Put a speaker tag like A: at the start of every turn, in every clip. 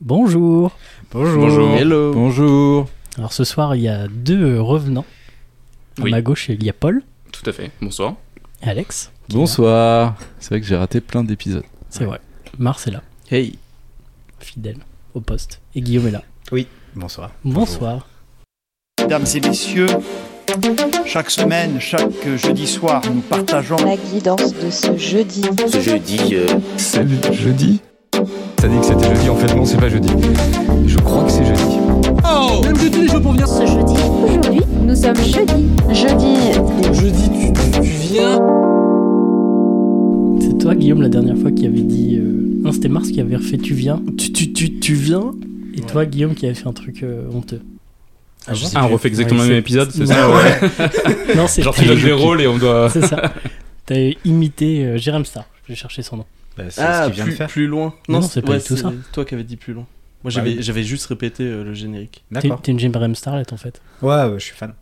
A: Bonjour.
B: Bonjour.
C: Hello.
B: Bonjour.
A: Alors ce soir, il y a deux revenants. À
C: Oui.
A: ma gauche, il y a Paul
C: Tout à fait. Bonsoir.
A: et Alex. qui est là.
B: Bonsoir. C'est vrai que j'ai raté plein d'épisodes.
A: C'est vrai. Mars est là,
D: Hey.
A: fidèle au poste. Et Guillaume est là.
D: Bonsoir.
A: Bonsoir.
E: Mesdames et messieurs, chaque semaine, chaque jeudi soir, nous partageons
F: La guidance de ce jeudi.
G: Ce jeudi,
H: C'est jeudi T'as dit que c'était jeudi, en fait non c'est pas jeudi. Je crois que c'est jeudi.
F: Ce jeudi.
I: Aujourd'hui, nous sommes jeudi.
F: Jeudi.
A: C'est toi, Guillaume, la dernière fois qui avait dit. euh, Non, c'était Mars qui avait refait Tu viens.
D: Tu, tu, tu, tu viens
A: Et toi, Guillaume, qui avait fait un truc euh, honteux.
D: je sais
C: Ah, on
D: plus.
C: refait exactement
A: Ouais,
C: le même
A: c'est-
C: épisode, c'est
A: Ouais.
C: ça ouais.
A: Non, c'est
C: Genre, tu donnes des rôles et on
B: Euh,
C: doit.
A: C'est ça. T'as imité euh, Jérém Star. Je vais chercher son nom.
D: Bah, c'est
J: Ah,
D: ce qu'il vient
J: plus,
D: de faire.
J: plus loin.
A: Non, c'est pas du tout ça.
J: Toi qui avais dit plus loin. Moi, j'avais
D: oui.
J: j'avais juste répété euh, le générique.
A: T'es
D: D'accord.
A: t'es une Jérém Starlet en fait.
D: Ouais, ouais, Ah, bah, je suis fan.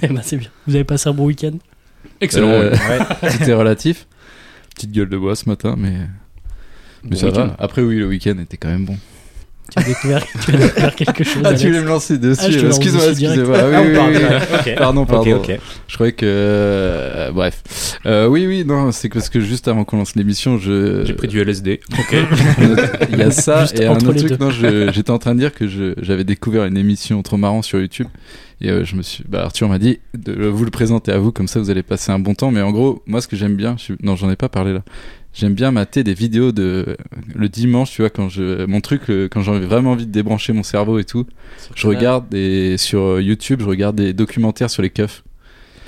A: Eh ben, c'est bien. Vous avez passé un bon week-end
C: Excellent.
B: Euh,
C: ouais.
B: C'était relatif. Petite gueule de bois ce matin, mais, mais
C: Bon
B: ça
C: week-end.
B: va. Après, oui, le week-end était quand même bon.
A: Tu as découvert, tu as découvert quelque chose.
B: Ah, tu
A: Alex
B: voulais me lancer dessus.
A: Ah, je te lance
B: excuse-moi,
A: dessus direct.
B: excusez-moi. Ah, oui, oui, oui, oui.
D: Ok.
B: Pardon, pardon.
D: Ok, ok.
B: Je croyais que. euh, bref. Euh, oui, oui, non, c'est parce que juste avant qu'on lance l'émission, je.
C: J'ai pris du LSD. Ok.
B: Il y a ça
A: Juste
B: et un
A: entre
B: autre
A: les
B: truc.
A: deux.
B: Non, je- j'étais en train de dire que je- j'avais découvert une émission trop marrante sur YouTube et euh, je me suis. Bah, Arthur m'a dit de vous le présenter à vous comme ça vous allez passer un bon temps. Mais en gros, moi ce que j'aime bien, je suis- non j'en ai pas parlé là. J'aime bien mater des vidéos de le dimanche, tu vois, quand je mon truc le- quand j'ai vraiment envie de débrancher mon cerveau et tout. Je regarde des sur euh, YouTube, je regarde des documentaires sur les keufs.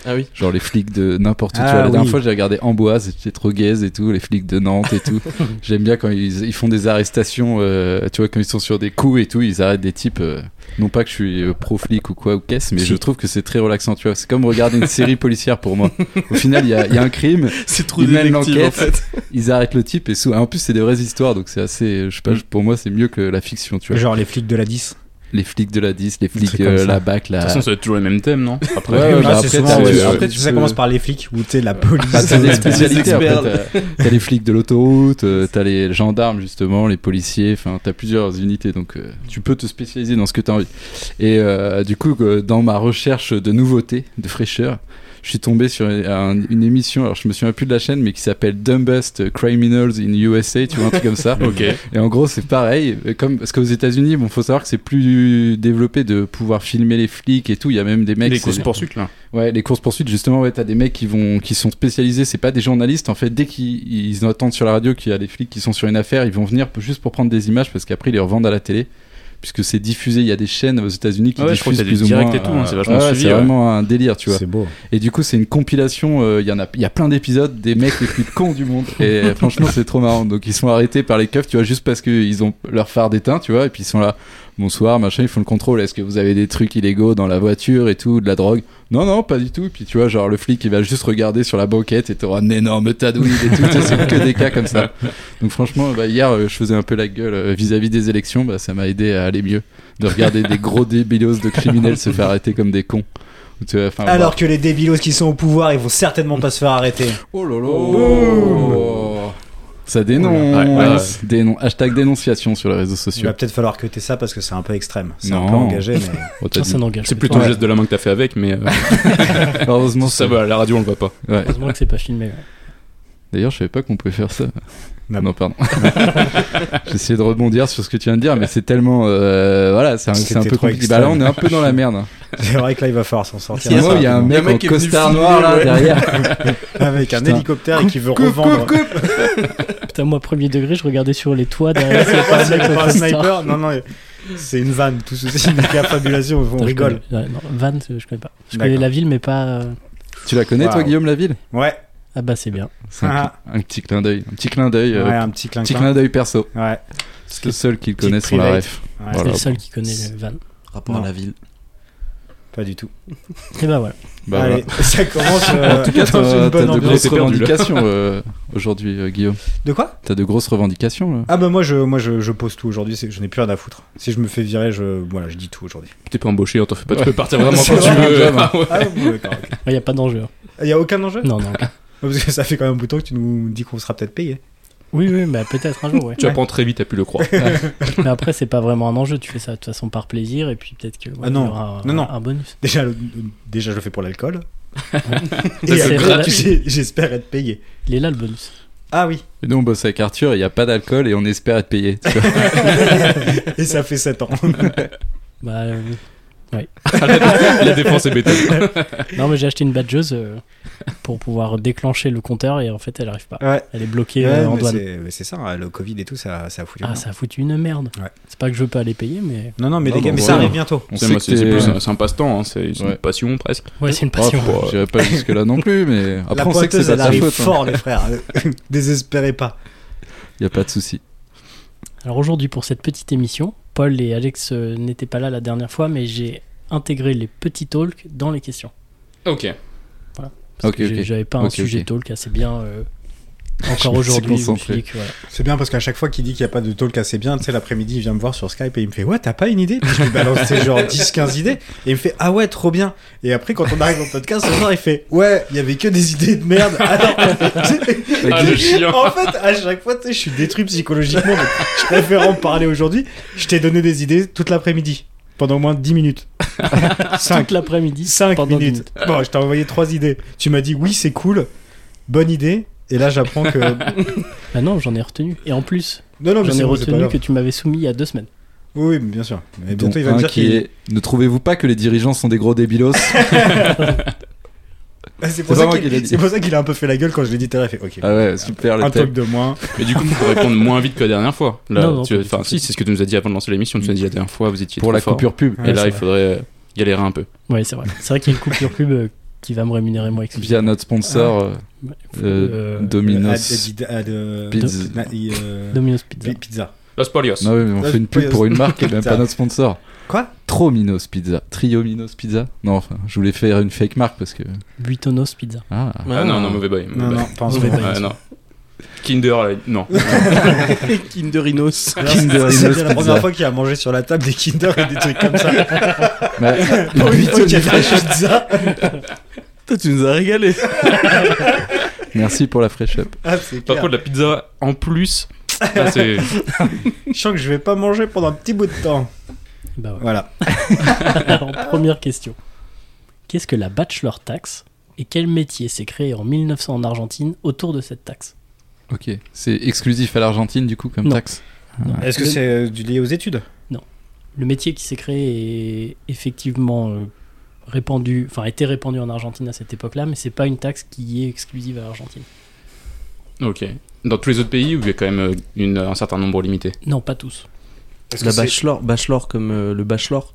J: Ah oui.
B: Genre les flics de n'importe où. tu
D: Ah
B: vois, la
D: oui.
B: dernière fois, j'ai regardé Amboise, j'étais trop gaze et tout, les flics de Nantes et tout. J'aime bien quand ils, ils font des arrestations, euh, tu vois, quand ils sont sur des coups et tout, ils arrêtent des types. euh, non pas que je suis euh, pro flic ou quoi ou caisse, mais
D: Si.
B: je trouve que c'est très relaxant, tu vois. C'est comme regarder une série policière pour moi. Au final, il y a, il y a un crime,
J: C'est trop
B: Il mène
J: détective en
B: l'enquête.
J: fait.
B: ils arrêtent le type et sous. En plus, c'est des vraies histoires, donc c'est assez. Je sais
D: Mm.
B: pas, pour moi, c'est mieux que la fiction, tu vois.
D: Genre les flics de la 10.
B: Les flics de la 10, les flics,
D: truc comme
B: euh,
D: ça.
B: la bac, la.
C: De toute façon, ça doit être toujours le même thème, non Après.
B: Ouais, ouais,
D: Ah,
B: bah,
D: c'est
B: après,
D: souvent,
B: t'as-
D: ouais,
B: tu-
D: après,
B: tu-
D: tu- ça commence par les flics ou t'es la police.
B: Bah, t'as des
D: Ouais.
B: spécialités
J: Des
B: après,
J: experts.
B: t'as- t'as les flics de l'autoroute, euh, t'as les gendarmes justement, les policiers, enfin t'as plusieurs unités donc euh, tu peux te spécialiser dans ce que t'as envie. Et euh, du coup euh, dans ma recherche de nouveautés, de fraîcheur, je suis tombé sur un- une émission, alors je me souviens plus de la chaîne mais qui s'appelle Dumbest Criminals in USA, tu vois un truc comme ça.
C: Ok.
B: Et en gros, c'est pareil. euh, Comme, parce qu'aux États-Unis, bon, faut savoir que c'est plus développé de pouvoir filmer les flics et tout. Il y a même des mecs.
C: Les
B: c'est-
C: courses poursuites, là.
B: Ouais, les courses poursuites, justement, ouais, t'as des mecs qui vont, qui sont spécialisés, c'est pas des journalistes, en fait, dès qu'ils ils entendent sur la radio qu'il y a des flics qui sont sur une affaire, ils vont venir p- juste pour prendre des images parce qu'après ils les revendent à la télé. Puisque c'est diffusé, il y a des chaînes aux États-Unis qui
C: Ah Ouais, je crois
B: diffusent plus
C: que t'as des
B: ou
C: directs
B: moins.
C: et tout, hein,
B: euh,
C: c'est vachement
B: ouais, ouais,
C: suivi,
B: C'est
C: ouais.
B: vraiment un délire, tu vois.
D: C'est beau.
B: Et du coup, c'est une compilation. euh, Il y en a, il y a plein d'épisodes des mecs les plus cons du monde. Et euh, franchement, c'est trop marrant. Donc, ils sont arrêtés par les keufs, tu vois, juste parce qu'ils ont leur phare d'éteint, tu vois. Et puis, ils sont là, bonsoir, machin, ils font le contrôle. Est-ce que vous avez des trucs illégaux dans la voiture et tout, de la drogue Non, non, pas du tout. Et puis, tu vois, genre, le flic, il va juste regarder sur la banquette et t'auras un énorme tas de weed et tout. Tu sais, c'est que des cas comme ça. Donc, franchement, bah, hier, euh, je faisais un peu la gueule euh, vis-à-vis des élections. Bah, ça m'a aidé à aller mieux. De regarder des gros débilos de criminels se faire arrêter comme des cons. Tu vois, enfin,
D: Alors que les débilos qui sont au pouvoir, ils vont certainement pas se faire arrêter.
B: Oh là
C: Oh.
B: là Ça dénonce
C: Ouais, ouais.
B: Dénon- Hashtag dénonciation sur les réseaux
D: Il
B: sociaux.
D: va peut-être falloir que t'aies ça parce que c'est un peu extrême. C'est un
B: Non.
D: peu engagé, mais.
B: Oh, t'as
A: Ah,
B: dit. Ah,
A: ça n'engage
C: C'est
A: pas.
C: plutôt
D: Ouais.
C: le geste de la main que t'as fait avec, mais euh,
B: Heureusement,
C: ça
B: ça
C: va, à la radio on le voit pas.
B: Ouais.
A: Heureusement que c'est pas filmé. ouais.
B: D'ailleurs, je savais pas qu'on pouvait faire ça.
D: Non.
B: Non, pardon. J'essayais de rebondir sur ce que tu viens de dire, mais c'est tellement. euh, voilà, c'est un,
D: C'était
B: c'est un peu
D: trop
B: compliqué. Bah là, on est un peu dans la merde. hein.
D: C'est vrai que là, il va falloir s'en sortir.
B: Moi, il y a un
D: rapidement.
B: mec en
J: Il y a un mec qui est venu
B: costard
J: filmer,
B: noir là
J: ouais.
B: derrière.
D: Avec un
B: Putain.
D: hélicoptère et qui veut revendre.
A: Putain, moi, premier degré, je regardais sur les toits derrière. c'est
D: Ah,
A: pas
D: c'est
A: un mec au
D: pas un
A: costard.
D: sniper, non, non, c'est une vanne, tout ceci, une fabulation, on
A: Putain, je
D: rigole.
A: connais- ouais, non, Vannes, je connais pas. Je
D: D'accord.
A: connais la ville, mais pas. euh,
B: Tu la connais, toi,
D: Waouh.
B: Guillaume, la ville
D: Ouais,
A: Ah bah, c'est bien.
B: C'est un,
D: Ah.
B: cli- un petit clin d'œil. Un petit clin d'œil. euh,
D: ouais, un petit
B: petit
D: clinquant.
B: clin d'œil perso.
D: Ouais,
B: C'est le seul qui le
D: Petite
B: connaît sur la
D: private.
B: ref.
D: ouais,
B: Voilà.
A: C'est le seul qui connaît le Vannes.
D: Non.
J: Rapport à la ville.
D: pas du tout.
A: Et bah voilà.
B: Bah, voilà.
D: Allez, ça commence euh,
B: En tout cas,
D: dans
B: t'as
D: une
B: t'as
D: bonne
B: de
D: ambiance.
B: grosses
C: J'étais perdu, là.
B: revendications euh, aujourd'hui, euh, Guillaume.
D: De quoi
B: T'as de grosses revendications là.
D: Ah bah moi je moi je, je pose tout aujourd'hui, c'est- je n'ai plus rien à foutre. Si je me fais virer, je voilà, je dis tout aujourd'hui.
C: T'es pas embauché, on t'en fait pas, tu
B: Ouais.
C: peux partir vraiment
D: C'est
C: quand tu
D: vrai,
C: veux.
B: un job, hein.
C: Ah ouais.
D: Ah bon, d'accord. ok.
A: Il n'y a pas d'enjeu. hein.
D: Il y a aucun enjeu
A: Non, non.
D: Parce que ça fait quand même un bout de temps que tu nous dis qu'on sera peut-être payé.
A: Oui, oui, bah peut-être un jour, ouais.
C: Tu apprends très vite à pu le croire.
A: Mais après, c'est pas vraiment un enjeu, tu fais ça de toute façon par plaisir, et puis peut-être que ouais,
D: Ah non.
A: il y aura un,
D: Non, non.
A: un bonus.
D: Déjà, le- déjà, je le fais pour l'alcool.
A: C'est
D: Et après,
A: gratuit.
D: j'ai- j'espère être payé.
A: Il est là le bonus.
D: Ah oui,
B: Et nous, on bosse avec Arthur, il n'y a pas d'alcool et on espère être payé. tu vois.
D: et ça fait 7 ans.
A: Bah, euh,
C: Ah, La défense est bêtée.
A: Non, mais j'ai acheté une badgeuse euh, pour pouvoir déclencher le compteur, et en fait, elle arrive pas.
D: Ouais.
A: Elle est bloquée
D: Ouais,
A: euh, en
D: mais
A: douane.
D: c'est- mais c'est ça, hein, le Covid et tout, ça, ça a foutu. le
A: Ah,
D: camp.
A: ça a foutu une merde.
D: Ouais.
A: C'est pas que je veux pas aller payer, mais
D: Non, non, mais
B: Non,
C: Ah,
D: les gars,
B: non,
D: mais
B: ouais.
D: ça arrive bientôt.
B: On
C: C'est
B: sait
C: moi,
B: que
C: c'est-
B: t'es-
C: c'est plus un- c'est un passe-temps, hein, c'est c'est
B: Ouais.
C: une passion presque.
A: ouais, c'est une passion.
B: Oh, bon, J'irai pas jusque-là non plus, mais après,
D: La
B: on sait que
D: pointeuse,
B: c'est pas
D: elle
B: ta
D: arrive
B: faute. hein.
D: fort, les frères. Désespérez pas.
B: Il n'y a pas de souci.
A: Alors aujourd'hui, pour cette petite émission, Paul et Alex euh, n'étaient pas là la dernière fois, mais j'ai intégré les petits talks dans les questions.
C: Ok.
A: Parce
B: Ok,
A: que j'ai-
B: ok.
A: J'avais pas un
B: Ok,
A: sujet
B: ok.
A: talk assez bien. euh,
B: Je me
A: encore
B: suis
A: aujourd'hui, je me suis
B: concentré.
A: dit que voilà.
D: C'est bien parce qu'à chaque fois qu'il dit qu'il n'y a pas de talk assez bien, tu sais, l'après-midi, il vient me voir sur Skype et il me fait Ouais, t'as pas une idée Puis je lui balance tu sais, genre 10-15 idées et il me fait Ah ouais, trop bien. Et après, quand on arrive au podcast, ce soir, il fait Ouais, il y avait que des idées de merde. Alors,
C: Ah, le chien.
D: en fait, à chaque fois, tu sais, je suis détruit psychologiquement. Donc je préfère en parler aujourd'hui. Je t'ai donné des idées toute l'après-midi pendant au moins 10 minutes. 5
A: Toute l'après-midi,
D: 5
A: pendant
D: minutes.
A: dix
D: Bon, je t'ai envoyé 3 idées. Tu m'as dit Oui, c'est cool, bonne idée. Et là, j'apprends que.
A: Bah non, j'en ai retenu. Et en plus,
D: Non, non, mais
A: j'en
D: c'est
A: ai
D: bon, c'est pas
A: retenu
D: grave.
A: que tu m'avais soumis il y a deux semaines.
D: Oui, oui, mais bien sûr. Mais
B: Donc,
D: bientôt, il va me
B: un
D: dire
B: qui
D: qu'il
B: est... Ne trouvez-vous pas que les dirigeants sont des gros débilos
D: Ah, C'est pour,
B: C'est
D: ça
B: pas moi
D: qu'il-
B: qui l'ai dit.
D: c'est pour ça qu'il a un peu fait la gueule quand je l'ai dit tout à l'heure. Il fait Ok,
B: Ah ouais, super
D: un
B: le
D: truc
B: thème.
D: de moins. euh,
C: Mais du coup, il faut répondre moins vite que la dernière fois. Là,
A: Non, non,
C: tu-
A: pas du
C: enfin,
A: tout.
C: si, c'est ce que tu nous as dit avant de lancer l'émission. Tu nous as dit la dernière fois, vous étiez
B: Pour
C: trop
B: la
C: fort.
B: coupure pub.
C: Et
A: Ouais,
C: là,
A: c'est
C: il faudrait euh, galérer un peu.
A: Ouais, c'est vrai. C'est vrai qu'il y a une coupure pub euh, qui va me rémunérer moi exclusivement.
B: Via notre sponsor
D: Ah,
B: euh,
A: Euh,
B: euh, Domino's.
D: Ad- ad- ad- euh,
B: Pizza.
D: na- i- euh,
A: Domino's Pizza.
D: pi- Pizza.
C: Los Polios.
B: Non, oui, mais on
D: Là,
B: fait une pub
D: oui,
B: pour
D: euh,
B: une marque et même
D: Pizza.
B: pas notre sponsor.
D: Quoi
B: Trop Minos Pizza. Trio Minos Pizza Non, enfin, je voulais faire une fake marque parce que.
A: Buitonos Pizza.
B: Ah.
C: Ah non, non, mauvais boy.
D: Non,
C: mauvais
D: non,
C: boy.
D: pas en ce
A: Mauvais
D: moment.
A: bail.
C: Ah, non. Kinder, là, non.
J: Kinderinos.
D: Alors, c'est-
B: Kinder Inos
D: C'est bien la
B: Pizza.
D: première fois qu'il a mangé sur la table des Kinder et des trucs comme ça.
B: Mais-
D: Pour une fois qu'il a fait la pizza.
J: Toi, tu nous as régalé.
B: Merci pour la fresh up.
D: Ah, c'est
C: Par
D: clair.
C: contre, la pizza en plus, là, c'est.
D: Je sens que je vais pas manger pendant un petit bout de temps.
A: Bah ouais.
D: Voilà.
A: Alors, première question. Qu'est-ce que la bachelor tax et quel métier s'est créé en 1900 en Argentine autour de cette taxe
B: Ok. C'est exclusif à l'Argentine du coup comme
A: Non.
B: taxe
D: Est-ce que
A: Le-
D: c'est euh, du lié aux études
A: Le métier qui s'est créé est effectivement euh, répandu, enfin était répandu en Argentine à cette époque-là, mais c'est pas une taxe qui est exclusive à l'Argentine.
C: Ok. Dans tous les autres pays où il y a quand même euh, une- un certain nombre limité.
A: Non, pas tous.
J: La bachelor, bachelor comme euh, le bachelor,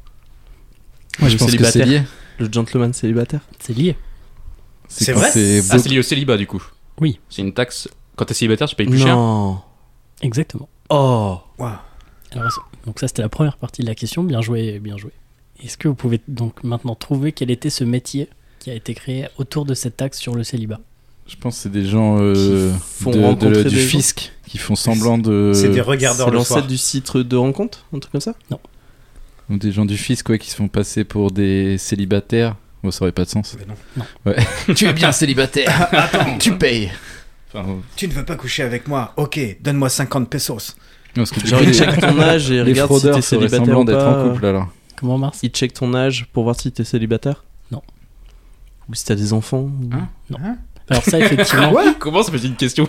B: Moi
J: Le
B: je pense que c'est
J: célibataire.
B: lié.
J: le gentleman célibataire.
A: C'est lié.
D: C'est
B: quand
D: vrai
B: c'est
C: Ah,
B: beau-
C: c'est lié au célibat du coup.
A: Oui.
C: C'est une taxe. Quand t'es célibataire, tu payes plus cher.
J: Non.
A: Exactement.
J: Oh.
A: Alors, donc ça c'était la première partie de la question. Bien joué, bien joué. Est-ce que vous pouvez donc maintenant trouver quel était ce métier qui a été créé autour de cette taxe sur le célibat
B: Je pense que c'est des gens euh,
J: Qui font
B: de- de-
J: rencontrer
B: du
J: des gens.
B: fisc qui font semblant de.
D: C'est des
J: C'est
D: regardeurs le soir.
J: l'ancêtre du site de rencontre, un truc comme ça
B: Ou des gens du fisc ouais, qui se font passer pour des célibataires. Bon, ça aurait pas de sens.
D: Mais non.
A: Non.
B: Ouais. tu es bien célibataire. Attends. Tu payes. Enfin, euh,
D: Tu ne veux pas coucher avec moi Ok, donne-moi 50 pesos.
B: parce que du
J: Genre
B: coup,
J: il
B: les-
J: check ton âge et
B: les
J: regarde si t'es
B: fraudeurs feraient
J: célibataire
B: semblant
J: ou
B: d'être
J: pas.
B: en couple alors.
A: Comment Mars
J: Il check ton âge pour voir si t'es célibataire
A: Non.
J: Ou si t'as des enfants ou-
C: Hein
A: Alors ça effectivement.
C: Comment ça fait une question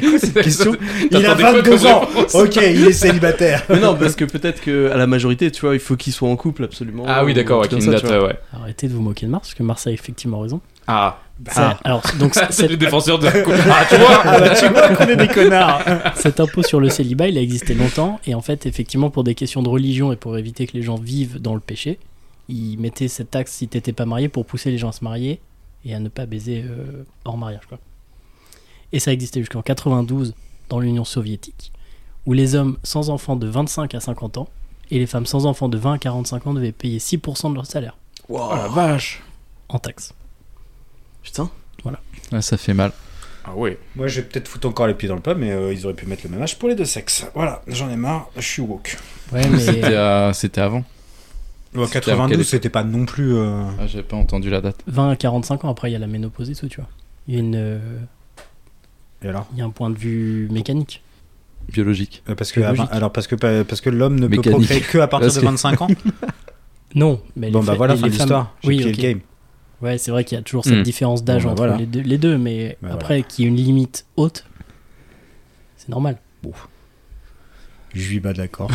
D: quoi cette question Il a
C: T'attendais pas
D: 22
C: comme
D: ans
C: réponse.
D: Ok, il est célibataire.
J: Mais non, parce que peut-être que à la majorité, tu vois, il faut qu'ils soient en couple absolument.
C: Ah oui, d'accord,
J: ou un
C: ouais,
J: truc
C: qui
J: Oh, comme
C: me
J: ça,
C: date,
J: tu vois.
C: euh, ouais.
A: Arrêtez de vous moquer de Mars parce que Mars a effectivement raison.
C: Ah,
A: Ça- alors donc
C: c'est le
A: cet,
C: défenseur de. Ah, tu vois
D: Ah bah tu vois qu'on est des connards.
A: cet impôt sur le célibat il a existé longtemps et en fait effectivement pour des questions de religion et pour éviter que les gens vivent dans le péché, ils mettaient cette taxe si t'étais pas marié pour pousser les gens à se marier et à ne pas baiser euh, hors mariage quoi. Et ça existait jusqu'en 92 dans l'Union soviétique où les hommes sans enfants de 25 à 50 ans et les femmes sans enfants de 20 à 45 ans devaient payer 6% de leur salaire
J: Wow.
B: vache.
A: en taxe.
J: Putain.
B: ça fait mal.
C: Ah ouais.
D: Moi, je vais peut-être foutre encore les pieds dans le plat, mais euh, ils auraient pu mettre le même âge pour les deux sexes. Voilà, j'en ai marre, je suis woke.
A: Ouais
B: C'était
A: mais
B: euh, c'était avant. C'était
D: En
B: à quelle
D: 92,
B: époque
D: c'était pas non plus. euh,
B: Ah, j'avais pas entendu la date.
A: 20 à 45 ans après il y a la ménopause et tout tu vois. Il y a une euh,
D: Et alors
A: Il y a un point de vue mécanique.
B: biologique.
D: Euh, parce que,
A: Biologique.
D: alors parce que parce que l'homme ne peut
B: Mécanique.
D: procréer que à partir
B: Parce
D: de
B: que-
D: 25 ans.
A: Non, mais
D: bon
A: les
D: bah
A: fa-
D: voilà
A: les-
D: fin de
A: les femmes-
D: l'histoire. J'ai
A: Oui,
D: pris
A: ok.
D: le game.
A: Ouais, c'est vrai qu'il y a toujours cette
B: Hmm.
A: différence d'âge
D: Bon, bah,
A: entre
D: voilà.
A: les, deux, les deux, mais
D: Bah,
A: après qu'il y ait une limite haute, c'est normal.
D: Je suis pas d'accord.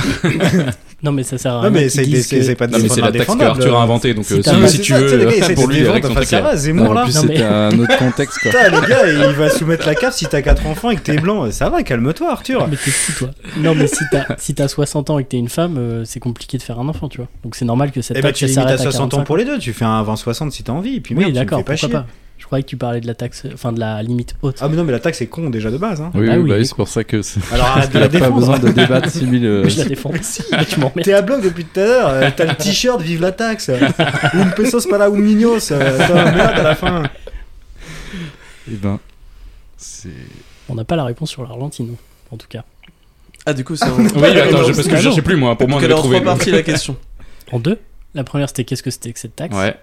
A: Non, mais ça sert à
D: Non
A: rien.
D: mais
A: qu'ils
D: c'est
A: disent
D: c'est-
A: que-
D: c'est pas
C: Non, mais c'est la taxe que Arthur a inventée, donc
A: Si
C: euh,
A: t'as
C: si,
A: pas-
C: si tu veux, pour lui, avec son truc.
D: ça
C: là.
D: va,
B: Non,
D: Zemmour
B: en
D: là.
B: plus,
A: Non, mais-
B: c'était un autre contexte, quoi.
D: Putain, les gars, il va soumettre la carte si t'as 4 enfants et que t'es blanc. Ça va, calme-toi, Arthur.
A: Mais t'es fou, toi. Non, mais si t'as si t'as 60 ans et que t'es une femme, euh, c'est compliqué de faire un enfant, tu vois. Donc c'est normal que cette
D: Eh ben,
A: taxe
D: tu
A: elle
D: limites à
A: s'arrête à
D: 60 ans
A: 45.
D: pour les deux. Tu fais un avant 60 si t'as envie. Et puis,
A: Oui,
D: merde, tu me
A: d'accord,
D: fais pas
A: pourquoi
D: chier.
A: pas. Je croyais que tu parlais de la taxe, enfin de la limite haute.
D: Ah, mais non, mais la taxe est con déjà de base. Hein.
B: Oui,
A: Ah
B: oui,
A: oui,
B: bah oui,
A: mais-
B: c'est pour ça que c'est-
D: Alors, arrête de
B: il
D: la
B: a pas
D: défendre.
B: besoin de débattre 6000. euh,
A: Je la défends. Mais tu m'emmerdes.
D: T'es à bloc depuis tout à l'heure, euh, t'as le t-shirt, vive la taxe! Un pesos para un niños! euh, T'as un merde à la fin!
B: eh ben, c'est.
A: On n'a pas la réponse sur l'Argentine, en tout cas.
J: Ah, du coup, c'est en...
C: euh, Oui, mais attends, je- parce que
A: Ah
C: je
A: non.
C: cherchais plus, moi. Pour moi, on
J: Donc, elle est
C: avait
J: en
C: trouvé.
J: trois parties la question.
A: En deux, la première c'était qu'est-ce que c'était que cette taxe.
C: Ouais.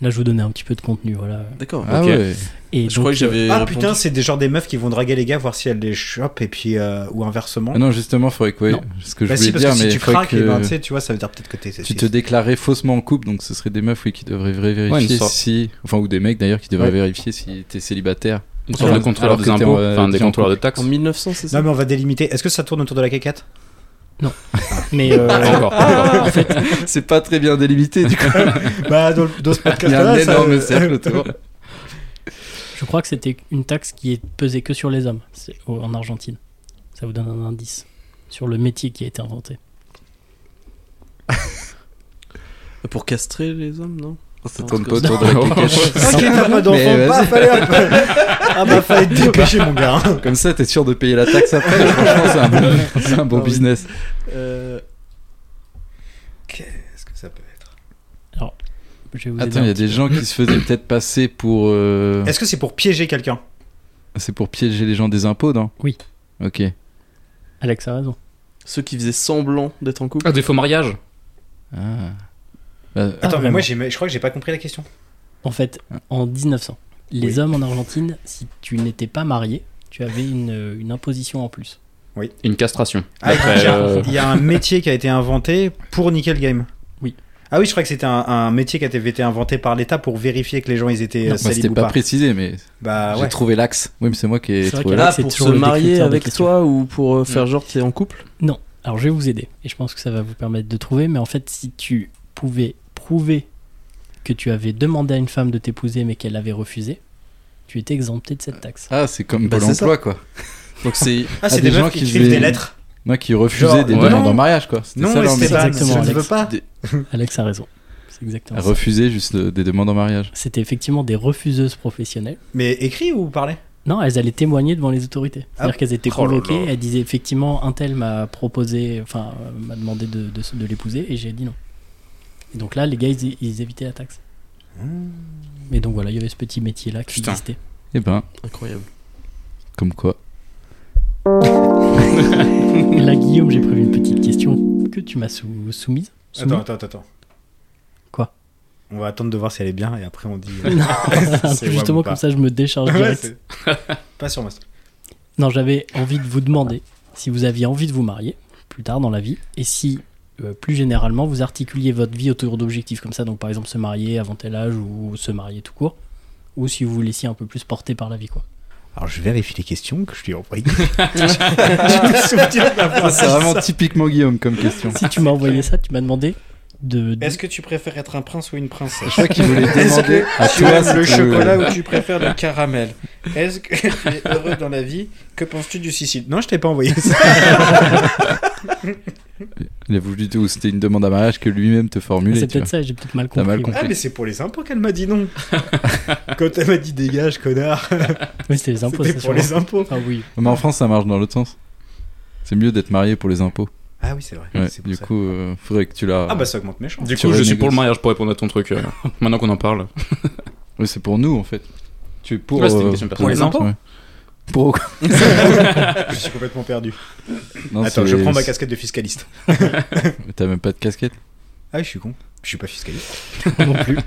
A: Là, je vous donnais un petit peu de contenu, voilà.
J: D'accord.
B: Ah
C: Ok.
B: ouais.
A: Et
J: Je
A: donc,
J: crois que
A: euh,
J: j'avais.
D: Ah
J: répondu.
D: putain, c'est des genres des meufs qui vont draguer les gars, voir si elles les chopent, et puis. euh, ou inversement.
B: Ah non, justement, faudrait que.
A: Non.
B: Ouais, ce que je
D: Bah
B: voulais
D: si, parce
B: dire,
D: que
B: mais
D: si tu
B: faudrait
D: craques, eh ben, tu
B: que.
D: sais, tu vois, ça veut dire peut-être que t'es.
B: Tu te déclarais faussement en couple, donc ce serait des meufs oui, qui devraient vré-
C: Ouais, une
B: vérifier
C: sorte-
B: si. Enfin, ou des mecs d'ailleurs qui devraient
D: Ouais.
B: vérifier si t'es célibataire.
C: Une sorte de
B: Alors
C: contrôleur
B: que
C: des
B: t'es en,
C: impôts,
B: euh,
C: enfin des
B: t'es en
C: contrôleurs de taxes.
J: En 1900, c'est ça
D: Non, mais on va délimiter. Est-ce que ça tourne autour de la caquette?
A: Mais euh,
C: Pas encore, pas encore.
B: C'est pas très bien délimité, du coup.
D: Bah, dans, le- dans ce
B: Il y a un
D: podcast-là, ça-
B: énorme cercle autour.
A: je crois que c'était une taxe qui est pesée que sur les hommes c'est au- en Argentine. Ça vous donne un indice sur le métier qui a été inventé.
J: Pour castrer les hommes, non
B: Ça
J: Non,
B: tourne pas
J: c'est comme ça.
B: autour de la cacache.
D: Ok, t'as pas d'enfant,
B: Mais
D: bah,
B: vas-y.
D: fallait un peu. Ah bah, fallait te dépêcher, mon gars. hein.
B: Comme ça, t'es sûr de payer la taxe après. Franchement, c'est un bon, c'est un bon
D: Ah oui.
B: business.
J: Euh,
D: Qu'est-ce que ça peut être?
A: Je vais vous aider
B: Attends,
A: un
B: il y a
A: petit
B: des
A: peu.
B: gens qui se faisaient peut-être passer pour. euh,
D: Est-ce que c'est pour piéger quelqu'un?
B: C'est pour piéger les gens des impôts, non
A: Oui.
B: Ok.
A: Alex a raison.
J: Ceux qui faisaient semblant d'être en couple.
C: Ah, des faux mariages
B: Ah. Bah,
A: Ah,
D: Attends, mais
A: vraiment.
D: moi, j'ai- je crois que j'ai pas compris la question.
A: En fait, en 1900, les hommes en Argentine, si tu n'étais pas marié, tu avais une, euh, une imposition en plus.
C: Une castration.
D: Ah,
C: Après,
D: il, y a,
C: euh,
D: il y a un métier qui a été inventé pour Nickel Game.
A: Oui.
D: Ah oui, je crois que c'était un, un métier qui a été inventé par l'État pour vérifier que les gens ils étaient
A: Non,
D: euh,
B: moi,
D: salibs
B: bah, c'était
D: ou
B: pas
D: pas.
B: précisé, mais
D: Bah
B: j'ai
D: ouais.
B: trouvé l'axe. Oui, mais c'est moi qui ai
A: C'est vrai
B: trouvé
A: qu'il y a
B: l'axe.
A: Alex, c'est
J: Là, Ah, pour se
A: toujours le
J: marier
A: décripteur de
J: avec
A: questions.
J: toi ou pour euh, faire
C: Mm.
J: genre t'es en couple
A: Non. Alors, je vais vous aider. Et je pense que ça va vous permettre de trouver. Mais en fait, si tu pouvais prouver que tu avais demandé à une femme de t'épouser, mais qu'elle avait refusé, tu étais exempté de cette taxe.
B: Ah, c'est comme
J: Bah,
B: Pôle
J: c'est ça.
B: emploi, quoi.
J: Donc c'est.
D: Ah,
B: Ah,
D: c'est
B: des
D: des,
B: gens
D: meufs qui
B: qui
D: écrivent
B: faisaient-
D: des lettres.
B: Moi qui refusais
D: Genre,
B: des
C: ouais.
B: demandes en mariage, quoi. C'était
D: Non,
B: ça leur
A: Esteban,
D: Esteban,
B: message.
A: c'est exactement,
D: je ne veux
A: Alex.
D: pas.
A: Alex a raison. C'est exactement
B: Elle
A: ça.
B: refusait juste euh, des demandes en mariage.
A: C'était effectivement des refuseuses professionnelles.
D: Mais écrit ou parler
A: Non, elles allaient témoigner devant les autorités. C'est-à-dire qu'elles étaient
C: Oh là là.
A: convoquées, elles disaient effectivement, un tel m'a proposé, enfin, euh, m'a demandé de, de, de l'épouser, et j'ai dit non. Et donc là, les gars, ils, ils évitaient la taxe. Mais donc voilà, il y avait ce petit métier-là qui
C: Putain.
A: existait.
B: Eh ben,
J: Incroyable.
B: comme quoi.
A: Et là, Guillaume, j'ai prévu une petite question que tu m'as sou- soumise. Soumis.
D: Attends, attends, attends.
A: Quoi
D: On va attendre de voir si elle est bien et après on dit.
A: Un peu
D: C'est WAM
A: justement
D: ou pas.
A: comme ça, je me décharge
D: Ouais,
A: direct.
D: c'est- pas sur Master.
A: Non, j'avais envie de vous demander si vous aviez envie de vous marier plus tard dans la vie et si euh, plus généralement vous articuliez votre vie autour d'objectifs comme ça, donc par exemple se marier avant tel âge ou se marier tout court, ou si vous vous laissiez un peu plus porter par la vie quoi.
D: Alors je vérifie les questions que je lui ai envoyées. je me souviens d'avoir
B: C'est
D: dit
B: vraiment
D: ça.
B: typiquement Guillaume comme question.
A: Si tu m'as envoyé ça, tu m'as demandé de. Ah,
G: Est-ce que tu préfères être un prince ou une princesse
B: Je crois qu'il voulait
G: Est-ce
B: demander euh,
G: que
B: à
G: tu
B: toi si
G: aimes le
B: tu veux-
G: chocolat ou tu préfères le caramel Est-ce que tu es heureux dans la vie Que penses-tu du suicide
D: Non, je t'ai pas envoyé ça.
B: Il a voulu du tout. C'était une demande en mariage que lui-même te formulait.
A: C'est
B: tu
A: peut-être ça, j'ai peut-être mal
B: T'as
A: compris.
B: mal
A: ouais.
B: compris.
D: Ah, mais c'est pour les impôts qu'elle m'a dit non. Quand elle m'a dit dégage, connard,
A: Oui, c'était les impôts.
D: c'était
A: ça, sûrement.
D: pour les impôts.
A: Enfin, oui.
B: Mais en France, ça marche dans l'autre sens. C'est mieux d'être marié pour les impôts.
D: Ah oui, c'est vrai.
B: Ouais,
D: c'est pour
B: du
D: ça.
B: coup, euh, faudrait que tu la.
D: Ah bah ça augmente mes chances.
C: Du
B: Tu
C: coup, je suis
B: renégocies.
C: pour le mariage pour répondre à ton truc. euh, maintenant qu'on en parle.
B: Ouais, c'est pour nous en fait. Tu es pour.
C: Ouais, c'était une
B: euh,
C: question
B: pour
C: personnelle.
B: impôts, ouais. Pour.
D: Je suis complètement perdu.
B: Non,
D: Attends,
B: c'est-
D: je prends ma casquette de fiscaliste.
B: T'as même pas de casquette.
D: Ah, je suis con. Je suis pas fiscaliste.
A: non plus.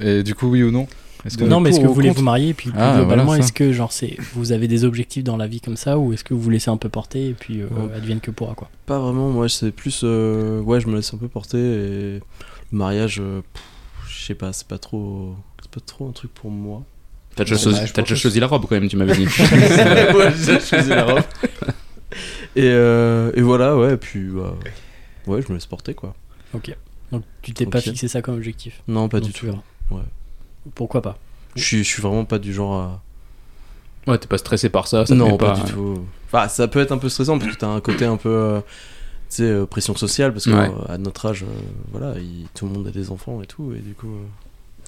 B: Et du coup, oui ou non Est-ce qu'on
A: Non,
B: est
A: mais est-ce
B: pour
A: que
B: ou
A: vous voulez
B: contre
A: vous marier Et puis plus
B: Ah,
A: globalement,
B: voilà ça.
A: est-ce que genre c'est vous avez des objectifs dans la vie comme ça ou est-ce que vous vous laissez un peu porter et puis euh,
J: Ouais.
A: advienne que pourra quoi
J: Pas vraiment, moi c'est plus. euh, ouais, je me laisse un peu porter et le mariage, euh, pff, je sais pas, c'est pas trop. C'est pas trop un truc pour moi.
C: T'as déjà,
D: Bon,
C: choisi,
D: bah, je
C: t'as
D: pense
C: déjà
D: que
C: choisi la robe quand même, tu m'avais dit.
J: ouais, j'ai choisi la robe. Et, euh, et voilà, ouais, et puis. bah, ouais, je me laisse porter quoi.
A: Donc tu t'es pas
J: Ok.
A: fixé ça comme objectif
J: Non, pas
A: Donc,
J: du
A: tu
J: tout.
A: verras.
J: Ouais.
A: Pourquoi pas
J: Je suis, je suis vraiment pas du genre à.
C: Ouais, t'es pas stressé par ça, ça te
J: non,
C: fait
J: pas,
C: pas.
J: du tout. Enfin, ça peut être un peu stressant parce que t'as un côté un peu, euh, tu sais, euh, pression sociale parce que
C: Ouais.
J: euh, à notre âge, euh, voilà, il- tout le monde a des enfants et tout, et du coup, euh,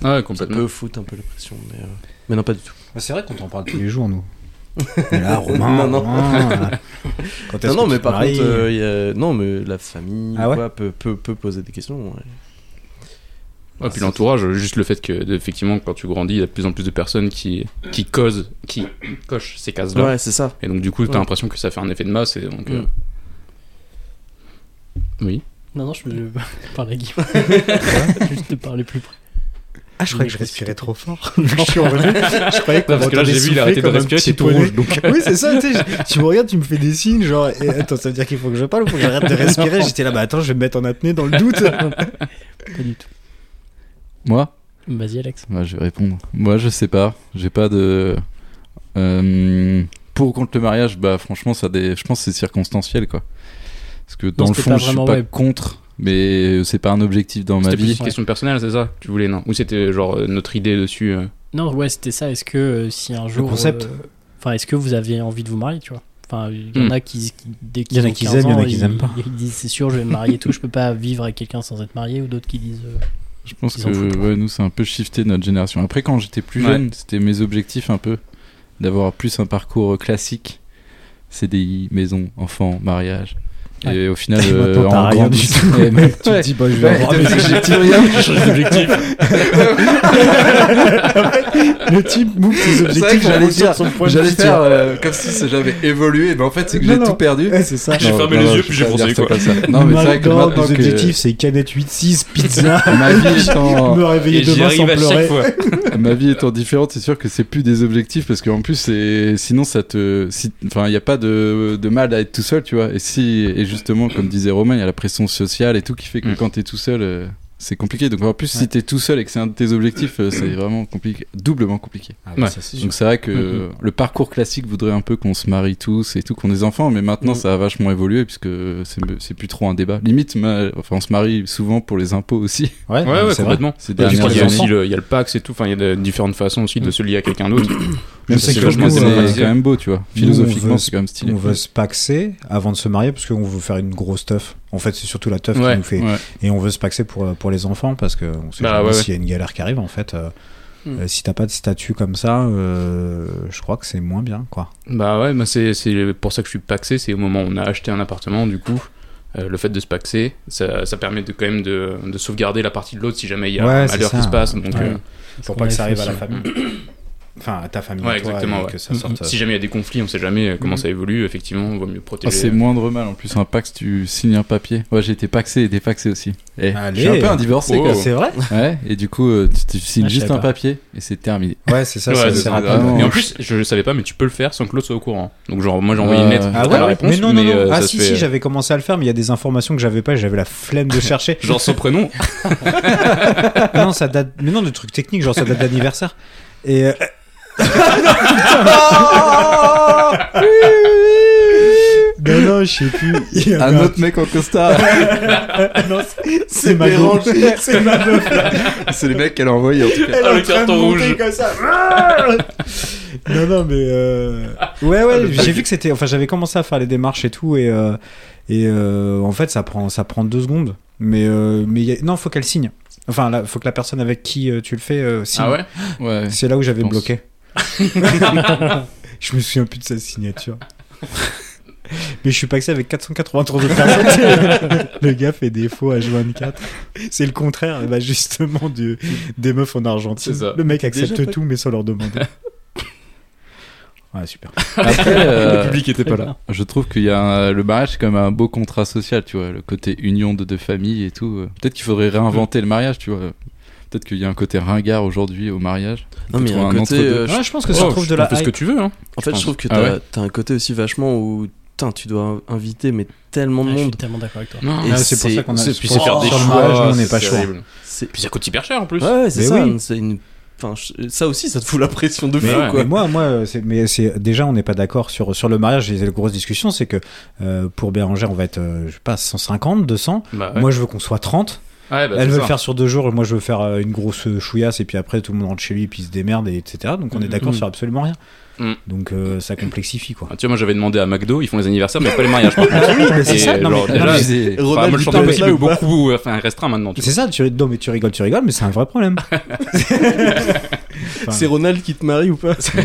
C: Ouais,
J: ça
C: complètement.
J: peut foutre un peu la pression, mais, euh, mais non, pas du tout.
D: Ah, c'est vrai qu'on t'en parle tous les jours, nous. Mais là, Romain,
J: Non, non.
D: Romain, quand est-ce
J: Non, non,
D: que
J: mais
D: tu te
J: par
D: maries
J: contre, euh, il y a- non, mais la famille
D: Ah ouais
J: quoi, peut, peut, peut poser des questions. ouais.
C: Ouais, puis l'entourage, juste le fait que, effectivement, quand tu grandis, il y a de plus en plus de personnes qui, qui causent, qui cochent ces cases-là.
J: Ouais, c'est ça.
C: Et donc, du coup, t'as
J: Ouais.
C: l'impression que ça fait un effet de masse. Et donc, euh,
J: Mm.
C: Oui.
A: Non, non, je me parle à Guy. Juste te parler plus près.
D: Ah, je croyais que je respirais trop fort. je suis revenu. Je croyais que
C: Non, parce que là, j'ai vu, il a arrêté de respirer,
D: c'est
C: c'est tout rouge. Donc,
D: Oui, c'est ça, tu sais, je- tu me regardes, tu me fais des signes, genre, et attends, ça veut dire qu'il faut que je parle ou faut que j'arrête de respirer J'étais là, bah attends, je vais me mettre en apnée dans le doute. Euh,
A: Pas du tout.
B: Moi
A: Vas-y, Alex.
B: Moi, Bah, je vais répondre. Moi, je sais pas. J'ai pas de. Euh, pour ou contre le mariage, bah franchement, ça des. Je pense que c'est circonstanciel, quoi. Parce que dans le
A: c'était
B: fond,
A: pas
B: je suis
A: vraiment,
B: pas
A: ouais.
B: contre, mais c'est pas un objectif dans ma
C: c'était plus
B: vie.
C: une question personnelle, c'est ça que Tu voulais, non Ou c'était genre euh, notre idée dessus euh,
A: Non, ouais, c'était ça. Est-ce que euh, si un jour.
D: concept.
A: euh, Enfin, est-ce que vous avez envie de vous marier, tu vois Enfin, il y en
C: Hmm.
A: a qui, qui- dès
D: Il y en a
A: qu'ils
D: qui
A: ont
D: aiment,
A: 15
D: il y en a
A: ans,
D: qui
A: ils-
D: aiment pas.
A: Ils disent, c'est sûr, je vais me marier et tout, je peux pas vivre avec quelqu'un sans être marié, ou d'autres qui disent. euh,
B: Je pense
A: Ils
B: que
A: en foutent, quoi.
B: ouais, nous, c'est un peu shifté notre génération. Après, quand j'étais plus
C: Ouais.
B: jeune, c'était mes objectifs un peu d'avoir plus un parcours classique CDI, maison, enfant, mariage. Et au final,
D: Et
B: euh,
D: maintenant, t'as
B: en Eh,
D: rien
B: grandissant-
D: du tout.
B: Ouais, mais-
D: Tu te dis, bah, je vais
B: Ouais,
D: avoir
B: t'as
D: mes
B: des
D: objectifs. Le type boucle ses
B: C'est vrai
D: objectifs
B: que
D: en
B: j'allais
D: fonction de
B: dire,
D: son point de
B: j'allais
D: vue,
B: faire euh, comme si ça- j'avais évolué, mais en fait, c'est que
D: Non,
B: j'ai
D: non.
B: tout perdu.
D: tu vois. Ouais, c'est ça.
B: J'ai fermé les yeux puis j'ai pensé quoi. Non, euh, mais c'est vrai que
D: Maintenant,
B: maintenant
D: nos
B: que
D: objectifs, c'est canette 8-6, pizza,
B: ma vie étant,
D: me réveiller
C: Et j'y
D: demain sans
C: arrive à chaque
D: pleurer.
C: fois.
B: ma vie étant différente, c'est sûr que c'est plus des objectifs parce qu'en plus, c'est, sinon, ça te, si- enfin, il n'y a pas de, de mal à être tout seul, tu vois. Et si, et justement, comme disait Romain, il y a la pression sociale et tout qui fait que
C: Mm.
B: quand t'es tout seul, euh, c'est compliqué. Donc en plus, si t'es tout seul et que c'est un de tes objectifs, euh, c'est vraiment compliqué, doublement compliqué.
C: bah,
B: Donc c'est vrai que
C: Mm,
B: euh, le parcours classique voudrait un peu qu'on se marie tous et tout, qu'on ait des enfants, mais maintenant
C: Mm.
B: ça a vachement évolué puisque c'est c'est plus trop un débat. Limite, ma- enfin on se marie souvent pour les impôts aussi.
C: Ouais, ouais,
D: c'est vrai.
C: complètement.
B: Ces
C: Et puis,
B: dernières
C: Bah, il y a aussi
B: années.
C: le, il y a le Pax et tout, enfin, il y a de- différentes façons aussi de se lier à quelqu'un d'autre.
B: Même
D: Je sais
B: si
D: que
B: vachement
D: nous,
B: c'est
D: euh,
B: quand même beau, tu vois.
D: nous, on
B: Philosophiquement,
D: veut-
B: c'est quand même stylé.
D: On veut se paxer avant de se marier parce qu'on veut faire une grosse teuf. En fait, c'est surtout la teuf
C: Ouais,
D: qui nous fait.
B: ouais.
D: Et on veut se paxer pour, euh, pour les enfants parce qu'on sait
C: Bah,
D: jamais
C: ouais, Hmm.
D: s'il y a une galère qui arrive en fait. euh,
J: Mm.
D: euh, si t'as pas de statut comme ça, euh, je crois que c'est moins bien quoi.
C: Bah ouais, bah c'est, c'est pour ça que je suis paxé, c'est au moment où on a acheté un appartement, du coup, euh, le fait de se paxer, ça, ça permet de, quand même de, de sauvegarder la partie de l'autre si jamais il y a
D: Ouais,
C: un
D: c'est
C: malheur
D: ça.
C: qui se passe. Donc,
A: Ouais.
C: euh,
A: c'est
D: Pour
A: qu'on
D: pas que
A: avait
D: ça
A: fait
D: arrive à la
A: aussi.
D: famille. Enfin, à ta famille.
C: Hmm. ouais,
D: à toi,
C: exactement.
D: et
C: ouais.
D: Que ça sorte, euh, Mm.
C: Si jamais il y a des conflits, on sait jamais euh, comment ça évolue, effectivement, il vaut mieux
B: Ah, c'est
C: protéger. euh,
B: moindre mal en plus un pax tu signes un papier. Ouais j'ai été paxé et dépaxé aussi. Et je suis
D: Allez.
B: un peu un divorcé
C: Oh.
B: quoi.
D: euh. C'est vrai
B: Ouais, et du coup euh, tu, tu signes
A: Ah, je
B: juste
A: savais
B: un
A: pas.
B: papier et c'est terminé.
D: Ouais, c'est ça.
C: Ouais,
D: c'est-
C: c'est
D: c'est
B: ça,
D: rapide.
B: vraiment.
C: et en plus, je le savais pas, mais tu peux le faire sans que l'autre soit au courant. Donc, genre, moi, j'ai envoyé
B: Euh,
C: une lettre
B: Ah
C: à la réponse,
D: Mais non, non, non.
C: euh,
D: ah
C: ça
D: si,
C: se fait,
D: si, j'avais commencé à le faire, mais il y a des informations que j'avais pas et j'avais la flemme de chercher.
C: Genre son prénom.
D: Ah non, ça date. Mais non, de trucs techniques, genre ça date d'anniversaire. Et. euh, non, non, je sais plus. Il y avait
B: Un autre mec en costard.
D: Non, c'est- c'est ma meuf. C'est ma meuf.
B: c'est les mecs qu'elle a envoyé en tout cas.
D: Elle
C: Ah,
D: est
C: le
D: en train de
C: carton
D: monter
C: rouge.
D: comme ça. non, non, mais. euh, Ouais,
C: Ah,
D: ouais, j'ai vu que c'était. Enfin, j'avais commencé à faire les démarches et tout, et. euh, Et euh, en fait, ça prend, ça prend deux secondes. Mais, euh, mais il y a- non, faut qu'elle signe. Enfin, là, faut que la personne avec qui euh, tu le fais euh, signe.
C: Ah ouais
B: Ouais.
D: C'est là où j'avais
B: Je pense.
D: bloqué. je me souviens plus de sa signature. Mais je suis paxé avec 483 de personnes. le gars fait défaut à 24. C'est le contraire, eh ben, justement, du, des meufs en Argentine.
C: C'est ça.
D: Le mec accepte
J: Déjà pas-
D: tout, mais sans leur demander. Ouais, super.
B: Après, euh,
C: était
A: pas là.
B: Je trouve qu'il y a un- le mariage c'est quand même un beau contrat social, tu vois, le côté union de deux familles et tout. euh. Peut-être qu'il faudrait réinventer le mariage, tu vois. Peut-être qu'il y a un côté ringard aujourd'hui au mariage.
J: Non, mais il y a un côté, euh,
G: Ouais, je pense que ça retrouve de la
C: Fais ce que
G: hype.
C: Oh, tu veux, hein.
J: En fait,
C: pense.
J: je trouve que
B: Ah
J: t'as
B: ouais
J: t'as un côté aussi vachement où putain, tu dois inviter mais tellement de
A: Ah, je suis
J: monde.
A: tellement d'accord avec toi.
J: Et
D: Ah, c'est pour ça qu'on a.
C: C'est- Puis c'est
D: pour-
C: faire des
D: sur le mariage, nous,
C: choix.
D: on n'est
C: c'est
D: pas chaud.
C: terrible.
J: C'est-
C: Puis ça coûte hyper cher en plus.
J: Ouais, ouais, c'est
D: Mais
J: ça.
D: oui.
J: hein, C'est une. Enfin, je- ça aussi, ça te fout la pression de fou,
D: Mais,
C: Ouais,
J: quoi.
D: mais moi, moi, c'est, mais c'est déjà, on n'est pas d'accord sur sur le mariage. Les grosses discussions, c'est que euh, pour Bérangère, on va être, euh, je sais pas, 150, 200.
C: Bah, ouais.
D: Moi, je veux qu'on soit 30.
C: Ouais, bah,
D: Elle
C: c'est
D: veut
C: ça.
D: le faire sur deux jours, et moi, je veux faire euh, une grosse chouillasse, et puis après, tout le monde rentre chez lui, puis il se démerde, et etc. Donc, on est d'accord
J: Mm.
D: sur absolument rien.
C: Mm.
D: Donc, euh, ça complexifie quoi.
C: Ah, tu vois, moi j'avais demandé à McDo, ils font les anniversaires, mais pas les mariages. Par
B: Ah,
C: contre.
D: oui, mais c'est
C: Et,
D: ça, non,
C: genre,
D: mais-
C: déjà,
D: non, mais-
C: c'est- enfin, bah,
J: Ronald,
C: moi, le
J: tu
C: champion
J: parles
C: possible
J: là ou pas
C: beaucoup, euh, enfin restreint maintenant. Tu
D: C'est ça, tu, non, mais tu rigoles, tu rigoles, mais c'est un vrai problème. Enfin,
J: C'est Ronald qui te marie ou pas
C: vois.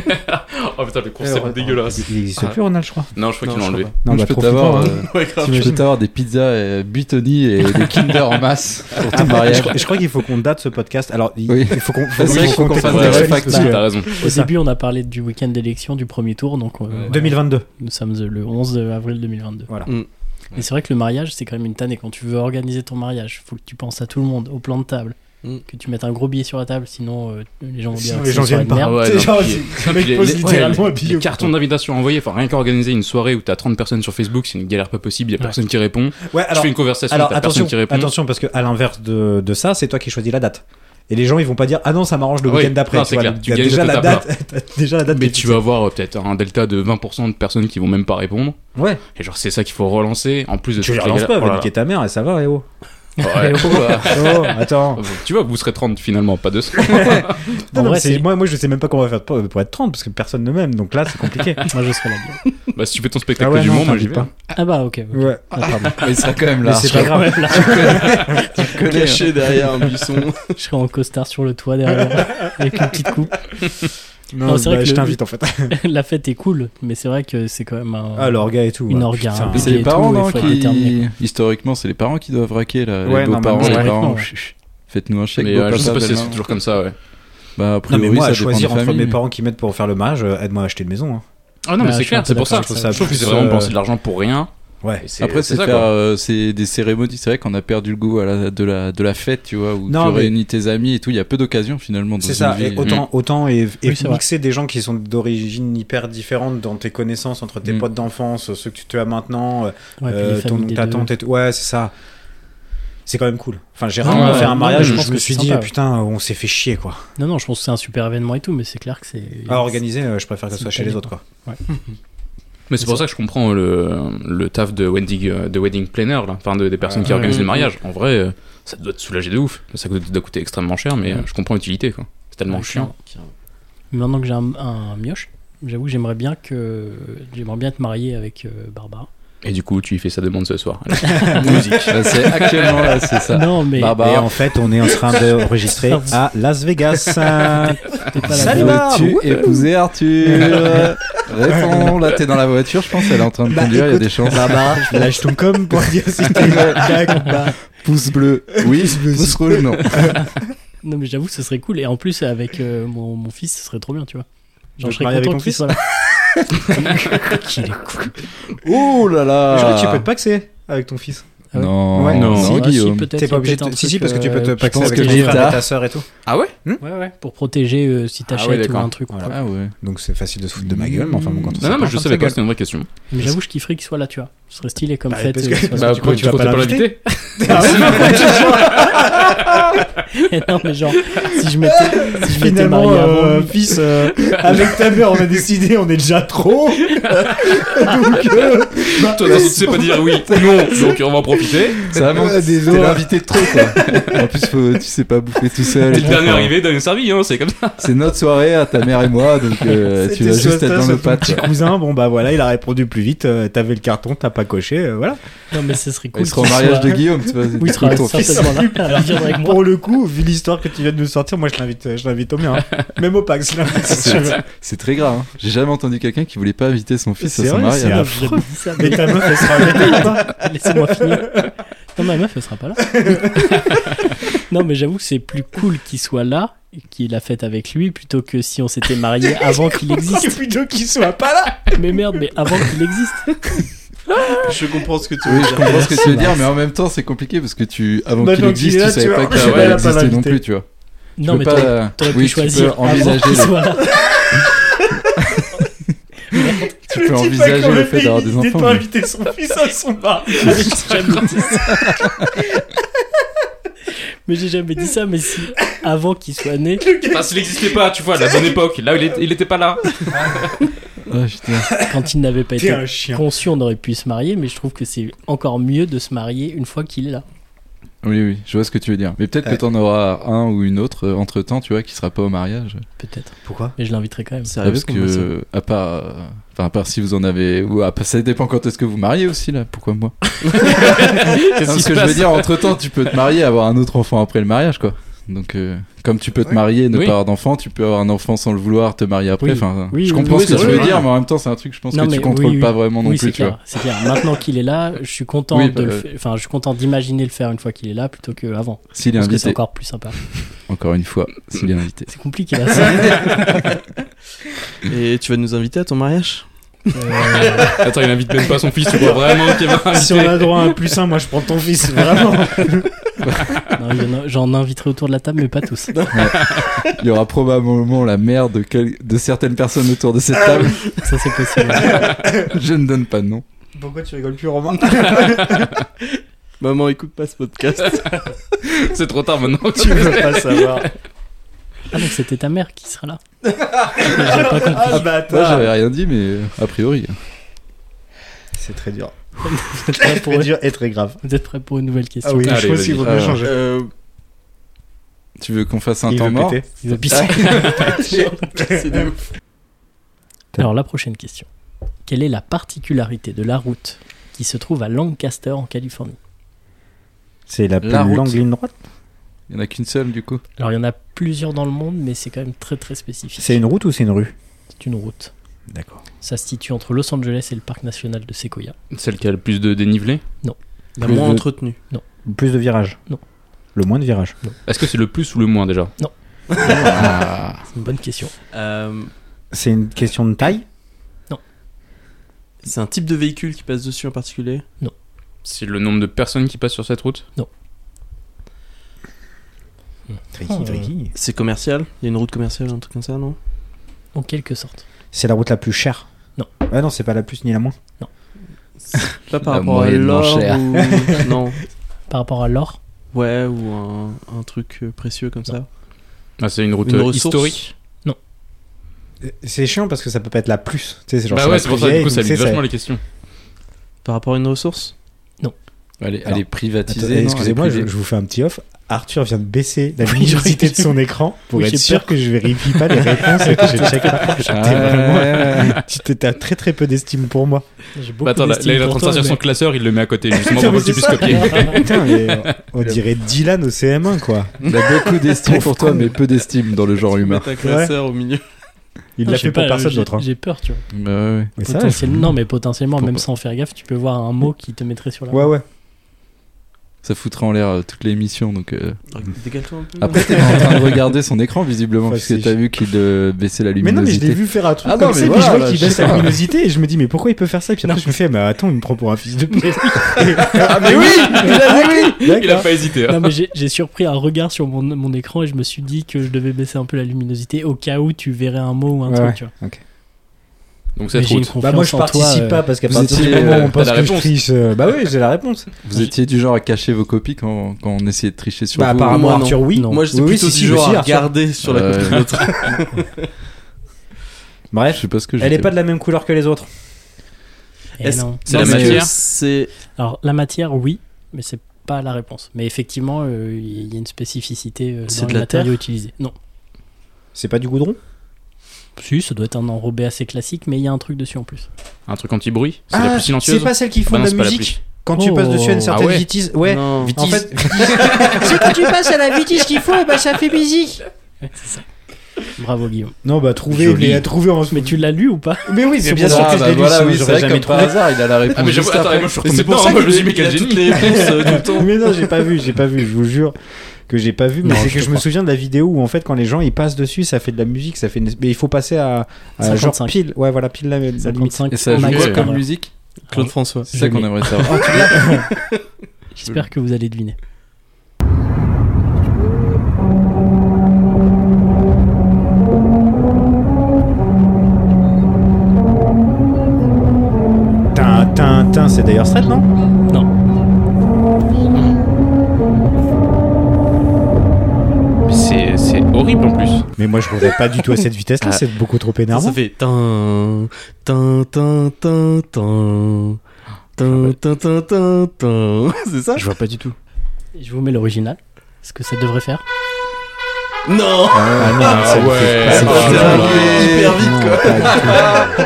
C: Oh putain, le
D: euh,
C: concept dégueulasse.
D: Il n'existe
C: Ah.
D: plus, Ronald, je crois.
C: Non, je crois qu'ils l'ont enlevé.
D: Non, bah,
B: je peux
D: trop
B: t'avoir,
D: fort, hein.
B: euh,
J: Ouais, grave.
B: tu peux t'avoir des pizzas euh, Buitoni et des Kinder en masse pour ton
D: Ah, Je,
B: mariage.
D: crois- je crois qu'il faut qu'on date ce podcast. Alors, il
B: Oui.
D: il faut qu'on
B: C'est vrai qu'il faut qu'on fasse des
D: contextualise,
B: réfactions.
D: parce que-
C: T'as raison.
A: Au
D: ça.
A: début, on a parlé du week-end d'élection, du premier tour, donc euh, voilà.
D: 2022.
A: nous sommes euh, le 11 avril 2022.
D: Voilà.
J: Mm.
A: Mais c'est vrai que le mariage, c'est quand même une tannée. Quand tu veux organiser ton mariage, faut que tu penses à tout le monde, au plan de table,
J: Mm.
A: que tu mettes un gros billet sur la table, sinon euh, les gens vont dire
D: Sinon,
A: que
D: les
A: c'est
D: gens
A: une soirée
D: viennent
A: de
D: pas.
A: merde.
C: Ah Ouais,
D: C'est
C: non,
D: genre,
C: puis-
D: le
C: puis
D: mec pose littéralement
C: les-
D: un billet,
C: les cartons d'invitation envoyés, enfin rien qu'organiser une soirée où t'as 30 personnes sur Facebook, c'est une galère pas possible, y a
A: Ouais.
C: personne qui répond.
D: Ouais,
C: tu
D: alors,
C: fais une conversation,
D: alors,
C: t'as personne
D: attention,
C: qui répond.
D: attention, parce que à l'inverse de, de ça, c'est toi qui choisis la date. Et les gens, ils vont pas dire Ah non, ça m'arrange le
C: Oui,
D: week-end d'après.
C: non,
D: tu
C: c'est
D: vois,
C: clair,
D: donc,
C: tu
D: t'as
C: gagnes
D: déjà
C: cette
D: la date. t'as déjà la date.
C: Mais
D: qui est
C: tu
D: fixée.
C: vas avoir euh, peut-être un delta de 20% de personnes qui vont même pas répondre.
D: Ouais.
C: Et genre, c'est ça qu'il faut relancer. En plus de
D: Tu
C: toutes les
D: les relances pas,
C: galères-
D: va niquer ta mère et ça va, et oh.
C: Oh là là. Ouais. Oh là.
D: Oh, attends.
C: Tu vois, vous serez 30 finalement, pas 200.
D: Non,
A: En
D: mais
A: vrai,
D: c'est-
A: c'est-
D: moi, moi, je sais même pas comment on va faire pour, pour être 30 parce que personne ne m'aime. Donc là, c'est compliqué.
A: Moi, je serai là. bien.
C: bah, si tu fais ton spectacle
D: Ah ouais,
C: du
D: non,
C: monde, moi
D: t'invites
C: j'y vais.
D: pas.
A: Ah bah, ok. ok.
D: ouais.
A: Ah, pardon.
B: Mais il sera quand même là.
D: Mais c'est pas grave.
A: Là,
B: Je connais, hein.
J: Caché derrière un buisson.
A: je serai en costard sur le toit derrière, avec une petite coupe.
D: Non,
A: Non, c'est
D: bah,
A: vrai que
D: je
A: le-
D: t'invite en fait.
A: la fête est cool, mais c'est vrai que c'est quand même un.
D: Ah, l'orga et tout.
A: Une
D: ouais.
A: orga,
D: Putain.
A: hein.
B: Mais c'est
A: Et
B: les
A: tout,
B: parents,
A: il
B: non,
A: faut être
B: qui...
A: déterminé,
B: Historiquement, c'est les parents qui doivent raquer, là.
D: Ouais,
B: les
D: non, mais
B: beaux-parents, les
A: historiquement,
B: parents.
A: ouais.
B: chut, chut. Faites-nous un chèque,
C: Mais euh, je sais
B: beau-papa,
C: pas si
B: belle-maman.
C: c'est toujours comme ça, ouais.
B: Bah, a
D: Non, mais
B: priori,
D: moi,
B: ça dépend
D: à
B: des
D: choisir entre mes
B: familles.
D: parents qui m'aident pour faire le mariage, euh, aide-moi à acheter une maison. hein.
C: Ah
A: Bah,
C: non,
A: je
C: mais c'est
A: suis
C: clair,
A: un peu
C: c'est pour ça.
A: d'accord avec
D: ça.
C: Je trouve que c'est
D: Plus,
C: vraiment
D: euh,
C: penser de l'argent pour rien.
D: Ouais.
C: Et c'est-
B: Après,
C: c'est
B: c'est
C: ça,
B: faire
C: quoi.
B: euh, c'est des cérémonies. C'est vrai qu'on a perdu le goût à la- de, la, de la fête, tu vois, où
D: Non,
B: tu
D: mais-
B: réunis tes amis et tout. Il y a peu d'occasions finalement. dans
D: C'est ça,
B: une Mm. vie.
D: et autant, autant et, et
A: Oui, c'est vrai.
D: mixer des gens qui sont d'origine hyper différente dans tes connaissances, entre tes
B: Mm.
D: potes d'enfance, ceux que tu te as maintenant, euh,
A: Ouais, puis les
D: euh, ton
A: familles des
D: oncle, ta
A: deux.
D: tante et tout. Ouais, c'est ça. C'est quand même cool. Enfin, j'ai
A: Non,
D: rarement
A: ouais,
D: fait un
A: non,
D: mariage,
A: mais je
D: où je me
A: trouve
D: suis
A: c'est
D: dit,
A: sympa.
D: putain, on s'est fait chier, quoi.
A: Non, non, je pense que c'est un super événement et tout, mais c'est clair que c'est.
D: À organiser, euh, je préfère que ce
A: C'est
D: soit
A: pas
D: chez les
A: bien.
D: autres, quoi.
C: Mais c'est pour ça que je comprends le, le taf de wedding, euh, de wedding planner, là. Enfin, de- des personnes qui
D: ouais,
C: organisent
J: ouais.
C: les mariages. En vrai, euh, ça doit te soulager de ouf. Ça doit doit coûter extrêmement cher, mais euh, je comprends l'utilité, quoi. C'est tellement
A: Ouais,
C: chiant.
A: Mais Maintenant que j'ai un, un mioche, j'avoue, j'aimerais bien que j'aimerais bien être marié avec euh, Barbara.
C: Et du coup, tu y fais sa demande ce soir.
B: Bah, c'est actuellement là, c'est ça.
A: Non, mais
B: Bah, Barbara.
D: Et en fait, on est en train d'enregistrer à Las Vegas.
A: t'es pas la
D: Salut,
A: bonne.
D: Barbe.
B: Veux-tu épouser Arthur Réponds, là t'es dans la voiture, je pense, elle est en train de
D: Bah,
B: conduire, il y a
D: écoute,
B: des chances.
D: Barbara, lâche ton com pour dire si t'es
B: Pouce bleu, oui, pouce rouge, non.
A: Non, mais j'avoue, ce serait cool. Et en plus, avec euh, mon, mon fils, ce serait trop bien, tu vois. Genre,
D: De
A: je serais
D: marier avec
A: content
D: ton
A: qu'il
D: fils
A: soit là.
B: Oh là là
D: Je crois que tu peux te paxer avec ton fils.
A: Ah ouais
B: Non,
D: Ouais.
B: non,
A: Ah, si,
B: Guillaume.
A: peut-être,
D: T'es
A: il y a
D: pas obligé
A: peut-être
D: de.
A: un
D: Si, si,
A: truc,
D: parce que tu
A: euh,
D: peux te
A: je
D: paxer
A: pense
D: avec
A: que
D: ton
A: j'ai-
D: frère et ta sœur et tout.
C: Ah ouais
A: Ouais, ouais, pour protéger euh, si
C: Ah ouais,
A: t'achètes ou
C: d'accord.
A: un truc.
D: Voilà.
B: Ah ouais.
D: Donc c'est facile de se foutre de ma gueule, mais enfin bon, quand on
C: Non,
D: s'en
C: non, mais
D: parle,
C: je
D: on
C: savais
D: se
C: pas,
D: gueule.
C: c'était une vraie question.
A: Mais j'avoue, je kifferais qu'il soit là, tu vois. Ce serait stylé comme
D: Bah,
A: fête.
D: parce que-
A: euh, ce
D: Bah,
A: soir.
D: tu crois que tu vas pas l'inviter Ah
A: non, mais genre, si je m'étais, si je m'étais
D: Finalement,
A: marié avant
D: euh,
A: lui-
D: fils, euh, avec ta mère, on a décidé, on est déjà trop. Donc, euh, bah,
C: Toi, tu sais pas dire oui, non, donc on va en profiter.
B: Ça manque,
D: Ouais, désolé.
B: t'es l'invité de trop, quoi. Ah, En plus, faut- tu sais pas bouffer tout seul.
C: T'es
B: et
C: le
B: tout,
C: dernier
B: enfin,
C: arrivé, dernier servi, hein, c'est comme ça.
B: C'est notre soirée à ta mère et moi, donc euh, tu
D: c'était
B: vas
D: soit
B: juste être
D: ça,
B: dans
D: soit
B: nos
D: ton
B: pattes.
D: Petit
B: quoi.
D: cousin, bon bah voilà, il a répondu plus vite. euh, T'avais le carton, t'as pas coché, euh, voilà.
A: Non, mais ce serait cool.
B: Il sera au
A: qu'il
B: mariage
A: soit-
B: de Guillaume, tu vois.
A: Oui, il
B: du coup,
A: sera
B: ton fils.
A: certainement là. Il viendra hein. avec moi.
D: Pour le coup, vu l'histoire que tu viens de nous sortir, moi je l'invite, euh, je l'invite au mien, hein. même au Pax. je l'invite, si tu veux.
B: C'est- C'est très grave. hein. J'ai jamais entendu quelqu'un qui voulait pas inviter son fils à
D: C'est
B: son
D: vrai, c'est
B: mariage.
D: grave.
A: J'ai jamais dit ça,
D: Mais
A: mais
D: ta meuf, elle sera avec elle hein. ou pas
A: Laissez-moi finir. Non, ma meuf, elle sera pas là. non, mais j'avoue, c'est plus cool qu'il soit là, et qu'il la fête avec lui, plutôt que si on s'était marié avant qu'il existe.
D: C'est plutôt qu'il soit pas là.
A: Mais merde, mais avant qu'il existe.
J: Je comprends ce que tu veux
B: Oui, je
J: dire.
B: comprends ce que tu veux
A: Merci.
B: dire, mais en même temps, c'est compliqué parce que tu, avant
D: Maintenant
B: qu'il
D: qu'il
B: existe,
D: est là,
B: tu savais
D: tu
B: pas
D: vois,
B: que
D: elle
B: ça
D: a pas
B: existait non
D: l'invité.
B: plus, tu vois. Tu
A: Non,
B: peux
A: mais
B: pas,
A: t'aurais t'aurais
B: oui,
A: pu
B: tu peux
A: choisir avant
B: envisager
A: qu'il
B: le-
A: soit là.
B: Tu peux envisager le fait d'avoir des enfants. mais-
G: inviter son fils à son bar.
A: Mais j'ai jamais dit ça. mais j'ai jamais dit ça, mais si avant qu'il soit né,
C: Enfin, s'il n'existait pas, tu vois, à la bonne époque. Là, il, est- il était pas là.
B: Ah, putain.
A: quand il n'avait pas
D: T'es
A: été
D: un chien.
A: conçu, on aurait pu se marier, mais je trouve que c'est encore mieux de se marier une fois qu'il est là.
B: Oui, oui, je vois ce que tu veux dire. Mais peut-être que
D: Ouais.
B: t'en auras un ou une autre entre temps, tu vois, qui sera pas au mariage.
A: Peut-être.
D: Pourquoi
A: Mais je l'inviterai quand même.
J: C'est
B: Ah,
J: arrivé
B: parce
J: qu'on fasse ça.
B: que, à part, euh, enfin, à part si vous en avez, ou à part- ça dépend quand est-ce que vous mariez aussi là. Pourquoi moi
C: Qu'est-ce
B: Non,
C: qui
B: Ce
C: se
B: que je veux
C: passe
B: dire, entre temps, tu peux te marier, et avoir un autre enfant après le mariage, quoi. Donc, euh, comme tu peux te
D: Ouais.
B: marier, et ne
C: Oui.
B: pas avoir d'enfant, tu peux avoir un enfant sans le vouloir, te marier après.
A: Oui.
B: Enfin,
A: Oui,
B: je
A: oui,
B: comprends
A: oui,
B: ce que
A: c'est
B: tu veux
A: vrai.
B: dire, mais en même temps, c'est un truc, je pense
A: Non,
B: que tu
A: mais
B: contrôles
A: oui, oui.
B: pas vraiment non
A: oui,
B: plus,
A: c'est
B: tu vois.
A: clair, c'est clair. Maintenant qu'il est là, je suis content
B: Oui,
A: de le
B: bah,
A: fa- enfin, je suis content d'imaginer le faire une fois qu'il est là plutôt qu'avant.
B: S'il est
A: Parce que c'est
B: invité,
A: encore plus sympa.
B: encore une fois, s'il est invité.
A: C'est compliqué là. ça.
J: Et tu vas nous inviter à ton mariage
A: Euh,
C: Attends, il invite même pas son fils, tu vois vraiment qu'il va
D: Si on a droit à un plus un, moi je prends ton fils, vraiment.
A: non, il y en a- J'en inviterai autour de la table, mais pas tous.
B: Il y aura probablement la mère de, quel- de certaines personnes autour de cette table.
A: Ça, c'est possible.
B: je ne donne pas de nom.
D: Pourquoi tu rigoles plus, Romain
J: Maman, écoute pas ce podcast.
C: C'est trop tard maintenant.
D: Tu veux pas savoir.
A: Ah, donc c'était ta mère qui sera là. J'ai pas compris.
D: Ah,
B: Moi,
D: bâtard.
B: j'avais rien dit, mais euh, a priori.
D: C'est très dur.
A: Vous êtes prêts pour,
D: Très dur et très grave.
A: vous êtes prêts pour une nouvelle question
D: Ah oui, je
C: Allez,
D: pense qu'il
C: vas-y.
D: vaut mieux
B: Alors,
D: changer.
J: Euh,
B: Tu veux qu'on fasse un
D: Il
B: temps
D: veut
B: mort
D: péter.
A: Il va
B: Ah.
A: pisser. Alors, la prochaine question. Quelle est la particularité de la route qui se trouve à Lancaster, en Californie
D: C'est la plus
B: La route.
D: longue ligne droite
B: Il y en a qu'une seule, du coup.
A: Alors, il y en a plusieurs dans le monde, mais c'est quand même très très spécifique.
D: C'est une route ou c'est une rue
A: C'est une route.
D: D'accord.
A: Ça se situe entre Los Angeles et le parc national de Sequoia.
C: Celle qui a le plus de dénivelé
J: La
B: Plus
J: moins
B: de-
J: entretenue.
D: Plus de virages
A: Non.
D: Le moins de virages
C: Est-ce que c'est le plus ou le moins déjà
A: C'est une bonne question.
J: Euh,
D: C'est une question de taille
J: c'est un type de véhicule qui passe dessus en particulier
C: C'est le nombre de personnes qui passent sur cette route
D: Tricky,
A: Oh.
D: tricky.
J: C'est commercial Il y a une route commerciale, un truc comme ça, non
A: En quelque sorte.
D: C'est la route la plus chère
A: Non.
D: Ah non, c'est pas la plus ni la moins.
J: Pas par
B: La
J: rapport à
B: moyenne
J: l'or
B: enchère.
J: ou... Non.
A: Par rapport à l'or,
J: Ouais, ou un, un truc euh, précieux comme ça.
C: ah, C'est une route
J: Une
C: euh,
J: ressource.
C: historique
D: C'est chiant parce que ça peut pas être la plus. Tu sais, c'est genre
C: Bah
D: la
C: ouais, c'est
D: plus
C: pour ça, du
D: vieille,
C: coup, ça
D: donc, tu
C: limite
D: sais,
C: vachement les questions.
J: Par rapport à une ressource
B: Elle est,
D: Alors,
B: elle est
D: Attends, eh,
B: privatisée. non,
D: Excusez-moi,
B: elle est
D: je,
B: privée.
D: je vous fais un petit off. Arthur vient de baisser la
A: Oui,
D: luminosité
A: j'ai-
D: de son écran pour
A: Oui,
D: être
A: j'ai
D: sûr que je vérifie pas les réponses et que je check pas. T'es
B: Ah,
D: vraiment- Tu t'es- t'as très très peu d'estime pour moi.
A: j'ai beaucoup
C: Bah, attends, là, là,
A: d'estime
C: il est en
A: pour
C: train de sortir
A: toi,
C: son classeur, il le met à côté justement pour
D: mais
C: que tu
D: c'est
C: puisses
D: ça.
C: copier.
D: Putain, mais on dirait Dylan au CM1 quoi.
B: Il a beaucoup d'estime pour toi, mais peu d'estime dans le genre humain.
J: Mettre un classeur au milieu.
D: Il
A: Non,
D: l'a
A: je sais
D: fait pour
A: pas,
D: personne
A: j'ai-
D: d'autre. hein.
A: J'ai peur, tu vois.
B: Bah ouais.
D: Mais ça,
A: Potentiel- Non, mais potentiellement,
B: Pourquoi
A: même
B: pas.
A: sans faire gaffe, tu peux voir un mot qui te mettrait sur la
D: Ouais, ouais.
B: Ça foutrait en l'air euh, toute l'émission. Donc euh.
J: Dégale-toi un peu.
B: après, t'es en train de regarder son écran visiblement
D: Enfin,
B: puisque
D: si.
B: t'as vu qu'il euh, baissait la
D: Mais non, mais je
B: luminosité.
D: l'ai vu faire un truc
B: Ah
D: comme
B: non,
D: ça,
B: mais
D: et puis
B: voilà,
D: je vois qu'il
B: je
D: baisse
B: sais
D: la
B: pas.
D: luminosité, et je me dis, mais pourquoi il peut faire ça Et puis après,
A: Non.
D: je me fais, mais attends, il me prend pour un fils de pute. ah, mais oui Mais oui
C: Il a pas hésité. hein.
A: Non mais j'ai j'ai surpris un regard sur mon, mon écran et je me suis dit que je devais baisser un peu la luminosité au cas où tu verrais un mot ou un
D: Ouais,
A: truc.
D: ouais.
A: Tu vois.
C: Donc
A: Mais
C: cette
A: j'ai une
C: route.
A: confiance
D: Bah, moi, je
A: en toi.
D: participe
A: euh,
D: pas parce qu'à
B: vous
D: partir du
B: étiez,
D: moment où
B: euh,
D: on pense
C: t'as la
D: que je
C: réponse.
D: triche, euh, bah oui, j'ai la réponse.
B: Vous étiez du genre à cacher vos copies quand, quand on essayait de tricher sur
D: Bah,
B: vous.
D: apparemment,
J: moi, non.
D: Arthur, oui.
J: Moi, j'étais
D: Oui, oui,
J: plutôt
D: si, si,
J: du genre
D: si,
J: à
D: Arthur.
J: regarder sur la
B: Euh,
J: copie de l'autre.
B: Je
D: Bref,
B: sais pas ce que
D: elle
B: j'étais.
D: est pas de la même couleur que les autres.
A: eh
J: Est-ce-
A: non.
C: C'est
J: Non,
C: la
J: mais
C: matière
J: C'est
A: Alors la matière, oui, mais c'est pas la réponse. Mais effectivement, euh, il y a une spécificité euh,
J: C'est
A: dans
J: de
A: les
J: la
A: matériaux
J: terre
A: utilisés. Non.
D: C'est pas du goudron
A: Si, ça doit être un enrobé assez classique, mais il y a un truc dessus en plus.
C: Un truc anti-bruit C'est la plus silencieuse
D: C'est pas celle qui font
C: Bah non,
D: de
C: c'est
D: la
C: pas la
D: musique
C: plus.
D: quand tu
A: Oh.
D: passes dessus à une
A: Ah
D: certaine
C: ouais.
D: vitesse. Ouais.
J: Non.
D: En fait,
I: C'est quand tu passes à la vitesse qu'il faut, et bah ça fait musique.
A: Bravo Guillaume.
D: non, bah trouver,
C: Joli.
D: mais à trouver en
A: Mais tu l'as lu ou pas
D: Mais oui,
A: C'est
D: bien
A: bon.
D: sûr
B: Ah,
D: que je
B: bah
D: l'ai lu,
B: voilà,
D: sinon
B: oui, c'est
D: j'aurais
B: vrai,
D: jamais
B: comme par
D: trouvé.
B: hasard, il a la réponse.
C: Ah mais j'avoue,
B: juste
C: attends,
B: après.
C: moi je suis
J: Mais
C: retombé
J: c'est pour
C: dedans,
J: ça
C: hein, moi
J: que
C: je me suis dit, mais
J: il a
C: quel
J: toutes
C: génie
J: les réponses euh, tout le temps.
D: Mais non, j'ai pas vu, j'ai pas vu, je vous jure que j'ai pas vu, mais
A: Non,
D: c'est
A: je
D: que
A: te
D: je me
A: crois.
D: souviens de la vidéo où en fait quand les gens ils passent dessus, ça fait de la musique, ça fait une... mais il faut passer à, à genre
A: 55.
D: pile, ouais voilà pile la, la limite.
A: 55
B: Et ça
A: au
B: euh, joue quoi
A: maximum.
B: comme musique
J: Claude François.
B: C'est ça qu'on aimerait savoir.
A: J'espère que vous allez deviner.
D: Dire Straits, non
C: C'est c'est horrible en plus.
D: Mais moi, je reviens pas du tout à cette vitesse-là,
C: Ah.
D: c'est beaucoup trop
J: Ça,
D: énervant.
J: ça fait tin tin tin tin tin tin tin tin tin tin. C'est ça
C: Je vois pas du tout.
A: Je vous mets l'original. Ce que ça devrait faire.
J: Non.
D: Ah non,
C: Ah
D: ça me fait
C: ouais,
D: pas- ça me
C: ah
D: fait
C: ouais.
D: pas-
J: Hyper vite
D: Non,
J: quoi.
D: pas du tout.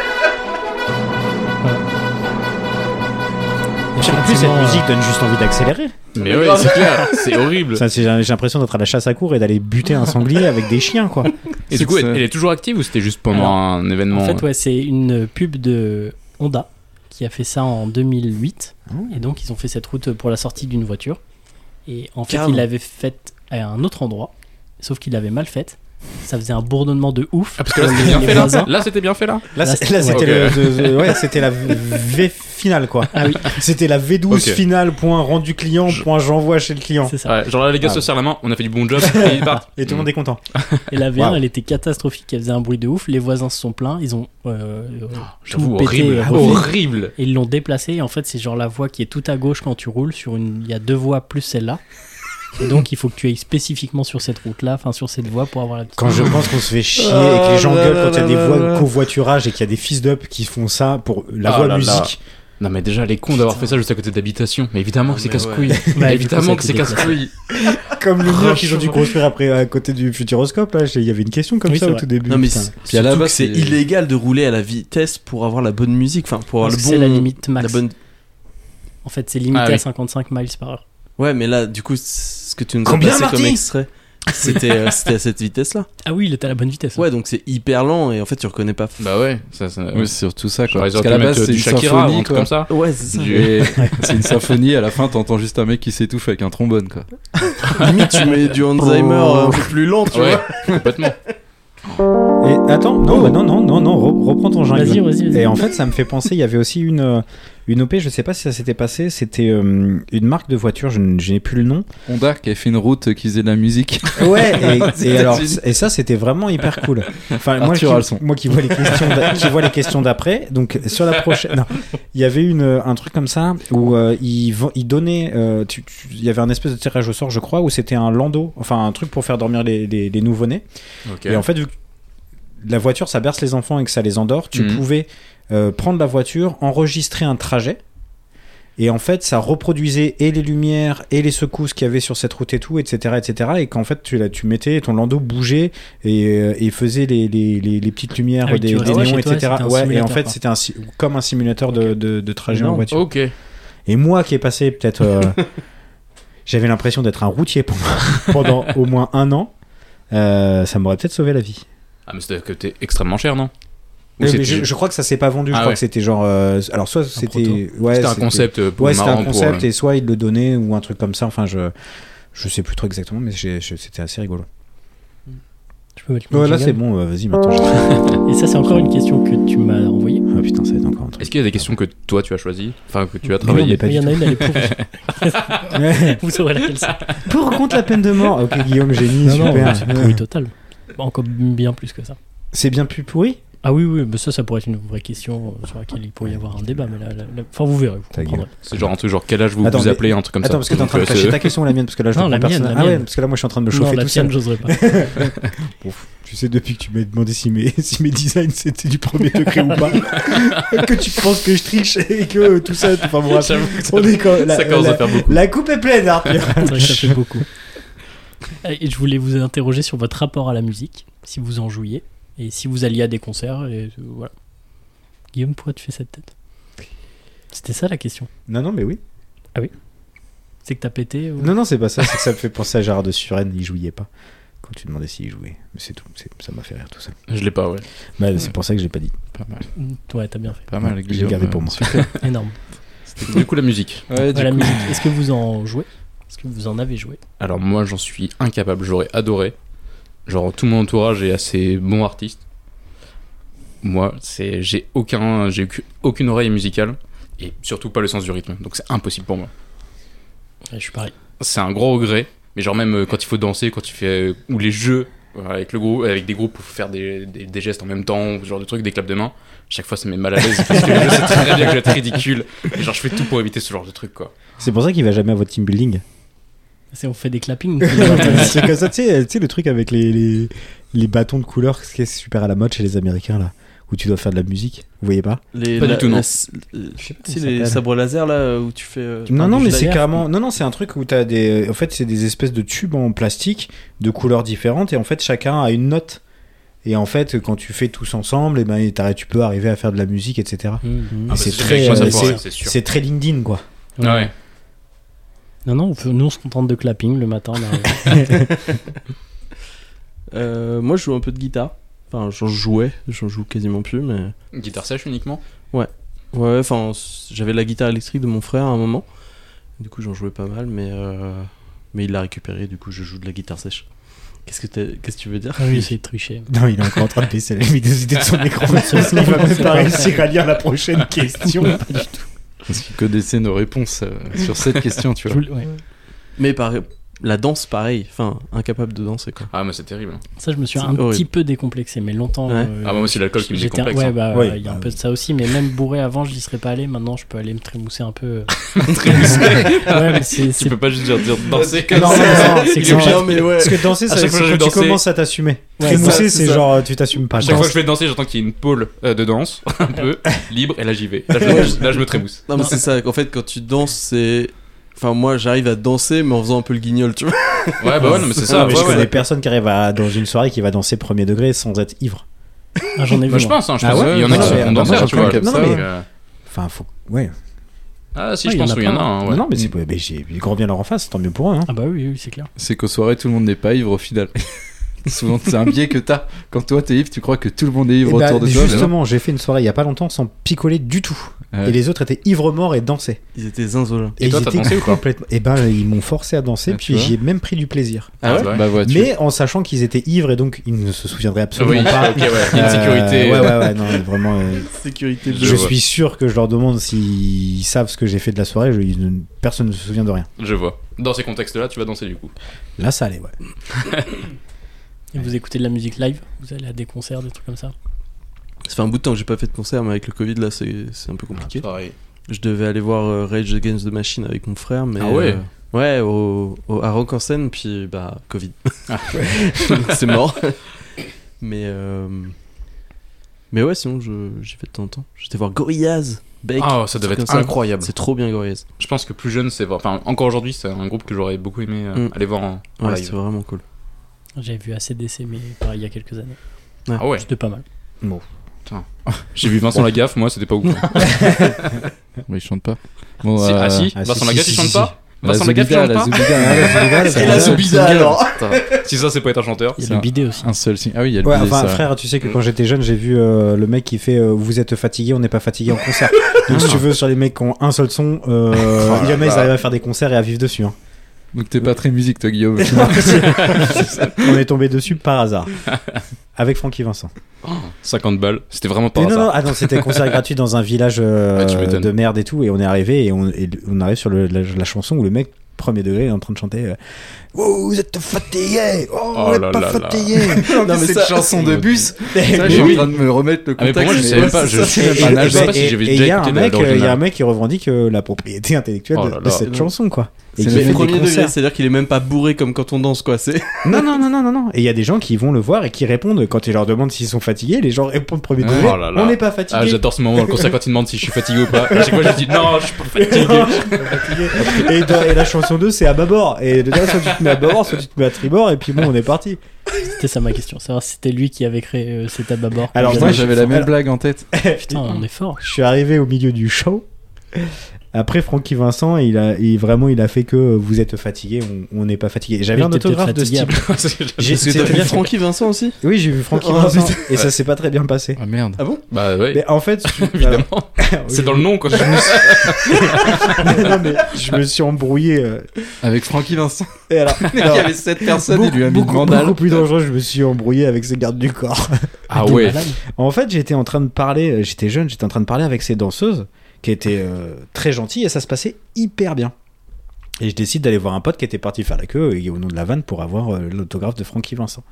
D: En plus, cette
A: Effectivement,
D: musique donne juste envie d'accélérer.
C: Mais ouais, c'est clair, c'est horrible.
D: euh, Ça, c'est- J'ai l'impression d'être à la chasse à cours et d'aller buter un sanglier avec des chiens, quoi.
C: Et
B: C'est
C: du coup,
B: que
C: elle,
B: ça-
C: elle est toujours active ou c'était juste pendant
A: Alors,
C: un
A: euh,
C: événement
A: En fait, ouais, c'est une pub de Honda qui a fait ça en 2008. Et donc, ils ont fait cette route pour la sortie d'une voiture. Et en fait,
J: Carrément.
A: ils l'avaient faite à un autre endroit, sauf qu'ils l'avaient mal faite. Ça faisait un bourdonnement de ouf.
C: Ah, parce que là,
A: pour
C: c'était
A: les-
C: bien
A: les
C: fait là.
A: voisins.
C: Là, c'était bien fait là.
A: Là,
D: Là, c'est- là,
A: c'est-
D: c'était
C: ouais.
D: le- le- le- ouais, c'était la V finale, quoi. C'était la V12
C: Ok.
D: finale, point rendu client, point j'envoie chez le client.
A: C'est ça.
C: Ouais, genre là, les gars
D: Ah
C: se serrent la main, on a fait du bon job et ils partent.
D: Et tout le monde est content.
A: Et la V1,
D: Waouh.
A: elle était catastrophique. Elle faisait un bruit de ouf. Les voisins se sont plaints. Ils ont euh, euh,
C: Oh, J'avoue,
A: tout pété.
C: horrible.
A: et refait.
C: Horrible.
A: Et ils l'ont déplacé et en fait c'est genre la voie qui est tout à gauche quand tu roules sur une il y a deux voies plus celle-là. Et donc il faut que tu ailles spécifiquement sur cette route là, enfin sur cette voie pour avoir la petite
D: Quand je pense qu'on se fait chier et que les gens
J: Ah là
D: gueulent
J: là
D: quand il y a
J: là
D: des
J: là
D: voies
J: là.
D: de covoiturage et qu'il y a des fils d'up qui font ça pour la
C: Ah
D: voie
C: là
D: musique.
C: Non, mais déjà, les cons d'avoir fait ça juste à côté d'habitation. Mais évidemment que c'est casse-couille.
A: Bah, du coup, ça a
C: évidemment que
A: été
C: c'est
A: déplacé.
C: casse-couille.
D: Comme le mur qu'ils ont dû
C: Franchement.
D: construire après à côté du futuroscope, là, j'ai- il y avait une question comme
A: Oui,
D: ça
A: c'est
D: au
A: vrai.
D: tout début.
J: Non mais
D: putain.
J: c'est-
B: Puis à la
J: surtout que
B: base,
J: c'est
B: c'est-
J: illégal de rouler à la vitesse pour avoir la bonne musique, enfin pour avoir
A: Parce
J: le
A: que
J: bon
A: c'est la limite max.
J: la bonne.
A: En fait, c'est limité
C: Ah oui.
A: à 55 miles par heure.
J: Ouais, mais là du coup c- ce que tu nous as
D: Combien,
J: passé comme
D: Marty
J: extrait, c'était euh, c'était à cette vitesse-là.
A: Ah oui, il était à la bonne vitesse.
J: Ouais, donc c'est hyper lent et en fait tu reconnais pas.
C: Bah ouais, ça, ça.
B: Oui, c'est surtout ça, quoi.
C: Genre, ils
B: Parce
C: auraient
B: qu'à
C: pu
B: la
C: mettre
B: base,
C: euh,
B: c'est
C: du
B: une
C: Shakira ou un
B: symphonie,
C: truc
B: quoi.
C: comme ça.
J: Ouais, c'est ça.
B: Et C'est une symphonie, à la fin, t'entends juste un mec qui s'étouffe avec un trombone, quoi.
J: Limite tu mets du Alzheimer
D: Oh.
J: euh, un peu plus lent, tu
C: Ouais,
J: vois.
C: complètement.
D: Et attends, non, bah non, non, non, non, re- reprends ton jungle.
A: Vas-y, vas-y, vas-y.
D: Et en fait, ça me fait penser, il y avait aussi une, euh, une OP, je sais pas si ça s'était passé, c'était euh, une marque de voiture, je n- je n'ai plus le nom.
B: Honda qui a fait une route qui faisait de la musique.
D: Ouais, et, et alors,
B: États-Unis.
D: et ça, c'était vraiment hyper cool. Enfin, moi,
B: Arthur
D: qui,
B: Alson.
D: moi qui vois les questions, d'a- qui vois les questions d'après, donc sur la prochaine, non, il y avait une, euh, un truc comme ça où euh, ils, ven- ils donnaient, euh, tu- tu- il y avait un espèce de tirage au sort, je crois, où c'était un landau, enfin un truc pour faire dormir les, les, les nouveau-nés.
C: Ok.
D: Et en fait, vu que la voiture, ça berce les enfants et que ça les endort, tu
C: Mhm.
D: pouvais euh, prendre la voiture, enregistrer un trajet. Et en fait, ça reproduisait et les lumières et les secousses qu'il y avait sur cette route et tout, etc. etc. et qu'en fait, tu, la- tu mettais ton landau bougeait et, euh, et faisait les, les- les- les petites lumières
A: Ah oui,
D: des,
A: tu
D: des
A: restais
D: néons,
A: chez toi,
D: etc.
A: c'était un
D: Ouais, et en
A: simulateur,
D: fait,
A: quoi. Oh.
D: c'était un si- comme un simulateur de, de- de trajet en
J: Énorme.
D: voiture.
C: Ok.
D: Et moi qui ai passé peut-être. euh, J'avais l'impression d'être un routier pendant, pendant au moins un an. euh, ça m'aurait peut-être sauvé la vie.
C: Ah, mais c'était que t'es extrêmement cher, non Ou
D: Ouais,
C: c'était
D: mais je,
C: juste-
D: je crois que ça s'est pas vendu.
C: Ah
D: je crois
C: ouais.
D: que c'était genre. euh, alors, soit
A: proto.
D: c'était. Ouais,
C: c'était un concept euh,
D: Ouais, c'était
C: marrant
D: un concept
C: pour. euh,
D: et soit ils le donnaient ou un truc comme ça. Enfin, je. Je sais plus trop exactement, mais j'ai- je- c'était assez rigolo.
A: Je peux mettre le
D: Ouais, là, c'est
A: jingle.
D: bon, euh, vas-y, maintenant. je-
A: Et ça c'est encore une question que tu m'as envoyée.
D: Ah putain, ça va être encore un truc.
C: Est-ce qu'il y a des questions que toi tu as choisies Enfin, que tu as
D: Mais non,
C: travaillé
D: mais pas
A: Mais Il y
D: du
A: en a une elle est pourrie.
D: tout.
A: Vous saurez laquelle c'est.
D: Pour contre la peine de mort. Ok, Guillaume, génie, super.
A: c'est pourri Ah total. Encore bien plus que ça.
D: c'est bien plus pourri
A: Ah oui oui, mais ça ça pourrait être une vraie question euh, sur laquelle il pourrait y avoir un débat mais là, là- là- enfin vous verrez, vous
D: Ta gueule.
A: comprendrez.
C: C'est genre un truc, genre quel âge vous
D: Attends,
C: vous
D: mais-
C: appelez, un truc comme ça.
D: Attends, parce que t'es en train de
C: Donc, euh,
D: cacher
C: c'est-
D: ta question ou la mienne Parce que là, je
A: Non,
D: le
A: la
D: prends
A: mienne,
D: personnel.
A: la
D: Ah ouais,
A: mienne.
D: parce que là, moi, je suis en train de me
A: Non,
D: chauffer
A: la
D: tout seul.
A: tienne, j'oserais pas.
D: Tu sais, depuis que tu m'as demandé si mes, si mes designs c'était du premier degré ou pas, que tu penses que je triche et que euh, tout ça. Enfin, bon, bref,
C: J'avoue que ça-
D: on est quand- la,
C: ça commence
D: la-
C: à faire beaucoup.
D: la coupe est pleine, hein, Arthur.
A: C'est vrai que ça fait beaucoup. Et je voulais vous interroger sur votre rapport à la musique, si vous en jouiez, et si vous alliez à des concerts, et euh, voilà. Guillaume, pourquoi tu fais cette tête C'était ça la question.
D: Non, non, mais oui.
A: C'est que t'as pété ou...
D: Non, non, c'est pas ça. C'est que ça me fait penser à Gérard de Suren. Il jouait pas. Quand tu demandais s'il jouait. Mais c'est tout. c'est- Ça m'a fait rire tout ça.
C: Je l'ai pas, ouais.
D: Bah, c'est pour ça que je l'ai pas dit.
B: Pas mal,
A: Mm, Ouais, t'as bien fait.
B: pas mal,
D: Je l'ai
B: Guillaume.
D: gardé pour moi.
B: Super.
A: Énorme.
C: Euh, Du coup, la musique.
B: Ouais, du
A: Ouais, la
B: coup,
A: musique, est-ce que vous en jouez Est-ce que vous en avez joué
C: Alors moi, j'en suis incapable. J'aurais adoré. Genre tout mon entourage est assez bon artiste. Moi, c'est j'ai aucun, j'ai aucu- aucune oreille musicale et surtout pas le sens du rythme. Donc c'est impossible pour moi.
A: Ouais, Je suis pareil.
C: C'est un gros regret. Mais genre même euh, quand il faut danser, quand tu fais euh, ou les jeux avec le groupe, avec des groupes où faut faire des, des- des gestes en même temps, ou ce genre de trucs, des claps de main. Chaque fois, ça me met mal à l'aise parce que je sais très bien que je vais être ridicule. Et genre, je fais tout pour éviter ce genre de truc, quoi.
D: C'est pour ça qu'il va jamais à votre team building.
A: C'est on fait des clappings.
D: c'est comme ça, tu sais, tu sais, le truc avec les, les, les bâtons de couleur, ce qui est super à la mode chez les Américains, là, où tu dois faire de la musique, vous voyez pas
J: Les,
C: Pas du tout, non. Ah,
J: tu sais,
D: comment ça
J: les
D: s'appelle.
J: sabres laser là où tu fais. euh, tu
D: Non,
J: parles
D: non,
J: du
D: mais
J: jet
D: c'est
J: laser.
D: carrément. Non, non, c'est un truc où t'as des. En fait, c'est des espèces de tubes en plastique de couleurs différentes et en fait, chacun a une note. Et en fait, quand tu fais tous ensemble, et ben, t'arrives- tu peux arriver à faire de la musique, etc.
C: Ah, bah,
D: c'est
C: sûr
D: très,
C: que moi, ça
D: euh,
C: pourrait, c'est sûr.
D: C'est très LinkedIn, quoi.
C: Ah ouais.
A: Non, non, on peut- nous on se contente de clapping le matin. on arrive.
J: Euh, moi, je joue un peu de guitare. Enfin, j'en jouais, j'en joue quasiment plus, mais.
C: Une Guitare sèche uniquement
J: Ouais, enfin, s- j'avais la guitare électrique de mon frère à un moment. Du coup, j'en jouais pas mal, mais, euh, mais il l'a récupérée, du coup, je joue de la guitare sèche. Qu'est-ce que, t'es- qu'est-ce que tu veux dire
A: Ah oui, c'est triché.
D: Non, il est encore en train de baisser la luminosité de son écran. Il va même pas réussir à lire la prochaine question.
B: Parce qu'ils connaissaient nos réponses euh, sur cette question, tu
A: Je
B: vois.
A: voulais- ouais.
J: Mais par... la danse, pareil. Enfin, incapable de danser, quoi.
C: Ah, mais c'est terrible.
A: Ça, je me suis
J: C'est
A: un
J: horrible.
A: petit peu décomplexé, mais longtemps. euh,
J: Ouais.
D: Euh,
C: Ah, bah, moi, c'est l'alcool qui me
A: j'étais un-
C: décomplexe.
A: Ouais,
C: hein.
A: bah,
D: Ouais,
A: il y a un
D: bah.
A: peu de ça aussi, mais même bourré avant, je n'y serais pas allé. Maintenant, je peux aller me trémousser un peu. ouais, mais c'est,
C: hein. Tu
A: c'est-
C: peux pas juste dire, dire danser
D: bah. Non,
C: comme
D: non, non,
C: ça.
D: non,
A: c'est
D: il
A: que
D: est obligé-
A: j'ai-
J: Non, mais ouais.
D: Parce que danser,
C: À
D: ça-
C: chaque fois, je
D: c'est
C: vais
D: quand tu
C: danser.
D: commences à t'assumer.
A: Ouais,
D: Trémousser, c'est
J: c'est ça, c'est
D: genre, euh, tu t'assumes pas.
C: À chaque fois
D: Danse.
C: que je vais danser, j'entends qu'il y a une pôle euh, de danse, un peu libre, et là j'y vais. Là je, là, je me trémousse.
J: Non, mais c'est ça. En fait, quand tu danses, c'est. Enfin, moi, j'arrive à danser, mais en faisant un peu le guignol, tu vois.
C: Ouais, bah ouais, non, mais c'est ça.
D: Ah, mais
C: ouais,
D: je connais
C: ouais.
D: personne qui arrive à, dans une soirée qui va danser premier degré sans être ivre.
A: Ah, j'en ai
C: Bah,
A: vu.
C: je
A: moi.
C: pense, hein, je
D: Ah
C: pense.
D: ouais
C: il y en a
D: Non,
C: qui
D: mais-
C: sont
D: non,
C: condenseurs,
D: mais
C: tu vois.
D: comme ça,
C: donc,
D: mais-
C: euh,
D: Enfin, faut. Ouais.
C: Ah, si,
A: Ouais,
C: je
A: il y en
C: pense
A: a
C: qu'il y en a
A: plein.
C: un. ouais.
D: Non, non, mais c'est. mais j'ai- Grand bien leur en face, tant mieux pour eux. hein.
A: Ah bah oui, oui, c'est clair.
B: C'est qu'aux soirées, tout le monde n'est pas ivre au final. Souvent, c'est un biais que t'as. Quand toi, t'es ivre, tu crois que tout le monde est ivre
D: Eh ben,
B: autour de toi. mais non.
D: justement, j'ai fait une soirée il y a pas longtemps sans picoler du tout.
B: Ouais.
D: Et les autres étaient ivres morts et dansaient.
J: Ils étaient zinzolins.
C: Et toi,
D: ils
C: t'as
D: étaient
C: dansé ou pas
D: complètement... Et ben, ils m'ont forcé à danser,
B: Ah, tu
D: puis
B: vois.
D: j'y ai même pris du plaisir.
J: Ah ouais
C: bah
B: Bah ouais, tu
D: Mais en sachant qu'ils étaient ivres et donc ils ne se souviendraient absolument
C: Oui,
D: pas.
C: ok, ouais. Il y a
D: Euh,
C: une sécurité.
D: ouais, ouais, ouais, non, vraiment. euh,
J: Sécurité
C: de-
D: je
C: Je vois.
D: suis sûr que je leur demande s'ils savent ce que j'ai fait de la soirée, je- ils ne- personne ne se souvient de rien.
C: Je vois. Dans ces contextes-là, tu vas danser du coup.
D: Là, ça allait, ouais.
C: Ah,
A: Et vous écoutez de la musique live Vous allez à des concerts, des trucs comme ça
J: Ça fait un bout de temps que j'ai pas fait de concert, mais avec le Covid, là, c'est c'est un peu
D: Ah,
J: compliqué.
C: Pareil.
J: Je devais aller voir euh, Rage Against the Machine avec mon frère, mais.
C: Ah ouais
J: euh, ouais, au, au- à Rock en scène, puis bah, Covid.
D: Ah,
J: Donc, c'est mort. mais. euh, mais ouais, sinon, je- j'ai fait de temps en temps. J'étais voir Gorillaz, Beck.
C: Ah, ça devait
J: comme
C: être
J: ça.
C: incroyable.
J: C'est trop bien Gorillaz.
C: Je pense que plus jeune, c'est vrai. Enfin, encore aujourd'hui, c'est un groupe que j'aurais beaucoup aimé euh,
J: Mm.
C: aller voir en, en
J: Ouais, c'est
C: live.
J: vraiment cool.
A: J'avais vu ACDC, mais pareil, il y a quelques années.
C: Ah ouais.
A: C'était pas mal.
C: J'ai vu Vincent Lagaffe, moi, c'était pas ouf.
B: vois. Mais ils chantent pas. Bon,
C: Si- Ah
B: euh,
C: si,
D: ah, si,
C: Vincent
D: si,
C: Lagaffe,
D: si,
C: il
D: si,
C: chante
D: si.
C: pas
B: la
C: Vincent Lagaffe, il
B: Zoubida, la
C: chante pas
B: Zoubida.
D: Ouais,
B: la
D: ouais.
B: Zoubida, alors.
C: Si ça, c'est pas être un chanteur.
A: Il y
B: C'est
A: a
B: un-
A: le bidet aussi.
B: Un seul signe. Ah oui, il y a le
D: Ouais,
B: bidet,
D: enfin,
B: ça.
D: frère, tu sais que quand j'étais jeune, j'ai vu euh, le mec qui fait euh, Vous êtes fatigué, on n'est pas fatigué en concert. Donc, si tu veux, sur les mecs qui ont un seul son,
C: Oh
D: euh, il y en a, ils arrivent à faire des concerts et à vivre dessus. hein.
B: Donc t'es pas très musique, toi, Guillaume.
D: on est tombé dessus par hasard. Avec Francky Vincent.
C: 50 balles, c'était vraiment pas
D: Mais non,
C: ça.
D: non, ah non, c'était un concert gratuit dans un village euh,
C: Ah, tu m'étonnes.
D: de merde et tout. Et on est arrivé et on, et on arrive sur le- la, la chanson où le mec, premier degré, est en train de chanter euh, Oh, vous êtes fatigué Oh,
C: Oh
D: vous êtes
C: là
D: pas
C: là là.
D: fatigué
B: mais cette chanson de bus.
D: euh,
B: je
D: Mais
B: suis
D: oui.
B: en train de me remettre le
C: Ah, mais
B: contexte.
C: pour moi, je
B: mais-
C: savais pas. Je
D: Et-
C: sais
D: et-
C: même pas. Je sais pas
D: et-
C: si j'avais
D: et il y
C: déjà
D: a un
C: écouté la-
D: mec, euh, il y a un
C: l'original.
D: mec qui revendique euh, la propriété intellectuelle
C: Oh
D: de,
C: là
D: de
C: là.
D: cette
J: Non.
D: chanson, quoi. Et qui
J: C'est
D: fait
J: le
D: des
J: premier degré,
D: concerts.
J: c'est-à-dire qu'il est même pas bourré comme quand on danse, quoi. C'est.
D: Non, non, non, non, non, non. Et il y a des gens qui vont le voir et qui répondent quand il leur demande s'ils sont fatigués. Les gens répondent premier
B: Oh
D: degré.
C: là là.
D: On n'est pas
C: Ah,
D: fatigué.
C: j'adore ce moment dans le concert quand il demande si je suis fatigué ou pas. À chaque fois, je dis non, je suis pas fatigué.
D: et, dans- et la chanson 2, c'est à bâbord. Et dedans, soit tu te mets à bâbord, soit tu te mets à tribord, et puis bon, on est parti.
A: C'était ça ma question. Savoir si c'était lui qui avait créé euh, cet ababord.
D: Alors,
B: Putain,
D: moi,
B: j'avais la même blague en tête.
A: Putain, on est fort.
D: Je suis arrivé au milieu du show. Après Francky Vincent, il a, il- vraiment, il a fait que euh, vous êtes fatigué, on- on n'est pas fatigué. J'avais
A: Oui,
D: un
A: t'es peut-être
D: autographe de ce
A: fatigué
D: type. J'ai-
J: Parce que t'as
D: c'est-à-dire
J: vu Francky Vincent aussi
D: que- Oui, j'ai vu Francky
J: Oh,
D: Vincent,
J: putain.
D: et ça s'est pas très bien passé.
B: Ah merde.
C: Bah ouais,
D: Mais en fait, je-
C: évidemment. C'est dans le nom Ah quand je me suis-
D: non, mais je me suis embrouillé. euh,
B: Avec Francky Vincent.
D: Et alors,
B: Il y
D: alors,
B: avait 7 personnes, il
D: beaucoup,
B: lui a mis
D: beaucoup-
B: une mandale.
D: beaucoup plus dangereux, je me suis embrouillé avec ses gardes du corps.
C: Ah
A: T'es
C: ouais.
A: malade.
D: En fait, j'étais en train de parler, euh, j'étais jeune, j'étais en train de parler avec ces danseuses qui étaient euh, très gentilles et ça se passait hyper bien. Et je décide d'aller voir un pote qui était parti faire la queue et au nom de la vanne pour avoir euh, l'autographe de Francky Vincent.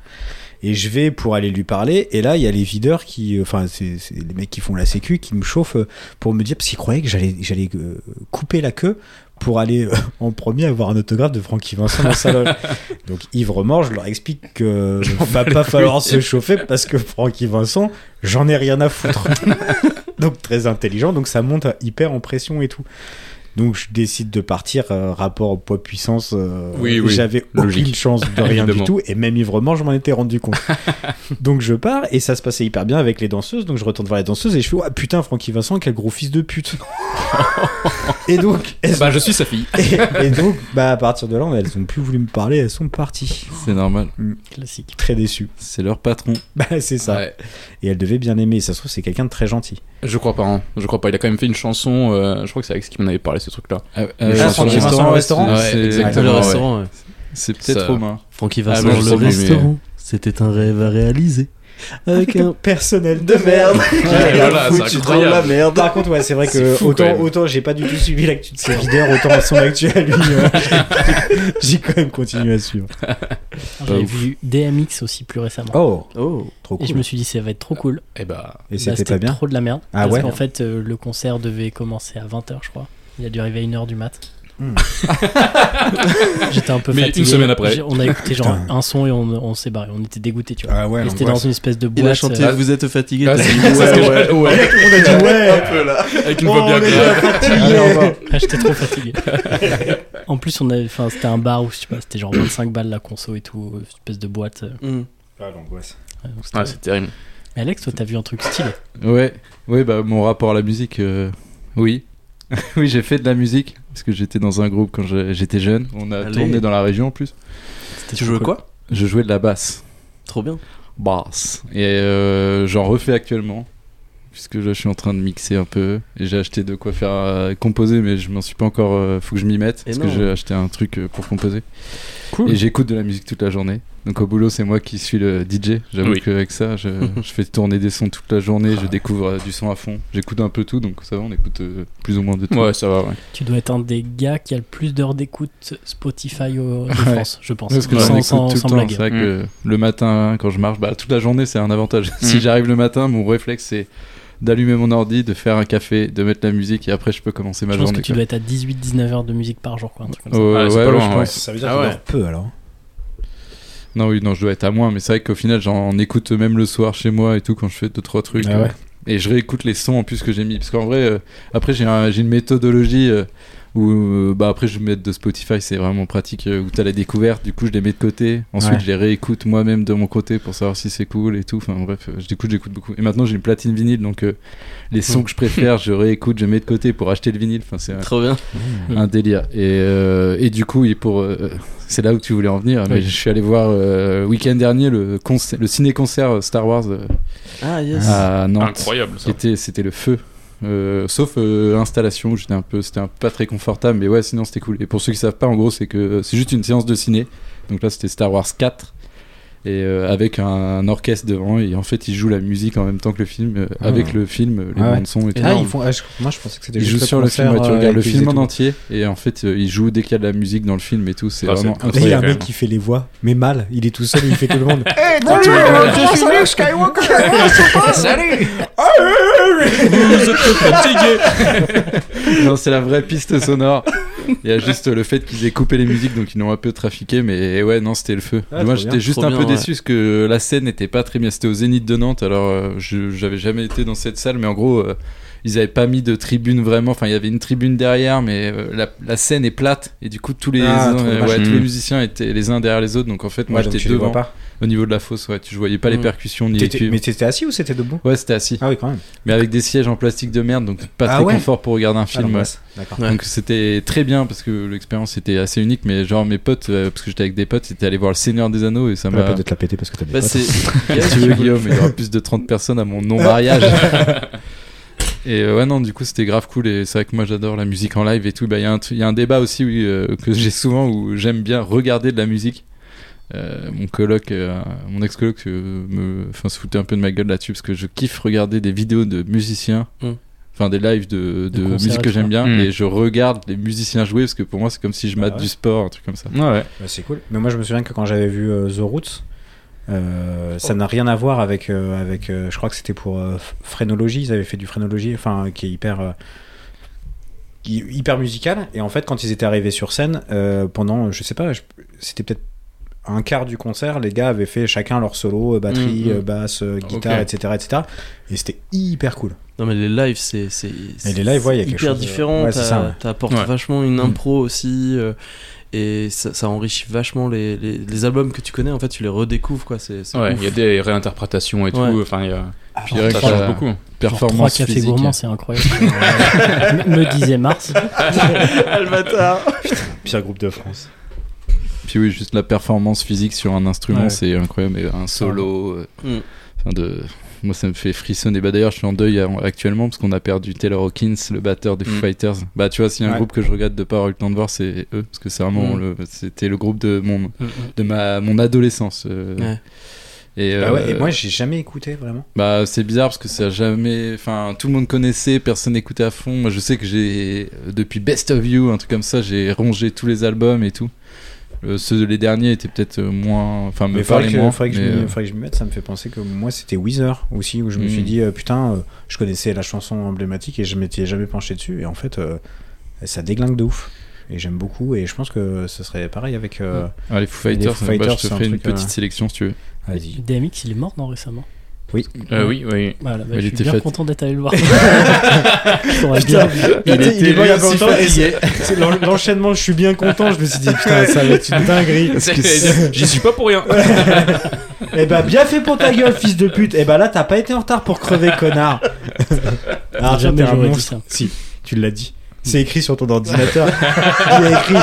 D: Et je vais pour aller lui parler. Et là, il y a les videurs qui, euh, enfin, c'est c'est les mecs qui font la sécu qui me chauffent euh, pour me dire parce qu'ils croyaient que j'allais, j'allais euh, couper la queue pour aller euh, en premier avoir un autographe de Francky Vincent dans sa loge. Donc ivre mort, je leur explique que va pas falloir se chauffer parce que Francky Vincent, j'en ai rien à foutre. donc très intelligent, donc ça monte hyper en pression et tout. Donc je décide de partir, euh, rapport poids-puissance, euh,
C: Oui, oui,
D: j'avais aucune
C: logique.
D: chance de rien du
C: Évidemment.
D: tout, et même ivrement je m'en étais rendu compte. donc je pars, et ça se passait hyper bien avec les danseuses, donc je retourne voir les danseuses, et je fais, ouais, putain, Francky Vincent, quel gros fils de pute. et donc, elles
C: Bah, je suis sa fille.
D: et, et donc, bah, à partir de là, elles ont plus voulu me parler, elles sont parties.
B: C'est normal.
A: Classique.
D: Très déçues.
B: C'est leur patron.
D: Bah, c'est ça.
C: Ouais.
D: Et elles devaient bien aimer. Ça se trouve, c'est quelqu'un de très gentil.
C: Je crois pas, hein. je crois pas. Il a quand même fait une chanson, euh, je crois que c'est Alex qui m'en avait parlé ce truc-là.
B: Euh,
D: Les gens sont
B: le
D: qui
B: restaurant,
D: vont au
B: ouais,
D: restaurant
B: c'est-
C: Ouais,
B: c'est-
J: Ah, le
C: ouais.
J: restaurant, ouais.
B: C'est peut-être
C: Ça-
B: Romain.
J: Francky
C: Ah,
J: Vincent,
C: bah, je
J: le
C: sais plus, mais-
J: restaurant, c'était un rêve à réaliser. Avec un
D: Personnel
J: de merde.
C: Ouais, voilà, c'est
J: Foutu dans la
C: incroyable.
J: merde.
D: Par contre, ouais, c'est vrai
C: C'est
D: que
C: fou, quand
D: autant,
C: même.
D: autant j'ai pas du tout suivi l'actu de ces videurs, autant son actu à lui, euh, j'ai quand même continué à suivre.
A: J'avais vu DMX aussi plus récemment.
D: Oh,
J: Oh,
D: trop
A: Et je me suis dit, ça va être trop cool.
C: Et bah,
D: Et
A: Bah,
D: c'était pas bien
A: trop de la merde.
D: Ah
A: parce
D: ouais
A: qu'en fait, euh, le concert devait commencer à 20h, je crois. Il a dû arriver à 1h du mat.
D: Hmm.
A: J'étais un peu
C: Mais une
A: fatigué.
C: semaine après.
A: J'ai- On a écouté genre
D: Putain.
A: un son et on, on s'est barré. On était dégoûté, tu vois.
D: Ah ouais,
A: et c'était dans
D: l'angoisse.
A: une espèce de
J: Il a
A: boîte.
J: chanté
A: euh,
J: Vous êtes fatigué.
C: Ah, c'est- c'est ce que je- ouais,
D: On a dit ouais,
C: avec une
D: on
C: voix bien
D: est
C: grave.
D: fatigué.
A: ah, J'étais trop fatigué. en plus, on avait, enfin, c'était un bar où je sais pas, c'était genre 25 balles la conso et tout, une espèce de boîte. euh,
J: Mm.
D: Ah, l'angoisse.
A: ouais, donc c'était-
C: Ah, c'est terrible.
A: Mais Alex, toi, t'as vu un truc stylé.
B: Ouais, ouais, bah mon rapport à la musique, euh, oui. oui, j'ai fait de la musique parce que j'étais dans un groupe quand je- j'étais jeune. On a
J: Allez.
B: tourné dans la région en plus.
A: C'était
J: Tu
A: trop
J: jouais
A: cool.
J: quoi
B: Je jouais de la basse.
J: Trop bien.
B: Basse. Et euh, j'en refais actuellement puisque je suis en train de mixer un peu et j'ai acheté de quoi faire euh, composer mais je m'en suis pas encore euh, faut que je m'y mette
J: Et
B: parce
J: non.
B: que j'ai acheté un truc euh, pour composer
C: Cool.
B: et j'écoute de la musique toute la journée donc au boulot c'est moi qui suis le DJ j'avoue
C: Oui. Ah.
B: que avec ça je, je fais tourner des sons toute la journée je découvre euh, du son à fond j'écoute un peu tout donc ça va on écoute euh, plus ou moins de tout
C: Ouais, ça va, ouais.
A: Tu dois être un des gars qui a le plus d'heures d'écoute Spotify au- de
B: Ouais.
A: France, je pense.
B: Parce que j'en
A: sans
B: écoute
A: sans,
B: tout le
A: sans
B: temps.
A: blague.
B: C'est vrai que le matin, quand je marche, bah, toute la journée, c'est un avantage.
C: Mm.
B: si j'arrive le matin, mon réflexe, c'est d'allumer mon ordi, de faire un café, de mettre la musique, et après, je peux commencer ma
A: Je pense
B: journée.
A: que tu
B: quoi.
A: dois être à 18-19 heures de musique par jour, quoi, un truc comme ça.
B: Ouais,
C: Ah, c'est
B: ouais,
C: pas
B: ouais,
C: loin,
B: je
C: ouais.
B: pense.
D: Ça veut dire
C: Ah
D: que tu
C: ouais.
D: dors peu alors.
B: Non, oui, non, je dois être à moins, mais c'est vrai qu'au final, j'en écoute même le soir chez moi et tout quand je fais deux trois trucs.
D: Ah ouais.
B: euh, Et je réécoute les sons en plus que j'ai mis, parce qu'en vrai, euh, après j'ai un- j'ai une méthodologie euh, où, euh, bah après je mets de Spotify, c'est vraiment pratique euh, où t'as la découverte, du coup je les mets de côté. Ensuite,
D: Ouais.
B: je les réécoute moi-même de mon côté pour savoir si c'est cool et tout. Enfin bref, euh, du coup j'écoute beaucoup. Et maintenant j'ai une platine vinyle, donc euh, les sons que je préfère, je réécoute, je mets de côté pour acheter le vinyle. Enfin c'est un-
J: Trop bien.
D: Mm.
B: un délire. Et, euh, et du coup, et pour, euh, c'est là où tu voulais en venir. Mais
A: Oui.
B: je suis allé voir euh, le week-end dernier le, concer- le ciné-concert Star Wars euh,
J: Ah, yes.
B: à Nantes.
C: Incroyable, ça.
B: C'était, c'était le feu. Euh, sauf euh, l'installation, où j'étais un peu, c'était un, pas très confortable, mais ouais, sinon c'était cool. Et pour ceux qui savent pas, en gros, c'est que c'est juste une séance de ciné. Donc là, c'était Star Wars 4 et euh, avec un, orchestre devant. Et en fait, ils jouent la musique en même temps que le film, euh,
D: Ah.
B: avec le film, euh, les
D: Ah ouais.
B: bandes son et tout.
D: Ah, ils font. ah, je- Moi, je pensais que c'était
B: Il joue
D: juste
B: sur le film,
D: concert,
B: ouais, tu
D: euh,
B: regardes le
D: qu'ils
B: film en
D: étaient-
B: entier et en fait euh, il joue dès qu'il y a de la musique dans le film et tout, c'est
C: Ah, c'est
B: vraiment
C: incroyable.
D: Mais il y a un
C: Ouais,
D: mec
C: quand
D: qui fait les voix, mais mal. Il est tout seul, il fait tout le monde.
E: Eh,
B: Non, c'est la vraie piste sonore. Il y a juste le fait qu'ils aient coupé les musiques donc ils l'ont un peu trafiqué mais ouais non c'était le feu.
D: Ah,
B: Moi
D: trop bien,
B: j'étais juste
J: trop
B: un
J: bien,
B: peu
J: ouais.
B: déçu parce que la scène n'était pas très bien. C'était au Zénith de Nantes alors euh, je- j'avais jamais été dans cette salle mais en gros euh, ils avaient pas mis de tribune vraiment. Enfin il y avait une tribune derrière mais euh, la, la scène est plate et du coup tous les,
D: Ah, trop
B: euh,
D: dommage.
B: ouais, tous les
C: Mmh.
B: musiciens étaient les uns derrière les autres donc en fait moi
D: Ouais, donc
B: j'étais
D: tu les vois
B: devant
D: pas.
B: au niveau de la fosse ouais tu voyais pas les
J: Mmh.
B: percussions ni les
D: Mm. T'étais-
B: cuivres.
D: Mais t'étais assis ou c'était debout
B: Ouais c'était assis.
D: Ah oui, quand même.
B: mais avec des sièges en plastique de merde, donc pas
D: Ah
B: très
D: ouais Ah,
B: confort pour regarder un film.
D: l'angoisse. D'accord.
J: Ouais.
B: Donc c'était très bien parce que l'expérience était assez unique, mais genre mes potes, euh, parce que j'étais avec des potes, c'était allé voir le Seigneur des Anneaux et ça
D: On va
B: m'a.
D: peut-être la péter parce que t'as des
J: Bah,
D: potes.
J: c'est.
B: Si tu veux, Guillaume, il y aura plus de 30 personnes à mon non-mariage. Et euh, ouais non du coup c'était grave cool et c'est vrai que moi j'adore la musique en live et tout bah il y, a un tru- il y a un débat aussi oui, euh, que j'ai souvent où j'aime bien regarder de la musique Euh, mon coloc euh, mon ex coloc euh, me enfin se foutait un peu de ma gueule là-dessus parce que je kiffe regarder des vidéos de musiciens
J: Mm.
B: enfin des lives de, de
A: concerts,
B: musique que j'aime bien
C: Mm.
B: et je regarde les musiciens jouer parce que pour moi c'est comme si je
D: Bah
B: mate
D: ouais.
B: du sport, un truc comme ça.
C: Ouais.
D: Bah, c'est cool. Mais moi, je me souviens que quand j'avais vu euh, The Roots, euh, ça n'a rien à voir avec. euh, avec euh, je crois que c'était pour euh, F- Phrénologie. Ils avaient fait du Phrénologie, enfin, qui est hyper. euh, qui- hyper musical et en fait quand ils étaient arrivés sur scène euh, pendant je sais pas je- c'était peut-être un quart du concert les gars avaient fait chacun leur solo euh, batterie
C: Mhm.
D: euh, basse euh, guitare
C: Ok.
D: etc etc et c'était hyper cool
J: Non, mais les lives, c'est c'est- c'est
D: les lives, ouais, il y a quelque
J: hyper
D: chose de-
J: différent.
D: ouais, c'est ça, ouais.
J: T'as- T'apportes
C: Ouais.
J: vachement une impro aussi. euh, et ça, ça enrichit vachement les, les, les albums que tu connais. En fait, tu les redécouvres, quoi. C'est c'est
C: Ouais,
J: ouf.
C: il y a des réinterprétations et
J: Ouais.
C: tout. Enfin, il y a-
B: Puis rien
C: ça
B: que
C: change
B: la
C: beaucoup. hein.
A: Genre Trois
B: performance
A: cafés
B: physique. hein.
A: gourmands, c'est incroyable. Me- me disait Mars.
D: pire groupe de France
B: Puis oui, juste la performance physique sur un instrument,
D: Ouais.
B: c'est incroyable. Et un solo. euh,
J: Mm.
B: enfin, de... Moi, ça me fait frissonner. Bah, D'ailleurs, je suis en deuil euh, actuellement parce qu'on a perdu Taylor Hawkins, le batteur des Foo
C: Mm.
B: Fighters. Bah, tu vois, s'il y a un
D: Ouais.
B: groupe que je regrette de pas avoir eu le temps de voir, c'est eux. Parce que c'est vraiment
J: Mm.
B: le- c'était le groupe de mon,
A: Mm, mm.
B: de ma, mon adolescence. euh,
J: Ouais.
B: Et,
D: Bah ouais, et
B: euh,
D: moi j'ai jamais écouté vraiment
B: bah, c'est bizarre parce que ça a jamais. Enfin, tout le monde connaissait, personne n'écoutait à fond. Moi, je sais que j'ai. Depuis Best of You, un truc comme ça, j'ai rongé tous les albums et tout. Euh, ceux, les derniers étaient peut-être euh, moins. Enfin, me
D: mais faudrait
B: parlaient
D: que,
B: moins.
D: faudrait que je
B: mais,
D: m'y-
B: euh,
D: faudrait que je m'y mette ça me fait penser que moi c'était Weezer aussi où je me
B: Mm.
D: suis dit euh, putain euh, je connaissais la chanson emblématique et je m'étais jamais penché dessus et en fait euh, ça déglingue de ouf et j'aime beaucoup et je pense que ce serait pareil avec euh,
B: ah, les Foo
D: les
B: Fighters,
D: Foo
B: bah,
D: Fighters,
B: je
D: c'est
B: te
D: un
B: fais une
D: truc,
B: petite
D: euh,
B: sélection si tu veux.
D: vas-y
A: DMX, il est mort non récemment.
C: Euh, oui, oui.
A: Voilà, bah,
B: Il
A: je suis
B: était
A: bien
B: fat-
A: content d'être allé le voir. Je t'aurais bien vu.
D: Il était il est mort il y a pas
B: aussi
D: longtemps, et c'est- c'est l'en- l'enchaînement je suis bien content je me suis dit putain ça va être une dinguerie
C: J'y suis pas pour rien.
D: Eh bah bien fait pour ta gueule, fils de pute. Eh bah là, t'as pas été en retard pour crever, connard. Ah,
A: Jamais
D: t'es un
A: j'aurais dit
D: monstre.
A: ça.
D: Si, tu l'as dit.
J: Mm.
D: C'est écrit sur ton ordinateur. Il y a écrit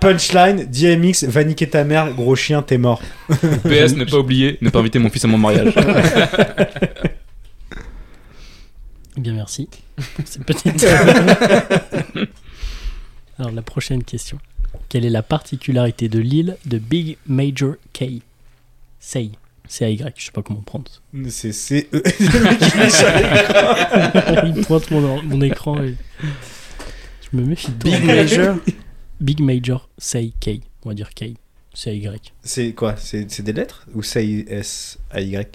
D: punchline, DMX, va niquer ta mère, gros chien, t'es mort.
C: PS, n'est pas oublié, ne pas inviter mon fils à mon mariage.
A: Eh Bien, merci. pour ces petites- Alors, la prochaine question. Quelle est la particularité de l'île de Big Major K Say. C-A-Y, je sais pas comment prendre.
D: C'est c'est euh, eux.
A: Il pointe mon, mon écran et. Je me méfie de toi.
J: Big Major.
A: Big Major Say K. On va dire K. C-A-Y.
D: C'est quoi C'est c'est des lettres Ou c'est S A Y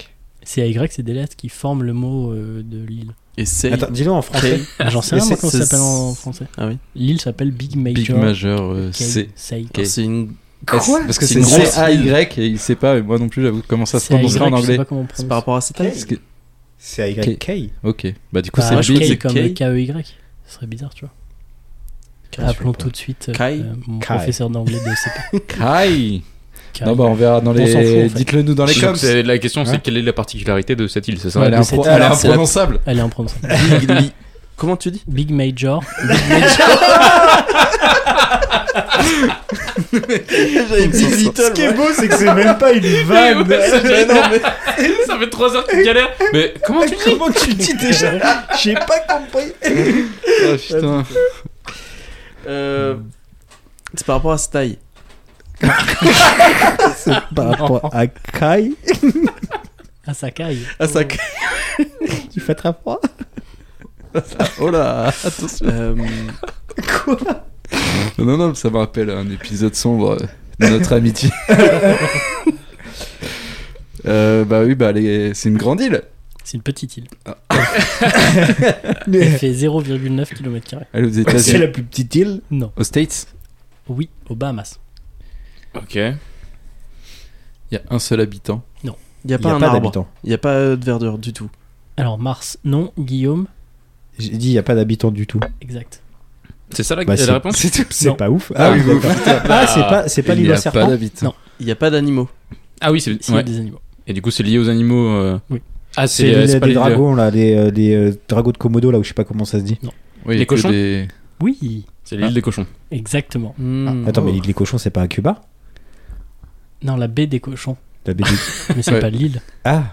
A: C-A-Y, c'est des lettres qui forment le mot euh, de l'île.
J: Et c'est.
D: Attends, dis-le en français.
A: Ah, J'en sais
J: Et
A: rien, moi,
J: c'est-
A: comment ça
J: c'est-
A: s'appelle en français.
J: Ah oui.
A: L'île s'appelle Big Major.
B: Big Major euh,
A: K.
B: C.
A: Say.
J: Alors, C'est une.
B: Quoi Parce que
J: C'est
B: c'est
J: une grosse
B: C-A-Y et il sait pas, et moi non plus, j'avoue, comment ça se
A: C'est AY,
B: prononce
A: Je
B: en
A: sais
B: anglais.
A: pas comment on
J: C'est
A: prononce.
J: par rapport à cette taille.
B: Parce que-
D: C'est A Y K. Ah,
B: Ok, bah du coup,
A: Bah,
B: c'est
J: je crois que
A: K
B: Big.
J: c'est
A: comme
J: K.
A: K-E-Y. Ce serait bizarre, tu vois. Appelons tout de suite euh,
J: Kai.
A: euh, mon
D: Kai.
A: professeur d'anglais de CP.
B: Kai
A: Kai.
B: Non, bah on verra dans
A: s'en fout, en
B: les.
A: fait.
B: Dites-le nous dans les
C: Donc,
B: coms.
C: c'est- la question, c'est
D: Hein
C: quelle est la particularité de cette île, c'est ça
B: Ouais, Elle est
A: de cette-
D: Ah,
B: impro- elle est
A: alors, c'est la-
B: imprononçable.
A: Elle est imprononçable.
J: Big Li- Comment tu dis
A: Big Major.
J: J'avais dit
D: Ce qui est beau, c'est que c'est même pas une vanne.
C: Ça fait 3 heures qu'il galère. Mais comment tu dis
D: Comment tu dis déjà J'ai pas compris.
B: Ah, putain.
J: Hmm. C'est par rapport à cette taille.
D: Par rapport à Kai,
A: Ah, ça caille.
J: Ah, ça.
D: tu fais très froid.
J: Oh là Attention Euh,
B: Non, non, ça me rappelle un épisode sombre euh, de notre amitié. Euh, bah oui, bah les- c'est une grande île.
A: C'est une petite île. Elle fait 0,9 km.
B: Elle est aux
D: C'est
B: États-Unis.
D: la plus petite île.
A: Non.
B: Aux States,
A: Oui, aux Bahamas.
C: Ok.
B: il y a un seul habitant.
J: Il y a
D: Il y
J: pas
D: a
J: un
D: pas
J: arbre.
D: d'habitants.
J: Il y a pas euh, de verdure du tout.
A: Alors, Mars, non. Guillaume,
D: J'ai dit, il n'y a pas d'habitants du tout.
A: exact.
C: C'est ça la,
D: Bah,
C: la
D: c'est-
C: réponse
D: C'est
A: Non.
D: pas ouf. Ah, oui, d'accord. Ah, c'est pas, c'est pas hein.
B: Il
D: l'île
B: n'y
D: aux
B: a pas
D: serpents.
B: d'habitant.
J: Il y a pas d'animaux.
C: Ah oui, c'est.
A: S'il y a
C: ouais.
A: des animaux.
C: Et du coup, c'est lié aux animaux. euh,
A: Oui.
C: Ah,
D: C'est
C: c'est euh,
D: l'île
C: c'est pas
D: des
C: les
D: dragons, là, les, euh, les, euh, dragons de Komodo, là, où je sais pas comment ça se dit.
B: Oui, il y a
C: Les
B: que
C: cochons
B: des-
A: Oui,
C: C'est l'île des cochons.
A: exactement.
J: Hmm. Ah,
D: Attends, mais l'île des cochons, c'est pas à Cuba
A: Non, la baie des cochons.
D: La baie des-
A: Mais c'est
B: Ouais.
A: pas l'île.
D: Ah,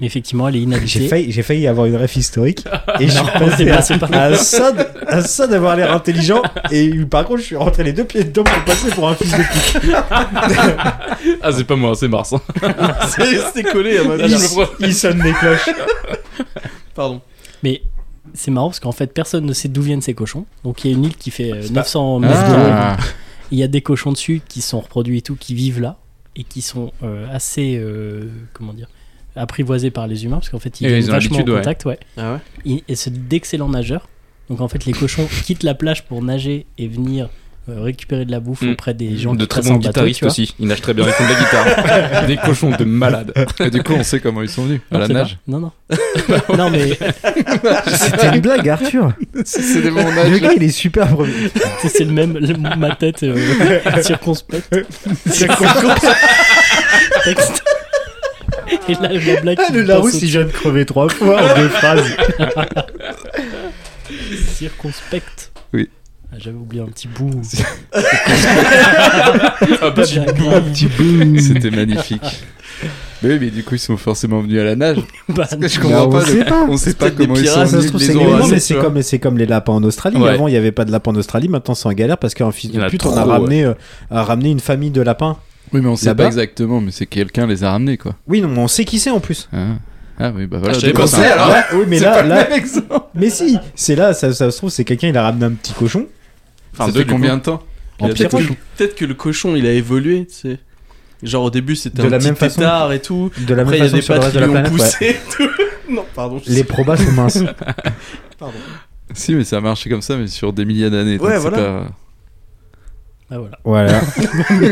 A: Mais Effectivement, elle est
D: j'ai
A: inhabitée.
D: failli, j'ai failli avoir une ref historique et je suis
A: c'est
D: passé
A: pas-
D: à,
A: c'est pas-
D: à ça, d- à ça d'avoir l'air intelligent et par contre je suis rentré les deux pieds dedans pour passer pour un fils de pute.
C: Ah, c'est pas moi, c'est Mars.
J: C'est collé à ma
D: Il, il sonne des cloches.
J: Pardon.
A: Mais c'est marrant parce qu'en fait, personne ne sait d'où viennent ces cochons. Donc il y a une île qui fait euh,
D: C'est pas-
A: 900 mètres de long.
B: Ah.
A: Il y a des cochons dessus qui sont reproduits et tout, qui vivent là et qui sont euh, assez, euh, comment dire, apprivoisés par les humains parce qu'en fait, ils,
C: Et
A: viennent
C: ils ont
A: vachement en
C: l'habitude, ouais.
A: contact, ouais.
J: Ah ouais
A: Ils- Et c'est d'excellents nageurs. Donc en fait, les cochons quittent la plage pour nager et venir euh, récupérer de la bouffe
C: Mm.
A: auprès des gens
C: de
A: qui
C: très
A: passent
C: bons
A: en bateau.
C: guitaristes
A: tu vois.
C: aussi. Ils nagent très bien, ils font de la guitare. Des cochons de Ah, malades.
B: Et du coup, on sait comment ils sont venus.
A: Non,
B: à la
A: c'est
B: nage.
A: pas- Non, non. non, mais
D: C'était une blague, Arthur.
B: C'est des bons
D: Le gars, il est super brevet.
A: c'est c'est le même, le- ma tête euh, circonspecte. Texte. Et là, la blague.
D: Ah,
A: qui
D: le
A: me
D: Larousse,
A: passe
D: il vient de crever trois fois en deux phrases.
A: au- Circonspect.
B: Oui.
A: Ah, J'avais oublié un petit bout.
C: Ah, bah, j'ai-
B: C'était magnifique. Mais oui, mais du coup, ils sont forcément venus à la nage.
A: Bah,
B: Je
D: Bah,
B: comprends
D: on
B: pas.
D: sait
B: le-
D: pas.
B: On sait pas
J: peut-être des
B: comment ils
J: pirates,
B: sont
J: ça se
B: venus.
J: trouve,
B: les
J: c'est
B: ont
J: des
D: Non,
J: Ouais,
B: ramenés,
D: mais
J: c'est
D: c'est
J: sûr.
D: comme, c'est comme les lapins en Australie.
C: Ouais.
D: Avant, il n'y avait pas de lapins en Australie. Maintenant, c'est en galère parce qu'un fils
C: Il y en
D: de
C: a
D: pute,
C: trop,
D: on a
C: ouais.
D: ramené, euh, a ramené une famille de lapins.
B: Oui, mais on sait
D: Là-bas
B: pas exactement, mais c'est quelqu'un les a ramenés, quoi.
D: Oui, non, mais on sait qui c'est en plus.
B: Ah, Ah oui, bah voilà.
C: Ah, je savais
B: du
C: pas
B: coup,
C: ça.
B: c'est un-
C: alors.
D: Ouais, oui, mais
B: c'est
D: là,
B: pas le
D: là-
B: même exemple.
D: mais si, c'est là, ça, ça se trouve, c'est quelqu'un, il a ramené un petit cochon.
B: Ça
C: deux,
B: fait
C: du
B: combien de temps
D: En
B: Il a
D: pire,
B: fait
D: moi,
B: tout.
J: Peut-être que le cochon il a évolué, tu sais. Genre au début c'était
D: De
J: un
D: la
J: petit
D: même façon.
J: pétard et tout.
D: De la
J: Après il y
D: même façon
J: a des
D: que sur le
J: pattes
D: reste de
J: qui
D: la
J: lui ont
D: planète. ouais.
J: poussé et tout. Non, pardon. je
D: Les
J: sais
D: probas sont minces.
B: Si, mais ça a marché comme ça, mais sur des milliers d'années.
J: Ouais,
B: donc c'est
J: voilà.
B: pas-
A: Ah, voilà.
D: Voilà.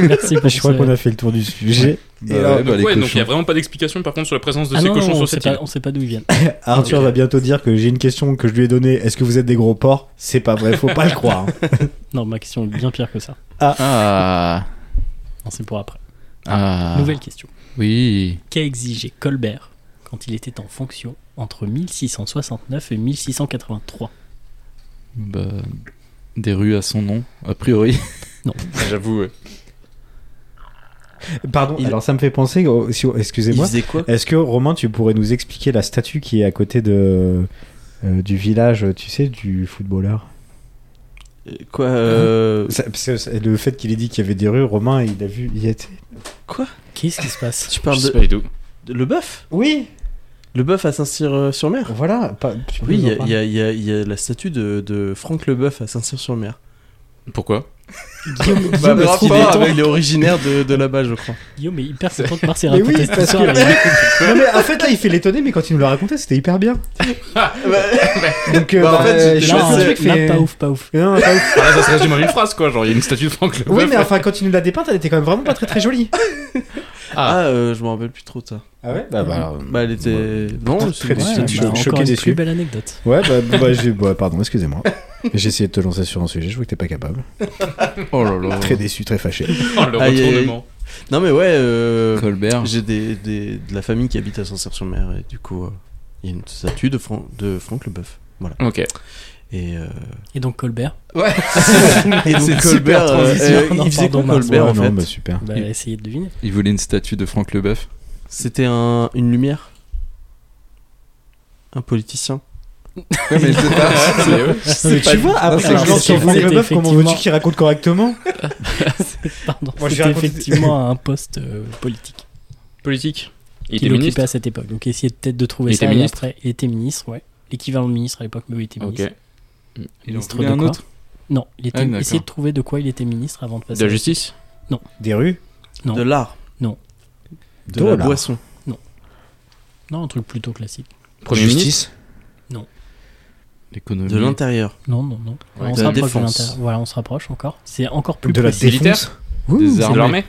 A: Merci pour
D: Je crois
A: ce-
D: qu'on a fait le tour du sujet.
B: Bah
D: alors-
B: ouais, bah, les
C: ouais, donc il n'y a
B: cochons.
C: vraiment pas d'explication par contre sur la présence de
A: Ah
C: ces
A: non,
C: cochons
A: non, on
C: sur
A: sait
C: cette
A: pas,
C: île.
A: on sait pas d'où ils viennent.
D: Arthur va bientôt dire que j'ai une question que je lui ai donnée. Est-ce que vous êtes des gros porcs C'est pas vrai, faut pas le croire.
A: Non, ma question est bien pire que ça.
B: Ah,
A: Non, c'est pour après.
B: ah.
A: Nouvelle question.
B: Oui.
A: Qu'a exigé Colbert quand il était en fonction entre 1669 et 1683
B: Bah, des rues à son nom, a priori.
C: J'avoue. ouais.
D: Pardon,
J: Il-
D: alors ça me fait penser, au- si-
J: pas. Il
D: excusez-moi,
J: faisait quoi
D: Est-ce que Romain, tu pourrais nous expliquer la statue qui est à côté de euh, du village, tu sais, du footballeur
J: Euh, Quoi euh...
D: Ça- parce que c'est- Le fait qu'il ait dit qu'il y avait des rues, Romain, il a vu, il y était.
A: Qu'est-ce qui se passe
J: Tu
C: Je
J: parles
C: sais
J: de...
C: pas du tout.
J: de- le bœuf
D: Oui,
J: Le bœuf à Saint-Cyr-sur-Mer
D: voilà. pas- tu peux
J: Oui, il
D: nous
J: y
D: en
J: a- il
D: parler.
J: y, a- il y a- il y a la statue de, de Franck le bœuf à Saint-Cyr-sur-Mer.
C: Pourquoi
J: Guillaume, bah, parce qu'il
A: Ah,
J: est, il est originaire de, de là-bas, je crois.
A: Guillaume est hyper content de Marseille
D: Mais oui,
A: raconter cette
D: parce
A: histoire.
D: que-
A: mais-
D: Non, mais en fait, là, il fait l'étonné, mais quand il nous l'a raconté, c'était hyper bien. Donc, euh,
J: Bah, en
D: bah, je
J: fait, j'étais
D: suis
A: Là,
D: un
A: euh,
D: truc
A: là,
D: fait-
A: pas ouf, pas ouf.
D: Non, pas ouf.
C: Ah, là, ça se résume en une phrase quoi. Genre, il y a une statue de Franck
J: Bah,
C: le
D: Oui,
C: Bœuf.
D: mais enfin, quand il nous l'a dépeinte, elle était quand même vraiment pas très très jolie.
J: Ah, euh, je me rappelle plus trop de ça.
D: Ah ouais Bah, bah.
J: Bah, elle était. Non, c'est
D: Très
J: une
D: déçu.
J: statue.
D: suis
A: bah,
D: choqué,
A: encore une
D: déçu.
A: plus belle anecdote.
D: Ouais, bah, bah, j'ai- bah, pardon, excusez-moi. J'ai essayé de te lancer sur un sujet, je vois que t'es pas capable.
B: Oh là là.
D: Très déçu, très fâché.
C: Oh, le
J: Aïe, aïe, aïe.
C: retournement.
J: Non, mais ouais, euh,
B: Colbert.
J: j'ai des, des- de la famille qui habite à Saint-Cyr-sur-Mer et du coup, euh, il y a une statue de, Fran- de Franck le bœuf. Voilà.
C: Ok.
J: Et, euh,
A: Et donc Colbert
J: et donc, Colbert, euh, euh,
A: Non,
J: il faisait
A: pardon,
J: quoi,
A: Marc.
J: Colbert en
D: Ouais, non,
J: fait
D: bah, super.
A: bah,
B: Il-
A: essayez de deviner.
B: Il voulait une statue de Franck Leboeuf.
J: C'était un, une lumière Un politicien
B: Ouais, mais c'est pas.
C: C'est eux.
D: Mais tu vois,
B: Non, c'est
D: après, je lance sur
A: compliqué.
D: Franck Leboeuf,
A: C'était
D: comment veux-tu qu'il raconte correctement
A: Pardon,
D: Moi, je vais
A: c'était
D: raconter-
A: effectivement un poste euh, politique
C: Politique. Il était
A: qu'il occupait
C: ministre.
A: à cette époque. Donc essayez peut-être de trouver
C: Il
A: ça.
C: était
A: et
C: ministre
A: après, il était ministre, ouais. L'équivalent de ministre à l'époque, mais oui, il était
C: Ok.
A: ministre.
B: Il en
A: Ministre
B: voulait
A: de
B: un
A: quoi
B: autre.
A: Non, il était...
B: Ah, d'accord.
A: essayez de trouver de quoi il était ministre avant de
C: De
A: passer.
C: la justice
D: Des rues
A: Non.
J: De l'art
A: Non.
J: De
D: De
J: la
D: l'art.
J: boisson
A: Non, un truc plutôt classique.
C: Premier
B: L'économie.
J: De l'intérieur
A: Non, non, non.
C: Ouais,
A: on
J: de
A: se
J: la
A: rapproche de
J: défense.
A: l'intérieur. Voilà, on se rapproche encore. C'est encore plus
D: De la
A: précis.
D: défense
B: Des
D: Ouh.
C: ministre De
B: armées.
C: l'armée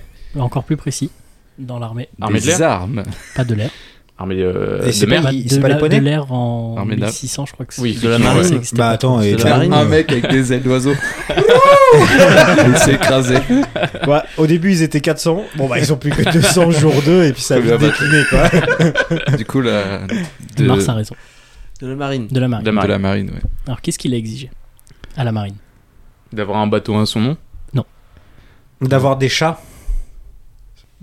A: Encore plus précis. Dans l'armée,
C: Armée de
B: Des
C: l'air
B: armes.
A: pas de l'air.
C: Armée euh,
D: Et c'est
C: de mer
D: pas-
A: Bah,
D: il-
A: de
D: c'est pas les
A: la-
D: poneys
A: de l'air en
B: Armée de la-
A: 1600, je crois que c'est.
C: Oui,
J: de la
C: effectivement,
J: marine.
C: ouais.
A: c'est que c'était
D: Bah
A: pas-
D: attends, et
J: de la
D: tu vois,
J: marine.
B: Un mec avec des ailes d'oiseau. Il s'est écrasé.
D: ouais, au début ils étaient 400, bon bah ils ont plus que 200 jour 2 et puis ça a
B: Comme la
D: vite
B: vache.
D: décliné quoi.
B: Du coup, la. De,
A: Mars hein. a raison.
J: De la marine
A: De la marine.
C: De la
B: de
C: marine.
B: la marine, ouais.
A: Alors qu'est-ce qu'il a exigé à la marine
C: D'avoir un bateau à son nom.
D: D'avoir des chats.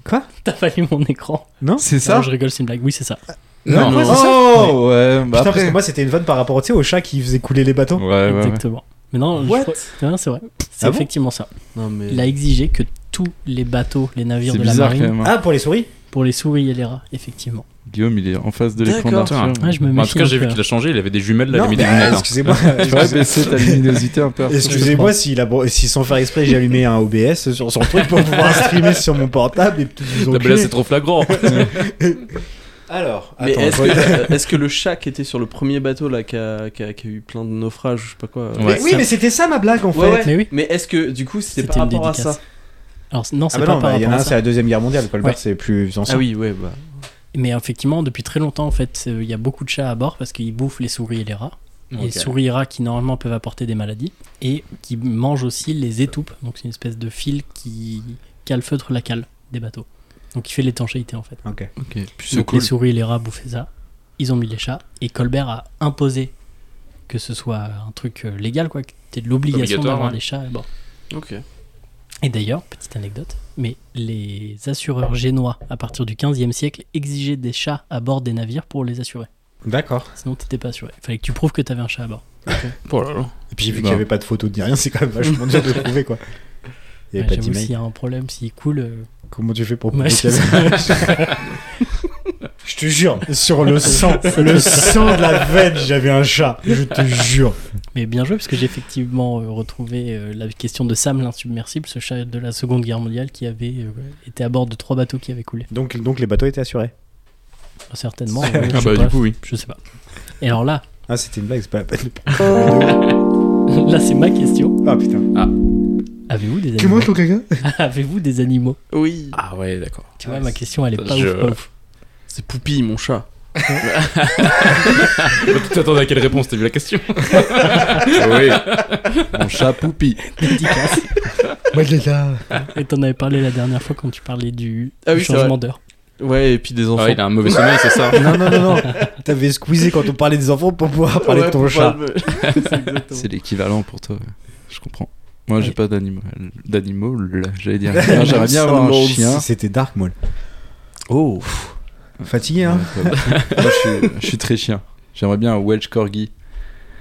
D: Quoi
A: T'as fallu mon écran.
B: C'est
A: Non,
B: ça
A: je rigole, c'est une blague. Oui, c'est ça.
D: Ah, Non, ouais, c'est ça.
B: Oh, ouais. bah
D: Putain, parce
B: après.
D: que moi c'était une vanne par rapport tu sais, aux chats qui faisaient couler les bateaux.
B: Ouais, ouais, ouais.
A: Exactement. Mais non, je
J: What
A: crois- non, c'est vrai. C'est
D: Ah bon
A: effectivement ça.
J: Non mais...
A: Il a exigé que tous les bateaux, les navires
B: C'est
A: de la
B: bizarre quand
A: marine
B: même. hein.
D: Ah, pour les souris
A: Pour les souris et les rats, effectivement.
B: Guillaume, il est en face de l'écran
A: D'accord.
B: d'Arthur.
A: Ouais, je me
C: Bon, en
A: méfie
C: tout cas,
A: un
C: j'ai
A: peu. hein.
C: vu qu'il a changé. Il avait des jumelles, là, il
D: Non,
C: a mis des
D: mais,
C: lunettes. hein.
D: excusez-moi.
B: Tu vas baisser ta luminosité un peu. Arthur.
D: Excusez-moi s'il a bon- si sans faire exprès j'ai allumé un OBS sur son truc pour pouvoir streamer sur mon portable et tout vous
C: Ah, mais Là,
D: enculer.
C: c'est trop flagrant.
D: Alors,
J: Mais
D: attends,
J: est-ce
D: faut-
J: que, euh, est-ce que le chat qui était sur le premier bateau là qui a, qui a- qui a eu plein de naufrages, je sais pas quoi.
D: Mais
C: Ouais.
D: oui, mais c'était ça ma blague en fait.
J: Ouais, ouais.
A: Mais oui.
J: Mais est-ce que du coup c'était
A: C'était
J: par
A: une
J: rapport à
A: dédicace.
J: ça
A: Alors, non,
D: Ah
A: c'est
D: bah
A: pas
D: non,
A: par
D: bah, il y en
A: rapport
D: a
A: à
D: un,
A: ça.
D: c'est la deuxième guerre mondiale. Colbert,
A: Ouais.
D: c'est plus ancien.
J: Ah oui, ouais, bah.
A: Mais effectivement, depuis très longtemps, en fait, c'est- il y a beaucoup de chats à bord parce qu'ils bouffent les souris et les rats. Les
C: Ok.
A: souris et rats qui normalement peuvent apporter des maladies et qui mangent aussi les étoupes. Donc c'est une espèce de fil qui calfeutre la cale des bateaux. Donc il fait l'étanchéité en fait.
D: Ok.
J: Ok.
A: Donc les souris et les rats bouffaient ça. Ils ont mis les chats et Colbert a imposé que ce soit un truc euh, légal quoi, que t'aies de l'obligation
C: Obligatoire,
A: d'avoir
C: ouais.
A: des chats à bord.
J: Ok.
A: Et d'ailleurs, petite anecdote, mais les assureurs génois à partir du 15e siècle exigeaient des chats à bord des navires pour les assurer.
D: D'accord.
A: Sinon, t'étais pas assuré. Il fallait que tu prouves que t'avais un chat à bord.
C: Oh là là.
D: Et puis vu
B: Bah.
D: qu'il n'y avait pas de photo ni rien, c'est quand même vachement dur de trouver quoi. Il n'y
A: Ouais,
D: avait pas
A: J'avoue,
D: d'email.
A: s'il y a un problème, s'il coule. euh,
D: Comment tu fais pour
A: ouais,
D: prouver
A: c'est
D: qu'il y avait- Je te jure, sur le sang, le sang de la veine, j'avais un chat. Je te jure.
A: Mais bien joué, parce que j'ai effectivement euh, retrouvé euh, la question de Sam l'insubmersible, ce chat de la Seconde Guerre mondiale qui avait euh, été à bord de trois bateaux qui avaient coulé.
D: Donc, donc les bateaux étaient assurés.
A: Certainement. euh, je
C: Ah
A: sais
C: bah,
A: pas,
C: du coup, oui.
A: Je sais pas. Et alors là,
D: Ah, c'était une blague, c'est pas la peine de prendre.
A: là c'est ma question.
D: Ah putain.
A: Avez-vous des animaux
D: caca
A: Avez-vous des animaux
J: Oui.
C: Ah ouais, d'accord.
A: Tu vois, ma question elle est pas
C: Je-
A: ouf, pas ouf.
J: C'est Poupie, mon chat.
C: Tu t'attendais à quelle réponse T'as vu la question
B: Oui. Mon chat Poupi.
A: Dédicace.
D: Moi, je l'ai là.
A: Et t'en avais parlé la dernière fois quand tu parlais du,
J: Ah
A: du
J: oui, c'est
A: changement d'heure.
J: Ouais, et puis des enfants.
C: Ah, il a un mauvais sommeil, c'est ça
D: Non, non, non, non. T'avais squeezé quand on parlait des enfants pour pouvoir parler de ton chat.
B: C'est l'équivalent pour toi. ouais. Je comprends. Moi, j'ai
A: Ouais.
B: pas d'animaux. D'animaux, là, j'allais dire. Non, J'aimerais bien avoir un chien.
D: C'était Dark Maul.
J: Oh.
D: Fatigué, hein
B: Ouais, pas- Moi, je suis, je suis très chien. J'aimerais bien un Welsh Corgi.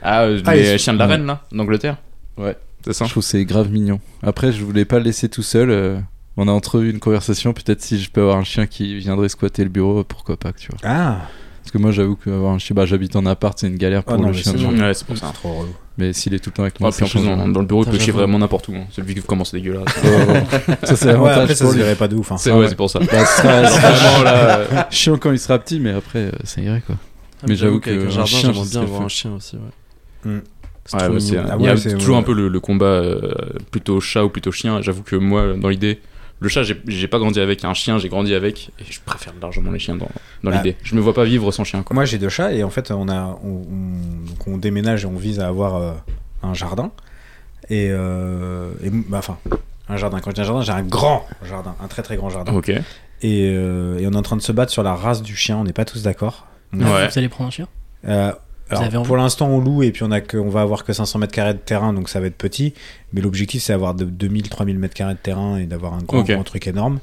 C: Ah, euh,
D: Ah,
C: les
D: ils-
C: chiens de la reine, là, d'Angleterre
B: Ouais.
C: C'est ça
B: Je trouve que c'est grave mignon. Après, je voulais pas le laisser tout seul. euh, On a entrevu une conversation. Peut-être si je peux avoir un chien qui viendrait squatter le bureau, pourquoi pas, tu vois.
D: Ah,
B: Parce que moi, j'avoue qu'avoir un chien, bah, j'habite en appart, c'est une galère pour
D: Oh non,
B: le
D: mais
B: chien.
D: c'est
B: de gens.
D: bon.
C: Ouais, c'est pour ça.
D: c'est trop relou.
B: Mais s'il est tout le temps avec
C: Ah,
B: moi,
C: puis
B: ça
C: en plus,
B: change
C: dans,
B: rien.
C: dans le bureau, il
J: Putain,
C: peut chier
J: j'avoue.
C: vraiment n'importe où. hein. Celui qui commence, c'est dégueulasse.
B: Ça, c'est
D: Ouais,
B: l'avantage
D: après, ça
B: pour
D: se
B: lui.
D: verrait pas de ouf. Hein.
C: C'est
B: Ah
C: ouais,
B: ouais.
C: c'est pour ça.
B: Bah, ce sera- ce sera vraiment là, euh, chiant quand il sera petit, mais après, euh, ça irait quoi. Mais j'avoue
J: qu'avec
B: que
J: un
B: un
J: jardin,
B: chien,
J: j'aimerais
B: ce
J: bien
B: serait
J: avoir
B: fun.
J: un chien aussi. Ouais.
D: Mm.
J: C'est
C: Ouais,
J: trop
C: bah, c'est-
J: mignon.
D: Ah
C: il y a
D: ouais, c'est-
C: toujours
D: ouais.
C: un peu le, le combat euh, plutôt chat ou plutôt chien. J'avoue que moi, dans l'idée, le chat, j'ai- j'ai pas grandi avec un chien, j'ai grandi avec. Et je préfère largement les chiens dans, dans
D: Bah.
C: l'idée. Je me vois pas vivre sans chien, quoi.
D: Moi, j'ai deux chats et en fait, on, a, on, on- donc on déménage et on vise à avoir euh, un jardin. Et, euh, et m- bah, enfin, un jardin. Quand j'ai un jardin, j'ai un grand jardin, un très très grand jardin.
C: Ok.
D: Et, euh, et on est en train de se battre sur la race du chien. On n'est pas tous d'accord. Donc,
C: Ouais.
A: Vous allez prendre un chien
D: Euh, alors,
A: avez envie
D: pour l'instant, on loue et puis on, a que, on va avoir que 500 mètres carrés de terrain, donc ça va être petit. Mais l'objectif, c'est d'avoir de 2000-3000 mètres carrés de terrain et d'avoir un grand,
C: Ok.
D: grand truc énorme.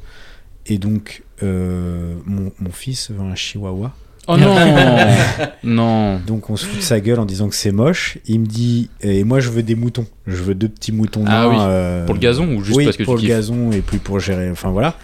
D: Et donc, euh, mon, mon fils veut un chihuahua.
C: Oh
D: euh,
C: non Non
D: Donc, on se fout de sa gueule en disant que c'est moche. Il me dit, et moi, je veux des moutons. Je veux deux petits moutons
C: Ah
D: nains,
C: oui.
D: euh,
C: Pour le gazon ou juste
D: oui,
C: parce que
D: pour
C: tu
D: le
C: kiffes
D: gazon et puis pour gérer. Enfin voilà.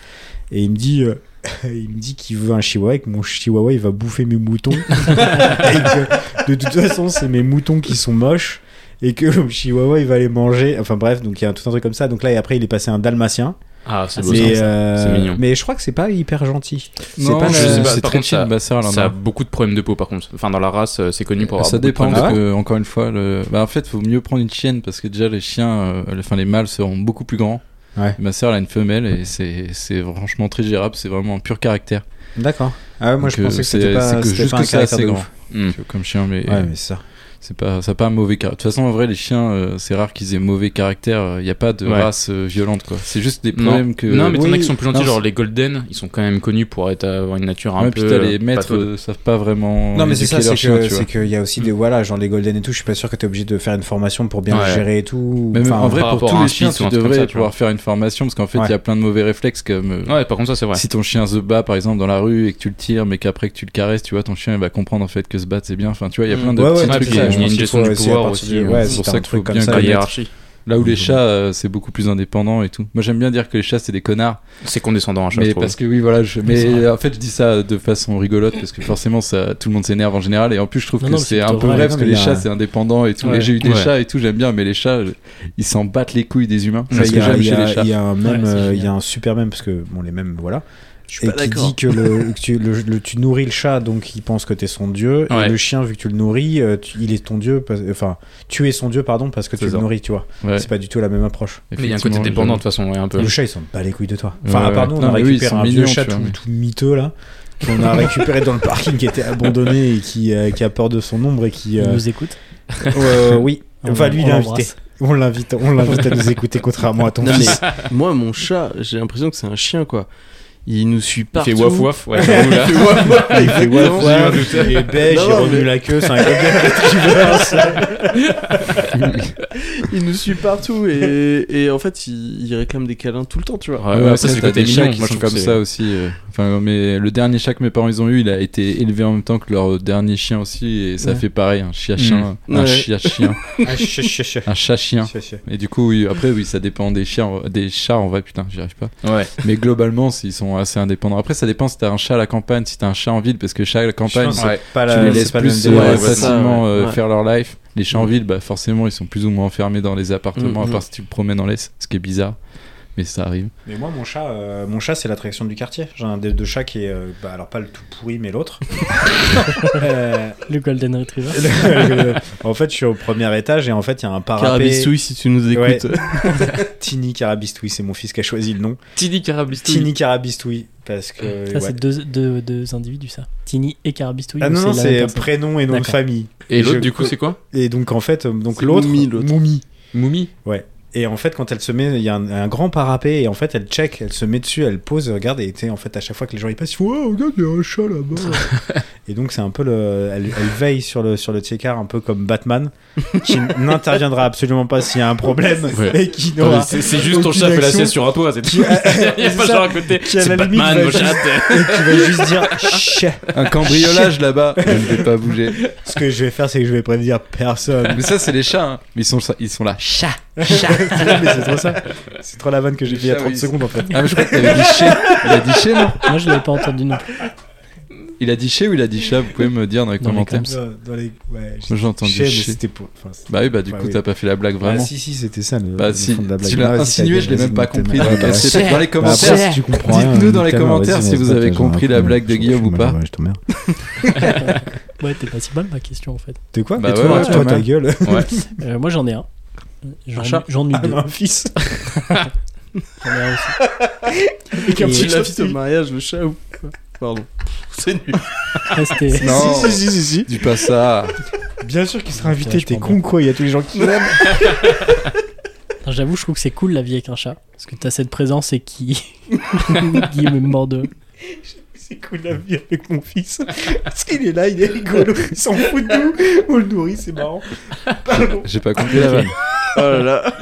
D: Et il me dit, euh, il me dit qu'il veut un chihuahua et que mon chihuahua il va bouffer mes moutons. et que, de toute façon, c'est mes moutons qui sont moches et que le chihuahua il va les manger. Enfin bref, donc il y a tout un truc comme ça. Donc là et après il est passé un dalmatien.
C: Ah, c'est beau
D: Mais,
C: ça.
D: euh,
C: C'est mignon.
D: mais je crois que c'est pas hyper gentil.
B: Non,
D: pas
B: je
D: le-
B: sais pas,
C: c'est
B: c'est
C: par
B: très
C: contre,
B: chill,
C: ça-
B: ma sœur, là,
C: Ça a
B: non.
C: beaucoup de problèmes de peau par contre. Enfin, dans la race, hein. euh, c'est connu pour avoir.
B: Ça
C: beaucoup de
B: dépend,
C: problèmes
B: parce
C: de
B: que, encore une fois, le... bah, en fait, faut mieux prendre une chienne parce que déjà les chiens, euh, enfin les mâles seront beaucoup plus grands.
D: Ouais.
B: Ma sœur elle a une femelle et c'est c'est franchement très gérable, c'est vraiment un pur caractère.
D: D'accord. Ah ouais, moi
B: Donc,
D: je
B: euh,
D: pensais que
B: c'est-
D: c'était
B: c'est
D: pas,
B: que
D: c'était
B: juste
D: pas
B: que
D: un
B: c'est
D: caractère
B: assez
D: de
B: grand.
D: ouf.
C: peau. Hmm.
B: tu vois, comme chien, mais,
D: Ouais, mais c'est ça.
B: c'est pas ça a pas un mauvais caractère. De toute façon, en vrai, les chiens, euh, c'est rare qu'ils aient mauvais caractère. Il n'y a pas de
C: Ouais.
B: race euh, violente quoi. C'est juste des
C: Non.
B: problèmes que.
C: non, mais t'en as
D: oui,
C: qui sont plus gentils,
B: non,
C: genre les Golden, ils sont quand même connus pour être, avoir une nature un
B: Ouais,
C: peu.
B: puis t'as les
C: euh,
B: maîtres
C: pataude.
B: euh, savent pas vraiment.
D: Non mais c'est ça,
B: éduquer
D: c'est
B: leurs chiens,
D: que
B: tu vois. Mm.
D: c'est qu'il y a aussi des voilà, genre les golden et tout. Je suis pas sûr que t'es obligé de faire une formation pour bien
C: Ouais.
D: le gérer et tout.
B: Même
D: Enfin,
B: en vrai,
C: par
B: pour
C: rapport à
B: tous
C: un
B: les chiens,
C: spitz ou
B: tu
C: un truc comme
B: devrais
C: ça, tu
B: pouvoir faire une formation parce qu'en fait, il y a plein de mauvais réflexes comme euh,
C: Ouais, par contre, ça c'est vrai.
B: si ton chien se bat par exemple dans la rue et que tu le tires, mais qu'après que tu le caresses, tu vois, ton chien il va comprendre en fait que se battre c'est bien. Enfin, tu vois, il y a plein de
D: Mm. Ouais,
B: petits
D: ouais,
B: trucs.
D: c'est ça,
B: et-
D: je
C: il y a
D: pense
C: une
D: qu'il
C: gestion
D: faut
C: du
D: aussi
C: pouvoir
D: à partir
C: aussi,
D: du-
C: euh,
D: ouais,
B: hein. c'est
D: si
B: pour
D: t'as
B: ça
D: un
B: qu'il
D: truc
B: faut
D: comme
B: bien
D: ça,
C: La
B: connaître.
D: il y a-
C: hiérarchie.
B: Là où les chats, euh, c'est beaucoup plus indépendant et tout. Moi, j'aime bien dire que les chats, c'est des connards.
C: C'est condescendant un chat, Ah, je
B: Mais
C: trouve.
B: parce que oui, voilà. je-
C: C'est
B: mais euh,
C: vrai.
B: en fait, je dis ça de façon rigolote parce que forcément, ça, tout le monde s'énerve en général. Et en plus, je trouve
A: Non,
B: que
A: non, mais
B: c'est
A: c'est
B: un
A: plutôt
B: peu
A: vrai.
B: vrai parce
D: Non,
B: que
D: mais
B: les
D: il y a-
B: chats, c'est indépendant et tout.
A: Ouais.
B: Et j'ai eu des
C: Ouais.
B: chats et tout, j'aime bien. Mais les chats, je- ils s'en battent les couilles des humains.
D: Ça,
B: C'est ce
D: Il y
B: que
D: a-
B: j'aime
D: il y
B: chez les
D: a-
B: chats.
D: il y a un mème,
A: Ouais, c'est
D: euh, il y a
A: génial.
D: un super mème parce que bon les mêmes voilà.
J: suis
D: Et
J: pas
D: qui
J: d'accord.
D: dit que, le, que tu, le- le- tu nourris le chat donc il pense que t'es son dieu
C: Ouais.
D: et le chien vu que tu le nourris euh, tu- il est ton dieu parce- enfin tu es son dieu pardon parce que tu
B: C'est
D: le
B: ça.
D: nourris tu vois.
B: Ouais.
D: C'est pas du tout la même approche.
C: Mais il y a un côté
B: Effectivement,
C: dépendant de toute façon, ouais, un peu.
D: Le chat, ils s'en bat les couilles de toi. Enfin,
B: Ouais,
D: à part
B: ouais.
D: nous, on
B: Non,
D: a
B: mais oui,
D: récupéré
B: ils sont
D: un vieux
B: mignons,
D: chat
B: tu
D: tout,
B: vois, mais-
D: tout miteux, là, qu'on a récupéré dans le parking, qui était abandonné et qui, euh, qui a peur de son ombre et qui...
A: Il
D: euh,
A: nous écoute.
D: euh, oui,
A: On-
D: enfin, lui,
A: on
D: il est invité.
A: l'embrasse.
D: On l'invite, on l'invite à nous écouter, contrairement à ton
J: Non,
D: fils.
J: mais moi, mon chat, j'ai l'impression que c'est un chien, quoi. Il nous suit
C: Il
J: partout.
C: fait waf waf, ouais, j'avoue, là.
D: Il fait waf waf, il est beige,
J: Non,
D: il
J: mais-
D: remue la queue, c'est un golden retriever. ça.
J: Il nous suit partout et, et en fait, il, il réclame des câlins tout le temps, tu vois.
C: Ouais, ouais,
B: après,
C: ça, c'est le
B: t'as
C: côté
B: des chats
C: mignon.
B: qui
C: Moi, je
B: sont
C: trouve
B: comme
C: que
B: ça
C: c'est-
B: aussi. euh. Enfin, mais le dernier chat que mes parents ils ont eu, il a été élevé en même temps que leur dernier chien aussi, et ça
D: Ouais.
B: fait pareil, un
C: Mmh.
B: chien chien,
J: Mm.
B: un
J: Ouais.
B: chien chien,
D: Ah, chut, chut, chut.
B: un chat chien.
D: Chut, chut.
B: Et du coup, oui, après, oui, ça dépend des chiens, des chats en vrai, putain, j'y arrive pas.
C: Ouais.
B: Mais globalement, s'ils sont assez indépendants. Après, ça dépend si t'as un chat à la campagne, si t'as un chat en ville, parce que chat à la
D: Je
B: campagne,
D: pense que
C: ouais.
D: c'est pas
B: tu
D: la-
B: les
D: c'est
B: laisses
D: pas le
B: plus
D: même
B: euh,
D: délire.
J: ouais, c'est ça,
B: facilement
J: ouais.
B: euh,
J: Ouais.
B: faire leur life. Les chats en ville, bah, forcément, ils sont plus ou moins enfermés dans les appartements,
J: Mm,
B: à
J: mm.
B: part si tu le promènes en laisse, ce qui est bizarre. Mais ça arrive.
D: Mais moi, mon chat, euh, mon chat, c'est l'attraction du quartier. J'ai un des deux chats qui est, euh, bah, alors pas le tout pourri, mais l'autre. Euh,
A: Le Golden Retriever.
D: le- le- en fait, je suis au premier étage et en fait, il y a un parapet.
J: Carabistouille, si tu nous écoutes.
D: Tini Carabistouille, c'est mon fils qui a choisi le nom.
C: Tini Carabistini.
D: Tini Carabistouille, parce que.
A: Ça,
D: ouais.
A: c'est deux, deux, deux individus, ça. Tini et Carabistouille.
D: Ah
A: ou
D: non, non,
A: la même
D: c'est
A: personne
D: prénom et nom de
A: D'accord.
D: famille.
C: Et
D: Je-
C: l'autre, du coup, c'est quoi
D: Et donc, en fait, euh, donc
J: C'est
D: l'autre.
J: Moumi, l'autre.
D: Moumi.
C: Moumi
D: Et en fait, quand elle se met, il y a un, un grand parapet et en fait, elle check, elle se met dessus, elle pose, regarde, et tu sais, en fait, à chaque fois que les gens y passent, ils font Wow, regarde, il y a un chat là-bas. et donc, c'est un peu le. Elle, elle veille sur le, sur le checkard, un peu comme Batman, qui n'interviendra absolument pas s'il y a un problème
C: Ouais.
D: et qui
C: Non, mais
D: n'aura.
C: C'est c'est juste ton
D: aucune
C: chat fait la
D: action.
C: sieste sur un toit, c'est tout. Il y a
D: c'est
C: pas
D: ça.
C: genre à côté.
D: Qui, à la
C: C'est
D: limite,
C: Batman,
D: va
C: mon
D: juste-
C: chat.
D: et qui va juste dire Chut
B: Un cambriolage là-bas, je ne vais pas bouger.
D: Ce que je vais faire, c'est que je vais prévenir personne.
B: Mais ça, c'est les chats. hein. Ils sont, ils sont là. Chat.
D: c'est mais c'est trop ça. C'est trop la vanne que j'ai fait il y a
B: chat,
D: 30
B: oui.
D: secondes en fait.
B: Ah, mais je crois que t'avais dit chat. Il a dit chat, non
A: Moi, je l'avais pas entendu non plus.
B: Il a dit chat ou il a dit chat Vous pouvez me dire dans les
A: Dans les
B: commentaires.
A: coms.
D: Dans- Dans les... Ouais,
B: Moi, J'ai entendu
D: Chez, mais
B: chat.
D: c'était pour. enfin, c'était-
B: Bah oui, bah du
D: Bah
B: coup,
D: oui.
B: t'as pas fait la blague vraiment.
D: Ah, si, si, c'était ça le,
B: Bah
D: le
B: si,
D: fond de la blague.
B: tu l'as
D: Ah, vas-y,
B: insinué,
D: t'as-
B: je l'ai
D: vas-y,
B: même pas
D: t'as-
B: compris.
D: bah,
B: donc,
D: bah,
B: c'est- Dans les
D: bah, après,
B: commentaires,
D: si tu comprends rien,
B: dites-nous dans les
D: Nicolas,
B: commentaires
D: vas-y,
B: si
D: vas-y,
B: vous
D: vas-y,
B: avez
D: vas-y,
B: compris la
D: raconte,
B: blague de
D: je- je-
B: Guillaume ou
D: je-
B: pas.
D: ouais, Je t'emmerde.
A: Ouais, t'es pas si mal ma question en fait.
D: T'es quoi
B: Bah
D: Et
B: ouais,
D: toi,
B: ouais,
D: toi,
B: ouais.
D: ta gueule
A: Euh, moi, j'en ai un. J'en
J: chat
A: j'en ai
D: Ah,
A: deux.
D: non, un fils.
A: J'en ai un aussi.
J: Quand
A: Et-
J: tu l'invites au mariage, le chat ou quoi Pardon. C'est nul.
A: Ah, c'était-
B: Non,
D: Si, si, si, si.
B: dis pas ça.
D: Bien sûr qu'il sera
A: Ouais,
D: invité,
A: je
D: t'es
A: prends
D: con quoi, il y a tous les gens qui l'aiment.
A: Non, J'avoue, je trouve que c'est cool la vie avec un chat. Parce que t'as cette présence et qui. Guillaume est mort de.
D: C'est cool la vie avec mon fils. Parce qu'il est là, il est rigolo, il s'en fout de nous. On le nourrit, c'est marrant. Pardon.
B: J'ai pas compris la vanne.
J: Oh là là.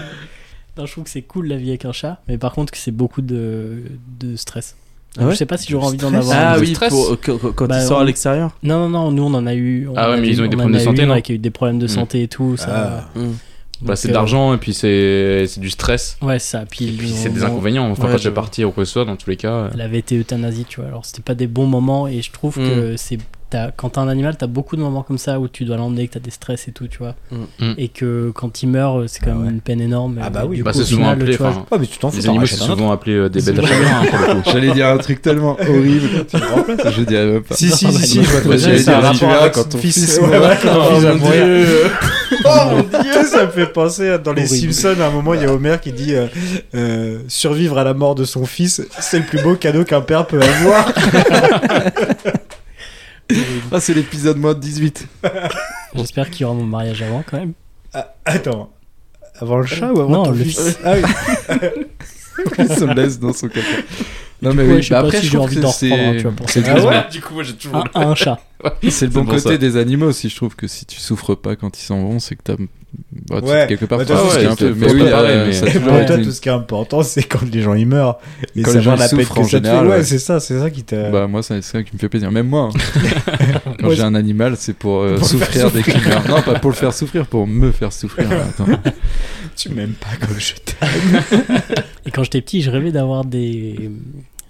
A: Non, je trouve que c'est cool la vie avec un chat. Mais par contre, que c'est beaucoup de, de stress.
J: Ah ouais
A: je sais pas si j'aurais envie d'en
D: stress
A: avoir.
J: Ah
A: un.
J: oui,
C: stress.
J: pour- quand- quand
A: Bah,
J: il sort
A: on-
J: à l'extérieur.
A: Non, non, non, nous on en a eu. on
C: Ah ouais,
A: en a
C: mais ils
A: eu-
C: ont eu des
A: on en
C: problèmes de
A: a eu
C: santé,
A: un
C: non
A: Qui a eu des problèmes de
C: Mm.
A: santé et tout. Ça...
J: Mm.
C: Bah, c'est de
A: Donc, euh,
C: l'argent, et puis c'est c'est du stress.
A: Ouais, ça. Puis,
C: Et puis
A: on-
C: c'est des inconvénients. Enfin,
J: Ouais,
C: quand tu
J: je
C: vas partir ou quoi que ce soit, dans tous les cas.
A: Elle avait été euthanasie, tu vois. Alors, c'était pas des bons moments. Et je trouve que
D: Mm.
A: c'est. t'as- Quand t'as un animal, t'as beaucoup de moments comme ça où tu dois l'emmener, que t'as des stress et tout, tu vois.
J: Mm.
C: Mm.
A: Et que quand il meurt, euh, c'est quand
D: Ah
A: même
D: ouais.
A: une peine énorme.
D: Ah bah
A: Et
D: oui.
A: du
C: Bah,
A: coup,
C: c'est
A: au
C: souvent
A: final,
C: appelé.
A: tu vois,
C: enfin,
D: Ah, mais tu t'en fous.
C: Les
D: t'en
C: animaux, c'est
D: rachètes un autre.
C: souvent appelé euh, des bêtes à chagrin. hein, pour le coup.
B: J'allais dire un truc tellement horrible. Je dirais même pas.
D: Si, si, si, si, je vois
B: Moi,
D: très bien.
B: j'allais
D: c'est un
B: dire,
D: rapport
B: Gilles,
D: avec
B: quand
D: son
B: ton
D: fils.
B: fils
D: Ouais,
B: meurt.
D: ouais, quand
B: Oh,
D: il va
B: mon
D: mourir. Oh mon dieu, ça me fait penser à- dans les Simpsons. À un moment, il y a Homer qui dit euh, euh, Survivre à la mort de son fils, c'est le plus beau cadeau qu'un père peut avoir.
B: Ah, c'est l'épisode moins de 18.
A: J'espère qu'il y aura mon mariage avant quand même.
D: Ah, attends. Avant le chat ou avant
A: Non,
D: ton
A: le
D: fils,
A: fils.
D: Ah oui.
B: Il se laisse dans son caca. Non,
A: Du
B: mais
A: coup,
B: oui,
A: je sais
B: bah
A: pas
B: après,
A: si
B: je
A: j'ai
B: trouve
A: envie
B: que
A: d'en
B: c'est-
A: reprendre, hein, tu vois, pour
B: c'est
A: ça.
B: le
D: Ah ouais
B: bon-
C: Du coup, moi j'ai toujours.
A: Un, un chat.
B: c'est le
C: C'est
B: bon
C: pour
B: côté
C: ça.
B: des animaux aussi. Je trouve que si tu souffres pas quand ils s'en vont, c'est que t'as bah,
D: Ouais.
B: quelque part
D: Bah,
B: ça,
D: de toute
B: c'est
D: façon,
B: un
D: c'est-
B: peu
D: faut
B: mais oui
C: préparer,
B: euh,
C: mais-
B: ça a
D: Pour
B: toujours été
D: toi,
B: une-
D: tout ce qui est important, c'est quand les gens ils meurent. Et
B: Quand les gens
D: savoir la peine
B: souffrent,
D: que
B: en
D: ça te fait.
B: général,
D: Ouais,
B: ouais.
D: c'est ça, c'est ça qui t'a.
B: Bah moi c'est ça qui me fait plaisir, même moi. hein. Quand
D: Moi,
B: j'ai un animal c'est pour, euh,
D: Pour le faire
B: souffrir des cligneurs. Non pas pour le faire souffrir, pour me faire souffrir. Attends.
D: tu m'aimes pas comme je t'aime.
A: Et quand j'étais petit, je rêvais d'avoir des. euh,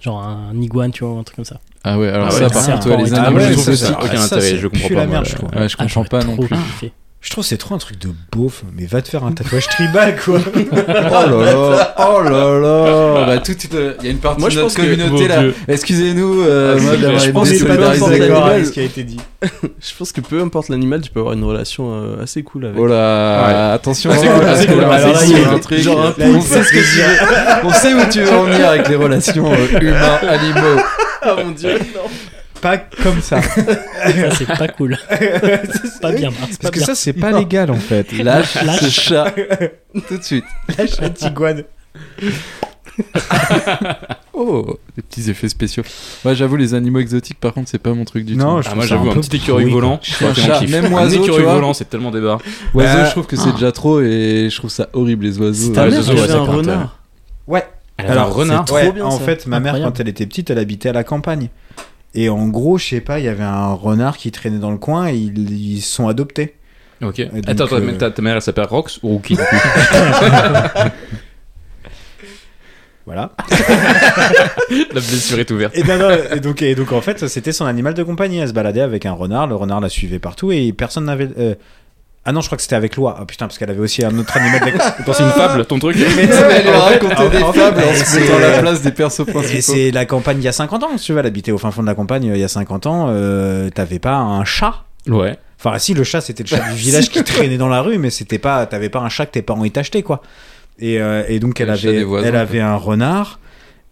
A: Genre un iguane, tu vois, ou un truc comme ça.
B: Ah ouais, alors
C: Ah
B: ça
C: ouais,
B: par
A: c'est
B: contre ouais,
A: un
B: les
A: sport
B: animaux
C: étonnant.
B: exotiques.
C: ça, aucun intérêt, je comprends
D: pue
C: pas,
D: la
C: moi,
D: merde,
C: le-
D: je crois.
B: Ouais, je
A: Ah,
B: comprends
A: j'aurais
B: pas non
A: trop
B: plus.
A: kiffé.
D: Je trouve que c'est trop un truc de beauf, mais va te faire un tatouage tribal quoi.
B: Oh là là, oh là là. Bah tout, tout, euh, il y a une partie
J: Moi,
B: de
J: je
B: notre
J: pense que-
B: communauté
J: mon
B: là.
J: Dieu.
B: Excusez-nous, euh,
C: Ah,
B: moi, d'avoir
C: c'est clair, je
B: été
D: On
J: pense
D: n'est
J: que
D: pas
J: c'est
B: désolidarisé
D: d'accord
J: les
B: avec
J: animaux.
D: avec
B: l'animal.
D: ce qui a été dit.
J: Je pense que peu importe l'animal, tu peux avoir une relation euh, assez cool avec.
B: Oh là, attention,
D: c'est cool,
B: parce
D: c'est
B: que
D: cool.
B: là,
D: Alors là,
B: c'est
D: il y a
B: un
D: des-
B: truc.
D: genre un
B: On
D: poulpe.
B: sait ce que tu veux- on sait où tu veux en venir avec les relations euh, humains-animaux.
J: Ah mon dieu
D: Pas comme ça.
A: Ça, c'est pas cool. C'est pas bien, Mars, pas
D: Parce que
A: bien.
D: ça, Ah, c'est pas légal en fait.
B: Lâche
A: Lâche.
B: ce chat tout de suite.
D: Lâche un iguane.
B: Oh, des petits effets spéciaux. Ouais, j'avoue, les animaux exotiques, par contre, c'est pas mon truc du tout.
D: Non, je
C: Ah,
D: trouve
C: moi
D: ça
C: j'avoue un,
D: peu
C: petit écureuil
D: pourri,
C: volant,
B: Je suis
C: je crois
B: un
C: que c'est mon
B: chat,
C: kiff.
B: même
C: Un
B: oiseau, tu
C: écureuil
B: vois.
C: volant, c'est tellement débat.
B: Oiseaux,
D: Euh,
B: je trouve que c'est déjà trop et je trouve ça horrible, les oiseaux.
J: C'est ta
C: Ouais,
J: mère
C: je
J: qui
C: sais,
J: avait
C: ouais,
J: un
C: ça peut
J: renard
D: Ouais.
C: Elle avait un renard.
J: trop
D: ouais,
J: bien,
D: en
J: ça.
D: fait, ma mère,
A: Incroyable.
D: quand elle était petite, elle habitait à la campagne. Et en gros, je sais pas, il y avait un renard qui traînait dans le coin et ils, ils sont adoptés.
C: Ok.
D: donc,
C: Attends, attends,
D: euh,
C: mais ta, ta mère elle s'appelle Rox ou Rookie du coup
D: Voilà.
C: La blessure est ouverte.
D: Et, non, non, euh, et donc, et donc, en fait, c'était son animal de compagnie. Elle se baladait avec un renard, le renard la suivait partout et personne n'avait. euh, Ah non, je crois que c'était avec loi. Ah putain, parce qu'elle avait aussi un autre animal de compagnie.
C: Attends, c'est une fable ton truc
D: Mais non,
B: Elle lui
D: en fait-
B: racontait des
D: en fait,
B: fables en se
D: c'est-
B: mettant à la place des persos
D: Et
B: principaux.
D: c'est la campagne il y a 50 ans, si tu veux. Elle habitait au fin fond de la campagne euh, il y a 50 ans. euh, T'avais pas un chat
C: Ouais.
D: Enfin, si, le chat, c'était le chat du village qui traînait dans la rue, mais c'était pas, t'avais pas un chat que tes parents y t'achetaient, quoi. Et, euh, et donc, elle
B: Le chat
D: avait,
B: des voisins,
D: elle
B: quoi.
D: avait un renard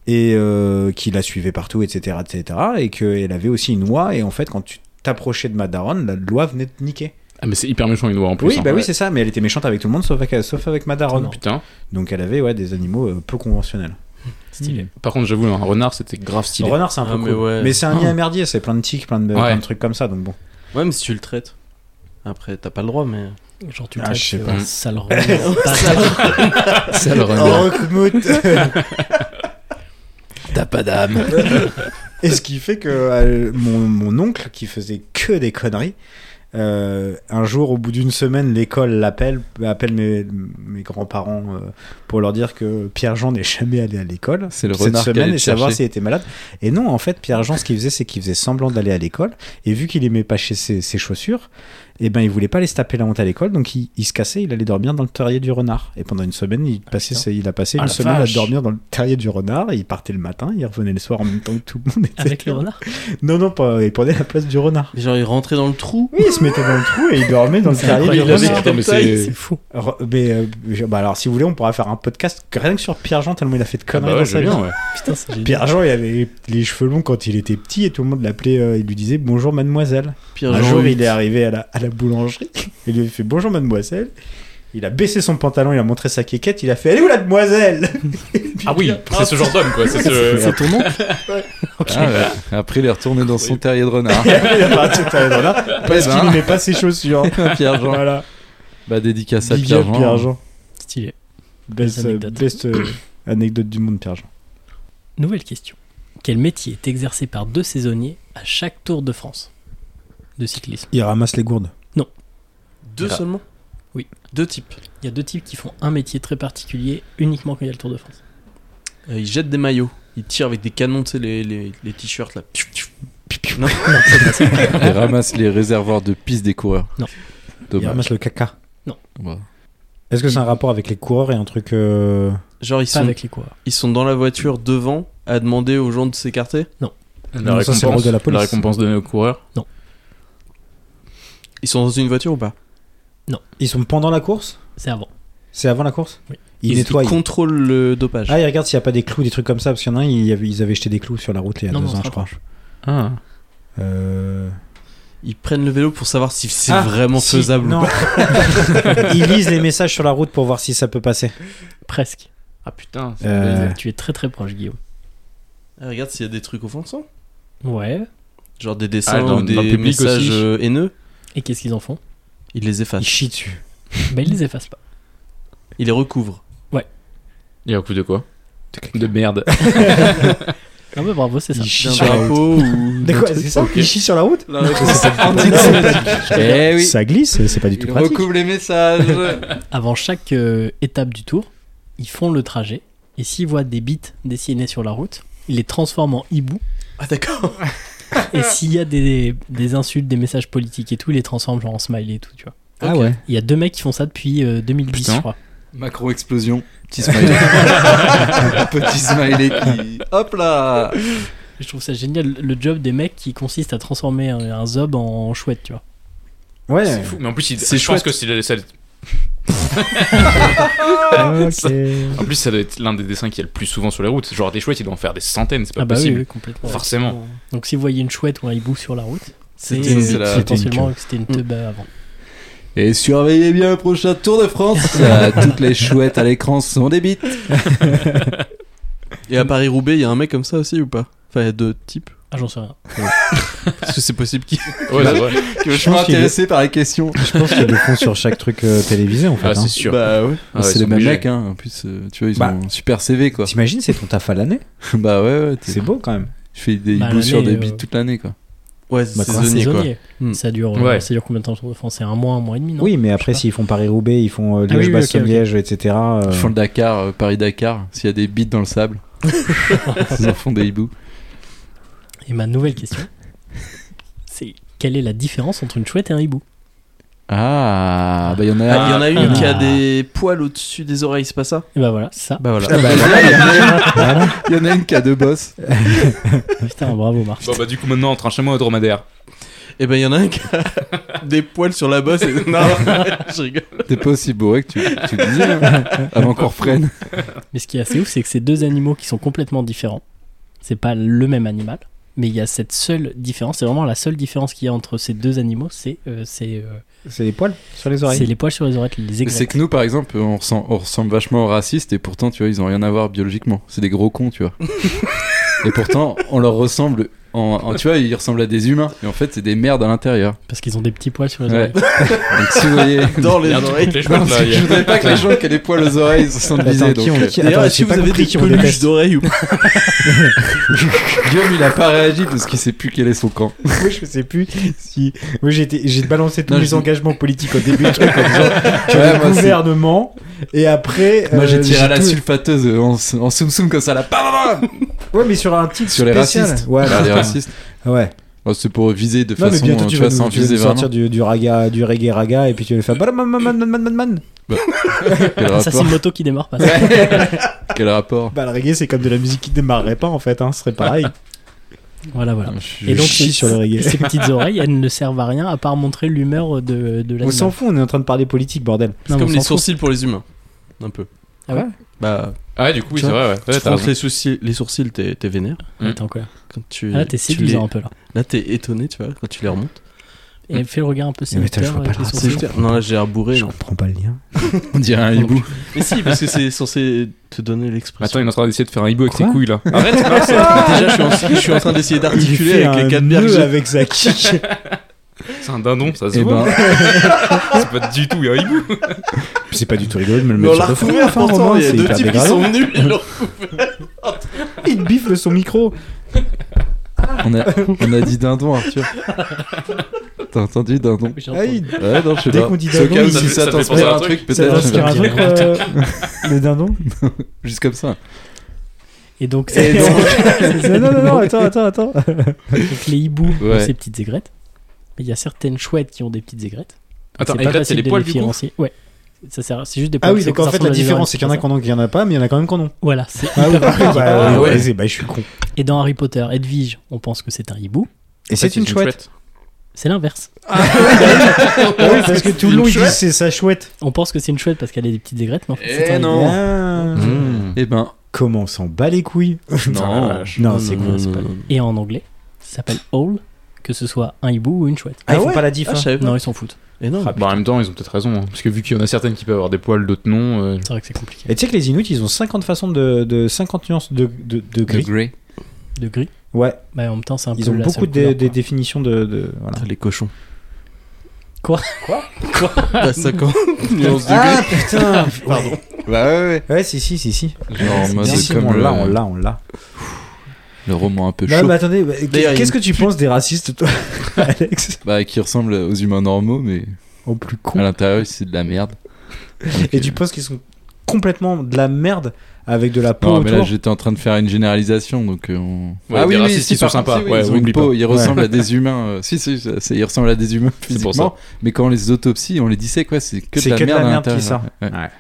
D: et euh, qui la suivait partout, etc., etc., et qu'elle avait aussi une oie. Et en fait, quand tu t'approchais de ma daronne, la l'oie venait te niquer.
C: Ah, mais c'est hyper méchant une oie en plus.
D: Oui,
C: hein.
D: bah oui, c'est ça, mais elle était méchante avec tout le monde, sauf avec, sauf avec ma daronne.
C: Putain.
D: Donc, elle avait, ouais, des animaux euh, peu conventionnels.
A: Stylé.
C: Par contre, j'avoue, un renard c'était grave
D: Le
C: stylé.
D: renard, c'est un peu
J: Ah, mais
D: cool.
J: ouais.
D: Mais c'est un
C: Ah.
D: nid à merdier, c'est plein de tiques, plein de, plein de trucs comme ça, donc bon.
J: Ouais, mais si tu le traites. Après, t'as pas le droit, mais.
A: Genre, tu
D: Ah,
A: traites,
D: je sais
A: euh,
C: pas.
A: sale renard. Pas sale
C: Ah,
B: Sale
C: bah
B: renard.
D: Roquemout
B: T'as pas d'âme.
D: Et ce qui fait que euh, mon, mon oncle, qui faisait que des conneries, euh, un jour, au bout d'une semaine, l'école l'appelle, appelle mes, mes grands-parents euh, pour leur dire que Pierre-Jean n'est jamais allé à l'école
B: C'est le
D: cette
B: renard qui allait
D: semaine et
B: te
D: savoir
B: chercher.
D: s'il était malade. Et non, en fait, Pierre-Jean, ce qu'il faisait, c'est qu'il faisait semblant d'aller à l'école. Et vu qu'il aimait pas chez ses, ses chaussures, eh ben, il voulait pas les se taper la honte à l'école. Donc, il, il se cassait, il allait dormir dans le terrier du renard. Et pendant une semaine, il, passait, ses- il a passé
A: Ah,
D: une
A: la
D: semaine
A: vache.
D: à dormir dans le terrier du renard. Et il partait le matin, il revenait le soir en même temps que tout le monde. etc.
A: Avec le renard.
D: Non, non, pas, il prenait la place du renard.
J: Mais genre, il rentrait dans le trou.
D: Oui, il se mettait dans le trou et il dormait dans le terrier du
A: incroyable.
D: renard.
A: Il avait-
C: Attends, mais c'est.
A: C'est fou.
D: Re- Mais, euh, je- bah alors, si vous voulez, on pourra faire un podcast rien que sur Pierre-Jean, tellement il a fait de
C: Ah
D: conneries
C: bah ouais,
D: dans
C: je
D: sa
C: veux
D: vie.
C: bien, ouais.
A: Putain, c'est génial.
D: Pierre-Jean, il avait les cheveux longs quand il était petit et tout le monde l'appelait, euh, il lui disait bonjour mademoiselle.
J: Pierre
D: Un
J: Jean
D: jour,
J: Huit.
D: il est arrivé à la, à la boulangerie, il lui a fait bonjour mademoiselle. Il a baissé son pantalon, il a montré sa quéquette, il a fait Elle est où la demoiselle
C: Ah oui, c'est ce genre d'homme quoi. C'est ce.
A: C'est ton nom Ok.
B: Ah Après, il est retourné dans son terrier de renard.
D: Et après, il est parti au Palais d'Honneur parce qu'il
B: ben.
D: n'y met pas ses chaussures.
B: Pierre-Jean.
D: Voilà.
B: Bah, dédicace à
D: Big up,
B: Pierre-Jean.
D: Pierre-Jean.
A: Stylé.
D: Best, euh,
A: anecdote.
D: best, euh, anecdote du monde, Pierre-Jean.
A: Nouvelle question. Quel métier est exercé par deux saisonniers à chaque Tour de France de cyclisme
D: Il ramasse les gourdes.
J: Deux seulement
A: Oui.
J: Deux types.
A: Il y a deux types qui font un métier très particulier uniquement quand il y a le Tour de France.
J: Euh, ils jettent des maillots. Ils tirent avec des canons, tu sais, les, les, les t-shirts là. Non,
B: Il ramasse les réservoirs de pisse des coureurs.
A: Non.
D: Il
B: Dommage.
D: ramasse Ah, le caca.
B: Bah,
D: Est-ce que c'est un rapport avec les coureurs et un truc. euh,
J: Genre, ils
A: Pas
J: sont,
A: avec les coureurs.
J: ils sont dans la voiture devant à demander aux gens de s'écarter.
D: Non, ça, c'est le rôle de la police.
C: la récompense donnée aux coureurs.
J: Ils sont dans une voiture ou pas
D: Ils sont pendant la course
A: C'est avant.
D: C'est avant la course
A: Oui.
D: Ils, nettoient. ils-
J: contrôlent le dopage.
D: Ah, ils regardent s'il n'y a pas des clous, des trucs comme ça, parce qu'il y en a un, il y avait- ils avaient jeté des clous sur la route il y a
A: Non,
D: deux
A: non,
D: ans,
A: ça
D: je crois.
C: Ah.
D: Euh...
J: Ils prennent le vélo pour savoir si c'est
D: Ah,
J: vraiment
D: si,
J: faisable
D: non.
J: ou pas.
D: ils lisent les messages sur la route pour voir si ça peut passer.
A: Presque.
C: Ah putain. c'est
D: Euh,
C: pas
A: Tu es très très proche, Guillaume.
J: Ah, regarde s'il y a des trucs offensants.
A: Ouais.
J: Genre des dessins
C: Ah, dans-
J: ou des
C: dans le public
J: messages
C: aussi.
J: euh, haineux.
A: Et qu'est-ce qu'ils en font
J: Ils les
D: Ils
J: effacent.
D: chient dessus.
A: Bah, il les efface pas.
J: Il les recouvre.
C: Il y a un coup de quoi De merde.
A: Ah bah bravo, c'est ça.
J: Il chie
A: Bien
J: sur
A: joué.
J: la peau ou.
D: Mais quoi, c'est ça Il chie sur la route Ah,
B: Eh oui.
D: Ça glisse, c'est pas du tout
B: Il
D: pratique.
B: recouvre les messages.
A: Avant chaque euh, étape du tour, ils font le trajet. Et s'ils voient des bites dessinées sur la route, ils les transforment en hibou.
J: Ah d'accord.
A: Et s'il y a des, des insultes, des messages politiques et tout, ils les transforment genre en smiley et tout, tu vois.
D: Ah
J: Ok.
D: ouais.
A: Il y a deux mecs qui font ça depuis euh, 2010,
C: Putain.
A: je crois.
B: Macro explosion. Petit smiley. Petit smiley qui. Hop là
A: Je trouve ça génial, le job des mecs qui consiste à transformer un, un zob en chouette, tu vois.
D: Ouais.
C: C'est fou. Mais en plus, il-
J: C'est
C: je pense
J: chouette.
C: que c'est ça- en plus, ça doit être l'un des dessins qu'il y a le plus souvent sur les routes. Genre des chouettes, il doit en faire des centaines, c'est pas
A: ah bah oui,
C: possible.
A: oui, complètement.
C: Forcément.
A: Donc si vous voyez une chouette ou un hibou sur la route, c'est
B: C'était- c'est la-
A: potentiellement que c'était une teub avant.
B: Et surveillez bien le prochain Tour de France. Euh, toutes les chouettes à l'écran sont des bites.
C: Mm.
J: Et à Paris-Roubaix, il y a un mec comme ça aussi ou pas Enfin, il y a deux types.
A: Ah j'en sais rien.
J: Parce que c'est possible qu'il.
C: Ouais, c'est vrai.
B: Je suis
D: pense qu'il est-
B: intéressé par les questions.
D: Je pense qu'ils le font sur chaque truc euh, télévisé en fait.
C: Ah,
D: hein.
C: c'est sûr.
B: Bah ouais.
C: Ah ouais,
B: c'est les
C: ils sont
B: mêmes
C: obligés.
B: mecs, hein. En plus, euh, tu vois, ils
D: Bah.
B: ont un super CV, quoi.
D: T'imagines, c'est ton taf à l'année
B: bah ouais, ouais. t'es-
D: C'est beau quand même.
B: Je fais des
A: Bah,
B: hiboux sur
A: l'année,
B: des
A: euh,
B: bites toute l'année, quoi.
J: Ouais,
D: Bah, quoi,
J: saisonnier quoi. Hmm.
A: Ça dure, euh,
C: Ouais.
A: ça dure combien de temps le Tour de France C'est un mois, un mois et demi, non
D: oui, mais
A: Je
D: après,
A: sais
D: s'ils font Paris-Roubaix, ils font euh,
A: Ah oui, oui,
D: Liège-Bastogne-Liège, etc. euh,
B: Ils font le Dakar, euh, Paris-Dakar. S'il y a des bites dans le sable, ils en font des hiboux.
A: pas. Et ma nouvelle question, c'est quelle est la différence entre une chouette et un hibou
B: Ah, bah il y en a.
J: Ah, Il y en a une
A: Ah.
J: qui a des poils au-dessus des oreilles, c'est pas ça
A: Et bah voilà, c'est ça.
J: Bah voilà.
D: Ah bah, voilà.
B: Il y en a une qui a deux bosses.
A: Putain, bravo Marc.
C: Bon, bah, du coup, maintenant, entre un chameau et un dromadaire.
J: Et ben il y en a un qui a des poils sur la bosse. Et... Non, je rigole.
B: T'es pas aussi bourré que tu, tu le disais hein, avant qu'on reprenne.
A: Mais ce qui est assez ouf, c'est que ces deux animaux qui sont complètement différents, c'est pas le même animal, mais il y a cette seule différence, c'est vraiment la seule différence qu'il y a entre ces deux animaux, c'est euh, c'est, euh,
D: C'est les poils sur les
A: c'est
D: oreilles.
A: les poils sur les oreilles, les
B: Mais C'est
A: exacts.
B: que nous, par exemple, on ressemble, on ressemble vachement aux racistes et pourtant, tu vois, ils ont rien à voir biologiquement. C'est des gros cons, tu vois. et pourtant, on leur ressemble. En, en- tu vois, ils ressemblent à des humains. Et en fait, c'est des merdes à l'intérieur.
A: Parce qu'ils ont des petits poils sur les
B: Ouais.
A: oreilles.
B: Donc, si vous voyez.
J: Dans les
C: Il y a un truc
J: oreilles.
C: avec les
B: Non,
C: chouettes,
B: parce
C: là.
B: que
C: il y
B: je
C: a-
B: voudrais pas que les gens qui ont des poils aux oreilles se sentent visés.
D: Attends, qui
B: donc,
D: on-
B: euh,
D: qui-
J: D'ailleurs,
D: attends,
J: est-ce
D: j'ai
J: que vous
D: pas
J: avez
D: compris
J: des
D: qui on
J: peluches
D: déteste.
J: d'oreilles ou
B: Guillaume, il a pas réagi parce qu'il sait plus quel est son camp.
D: Moi, je sais plus si. Moi, j'étais- j'ai balancé tous
B: Non,
D: mes
B: je-
D: engagements politiques au début du truc en disant tu
B: Ouais,
D: as le
B: moi aussi.
D: gouvernement et après.
B: Moi,
D: euh,
B: j'ai tiré à la
D: tout-
B: sulfateuse en, en soum-soum comme ça, là. Bah, Pam, pam, pam
D: Ouais, mais sur un titre
B: Sur les
D: spécial.
B: racistes.
D: Ouais,
B: Sur les
D: putain.
B: racistes.
D: Ouais.
B: Oh, c'est pour viser de
D: Non, mais
B: façon,
D: bientôt,
B: euh, tu
D: tu vas
B: vois,
D: nous,
B: sans
D: tu vas
B: viser
D: nous sortir
B: vraiment.
D: du, Ah, du raga, du reggae raga et puis tu vas faire. Balamamanmanmanman.
B: Quel
A: Ah, ça, c'est
B: rapport
A: une moto qui démarre pas.
B: Quel rapport
D: Bah, le reggae, c'est comme de la musique qui démarrerait pas en fait, hein, ce serait pareil.
A: Voilà, voilà.
B: Je suis-
A: Et donc,
D: chie
A: ces-
D: sur le reggae.
A: ces petites oreilles, elles ne servent à rien à part montrer l'humeur de, de
D: On
A: l'animal.
D: s'en fout, on est en train de parler politique, bordel.
A: Non,
J: C'est
A: mais on
J: comme les
A: s'en fout.
J: sourcils pour les humains. Un peu.
A: Ah ouais
J: Bah,
C: Ah, ouais, du coup, oui, c'est vrai, ouais.
J: tu
C: Ouais, t'as
J: fronces
C: raison.
J: les, sourcils, les sourcils, t'es t'es vénère.
A: Attends, quoi.
J: Quand tu,
A: Ah, là, t'es
J: tu
A: séduisant un
J: les-
A: peu là.
J: Là, t'es étonné, tu vois, quand tu les remontes.
A: Et fais le regard un peu
D: Mais attends, je
A: séducteur.
D: vois pas
A: avec
D: le
A: les
D: rapport.
A: sourcils.
J: Non, là, j'ai un bourré.
D: Je
J: là.
D: comprends pas le lien.
B: On dirait un hibou.
J: Mais si, parce que c'est censé te donner
C: Attends,
J: l'expression.
C: il est en train d'essayer de faire un hibou avec ses
D: Quoi
C: couilles, là. Arrête
J: Bah, Déjà, je suis, en, je suis en train d'essayer
D: Il fait
J: d'articuler avec
D: un
J: les quatre bières que
D: nœud
J: j'ai.
D: avec sa kick.
C: C'est un dindon, ça se
B: Eh
C: voit.
B: ben,
C: C'est pas du tout un hibou.
D: c'est pas du tout rigolo de me le
J: Mais on
D: mettre
J: l'a
D: sur le front.
J: recouvert
D: enfin, Romain,
J: pourtant, il y a
D: c'est
J: deux
D: hyper
J: types qui
D: dégradant.
J: sont venus. ils l'ont-
D: Il biffe son micro.
B: on a, on a dit dindon, Arthur. T'as entendu dindon
A: J'ai
D: Ah,
A: entendu.
D: il-
B: Ouais, non, je sais
D: Dès
B: pas.
D: qu'on dit
B: C'est au
D: dindon,
B: cas où
D: ça
B: si
C: fait-
B: ça
C: ça fait penser
B: t'inspire
C: à
B: un
C: un
B: truc,
C: truc.
D: Ça
B: peut-être. je sais
D: t'inspire
B: pas.
D: un truc, euh, le dindon
B: Juste comme ça.
A: Et donc,
D: Et
A: c'est
D: donc- Non, non, non, attends, attends, attends.
A: Donc, les hiboux ont
B: Ouais.
A: ces petites aigrettes. Mais il y a certaines chouettes qui ont des petites aigrettes.
C: Attends,
A: pas
C: aigrette, c'est
A: facile
C: les
A: de
C: poils, du coup
A: différencier. Ouais. Ça sert- c'est juste des poils.
D: Ah oui,
A: C'est-
D: donc en
A: ça
D: fait,
A: ressemble
D: la
A: à des
D: différence,
A: oreilles,
D: c'est qu'il y en a qui en ont, qu'il y en a pas, mais il y en a quand même qu'on en ont.
A: Voilà, c'est
D: Ah oui,
A: hyper pratique.
D: bah,
J: ouais.
D: vas-y, bah, je suis con.
A: Et dans Harry Potter, Edwige, on pense que c'est un hibou.
D: Et c'est une chouette.
A: C'est l'inverse.
D: Ah oui, parce que tout le long, il dit c'est sa chouette.
A: On pense que c'est une chouette parce qu'elle a des petites aigrettes, mais en fait, c'est un
B: Eh
A: hibou.
B: non
D: Ah.
B: Eh ben,
D: Comment on s'en bat les couilles
B: non.
D: Non, c'est
J: Non,
D: cool.
J: non,
D: c'est pas- Ah
J: non.
A: Et en anglais, ça s'appille owl, que ce soit un hibou ou une chouette.
D: Ah, ils font
J: ouais
D: pas la diff.
J: Ah,
D: hein.
J: je savais pas.
A: Non, ils s'en foutent.
J: Et non.
C: Bah, en même temps, ils ont peut-être raison. hein. Parce que vu qu'il y en a certaines qui peuvent avoir des poils, d'autres non. euh,
A: C'est vrai que c'est compliqué.
D: Et tu sais que les Inuits, ils ont 50 façons de. de 50 nuances de, de, de gris.
B: Grey.
A: De gris,
D: Ouais,
A: bah, en même temps, c'est un
D: ils
A: peu
D: ont
A: la
D: beaucoup
A: seule
D: de,
A: couleur,
D: des
A: quoi.
D: définitions de. de- voilà.
J: Les cochons.
A: Quoi
D: Quoi
A: Quoi
J: Bah, ça compte. Nuance de
D: Ah
J: gris.
D: putain
J: Pardon.
B: Bah ouais, ouais.
D: Ouais, si, si, si, si.
B: Genre en
D: Si,
B: mode
D: si,
B: comme
D: on
B: le,
D: l'a, on l'a, on l'a.
B: le roman un peu
D: Non,
B: chaud,
D: mais attendez, bah,
J: D'ailleurs, il y a
D: qu'est-ce que
J: une
D: tu penses des racistes, toi, Alex
B: bah, qui ressemble aux humains normaux, mais
D: Au plus
B: à
D: con.
B: l'intérieur, c'est de la merde.
D: Et tu penses qu'ils sont complètement de la merde avec de la peau
B: Non, mais là,
D: autour Ah
B: j'étais en train de faire une généralisation, donc euh, on...
C: Ouais, des racistes
B: si,
C: qui sont
B: par contre,
C: sympas,
B: si, oui,
C: ouais,
B: ils ont une
C: oublie
B: peau,
C: pas.
B: ils ressemblent à des humains. euh, si, si, ça- c'est- ils ressemblent à des humains
C: C'est pour
B: physiquement, mais quand on les autopsie, on les dissèque, ouais, c'est que de
D: C'est
B: la
D: que de
B: merde
D: la
B: à
D: merde qui
B: l'intérieur.
D: sort.
B: Ouais.
D: Ouais.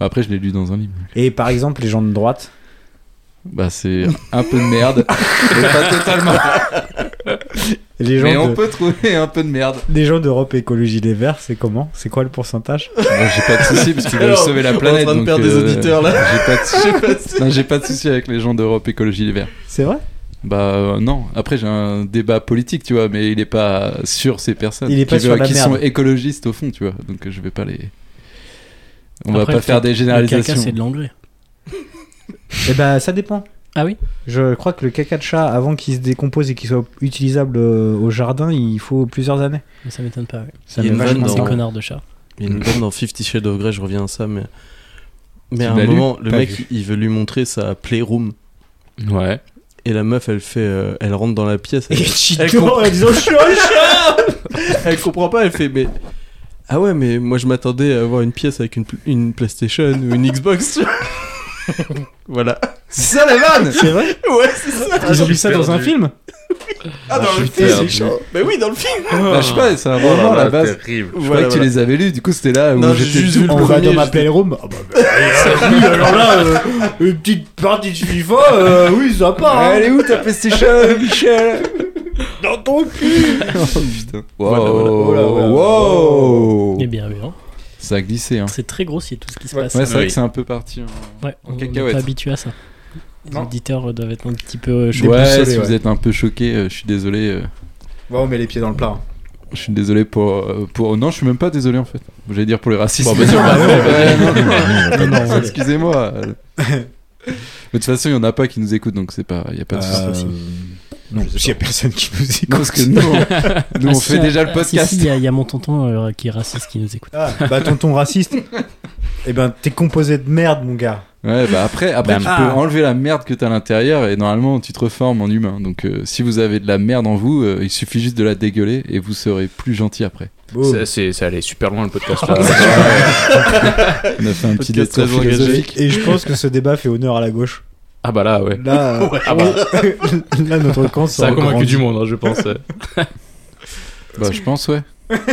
B: Bah, après, je l'ai lu dans un livre.
D: Et par exemple, les gens de droite.
B: Bah, c'est un peu de merde, mais pas totalement.
D: Les
B: Mais
D: gens,
B: on
D: de...
B: peut trouver un peu de merde.
D: les gens d'Europe Écologie Les Verts, c'est comment C'est quoi le pourcentage
B: Moi, j'ai pas de soucis parce qu'ils veulent
J: Alors,
B: sauver la
J: on est en
B: planète.
J: train de
B: donc, euh,
J: perdre des auditeurs, là.
B: J'ai pas de, j'ai pas de- non, j'ai pas de soucis avec les gens d'Europe Écologie Les Verts.
D: C'est vrai
B: Bah euh, non. Après j'ai un débat politique, tu vois, mais il est pas sur ces personnes.
D: Il est pas
B: qui,
D: sur la
B: qui
D: merde.
B: sont écologistes au fond, tu vois. Donc euh, je vais pas les. On
A: Après,
B: va
A: le
B: pas faire
A: fait-
B: des
A: Le caca,
B: généralisations.
A: c'est de l'engrais.
D: Eh ben, ça dépend.
A: Ah oui
D: Je crois que le caca de chat, avant qu'il se décompose et qu'il soit utilisable euh, au jardin, il faut plusieurs années.
A: Mais ça m'étonne pas. ouais.
D: Ça
J: Il y a
D: met
J: une vanne
D: vachement
A: Ces
J: dans-
D: de temps.
A: connards de chat.
J: Il y a une vanne dans Fifty Shades of Grey, je reviens à ça, mais. Mais à
B: l'as
J: un
B: lu
J: moment, le
B: Pas
J: mec,
B: vu.
J: il veut lui montrer sa playroom.
C: Ouais.
J: Et la meuf, elle fait. euh, elle rentre dans la pièce. Elle,
D: Elle comprend- elle dit, Oh, je suis un chat
J: elle comprend pas, elle fait, mais. Ah ouais, mais moi, je m'attendais à avoir une pièce avec une, pl- une PlayStation ou une Xbox. tu vois. voilà.
B: C'est ça la vanne
D: C'est vrai
J: Ouais, c'est ça.
D: Ils ont mis ça dans un film
J: Ah, dans le film.
B: perdu.
J: c'est chiant. Bah oui, dans le film.
B: Bah, je sais pas, c'est un
D: Oh
B: roman à la base.
C: Terrible.
B: Je
J: Voilà,
B: croyais que tu
J: voilà.
B: les avais lus, du coup c'était là où
J: Non, j'ai
B: j'étais
J: juste
B: tout
J: vu le
D: On va
J: premier,
D: dans ma
J: j'étais-
D: playroom Ah bah, bah, euh, oui, alors là, euh, une petite partie de FIFA, euh, oui, sympa hein.
B: Eh, Elle est où ta PlayStation, Oh. Michel
D: Dans ton cul
B: Oh putain. Wow,
J: Voilà, voilà.
D: Voilà, voilà.
B: wow.
A: Mais bien, oui, hein.
B: Ça a glissé, hein.
A: C'est très grossier tout ce qui se passe.
B: Ouais, c'est vrai
C: Oui.
B: que c'est un peu parti. hein.
A: Ouais, on n'est
B: cacahuète.
A: pas habitué à ça. Les
D: Non.
A: auditeurs euh, doivent être un petit peu euh, choqués.
B: Ouais,
D: déboussolé,
B: si vous
D: ouais.
B: êtes un peu choqué, euh, je suis désolé. euh,
D: Bon, on met les pieds dans le plat. hein.
B: je suis désolé pour, euh, pour. Non, je suis même pas désolé en fait. J'allais dire pour les racistes.
C: Bon, bah, sûr, bah,
B: Ouais, ouais, non,
D: Non, non,
B: non, Excusez-moi. Mais de toute façon, il y en a pas qui nous écoutent, donc c'est pas, il y a pas de souci.
D: Euh, non, s'il y a personne qui nous écoute.
B: Parce que nous, on-
A: Ah,
B: nous, on
A: si,
B: fait
A: ah,
B: déjà le
A: ah, si,
B: podcast.
A: si, Il y, a- il y a mon tonton euh, qui est raciste qui nous écoute.
D: Ah, bah tonton raciste. eh ben, t'es composé de merde, mon gars.
B: Ouais, bah après, après
D: Bam.
B: tu
D: Ah.
B: peux enlever la merde que t'as à l'intérieur et normalement tu te reformes en humain. Donc euh, si vous avez de la merde en vous, euh, il suffit juste de la dégueuler et vous serez plus gentil après.
D: Bon.
C: Ça, c'est- ça allait super loin le podcast.
B: On a fait un petit
J: Podcast
B: détour
J: très engagé.
B: philosophique.
D: Et je pense que ce débat fait honneur à la gauche.
C: ah bah là, ouais.
D: Là, euh,
C: Ah bah,
D: là notre camp
C: ça a
D: sort
C: convaincu
D: grandi.
C: du monde, hein, je pense.
B: Bah je pense ouais. De toute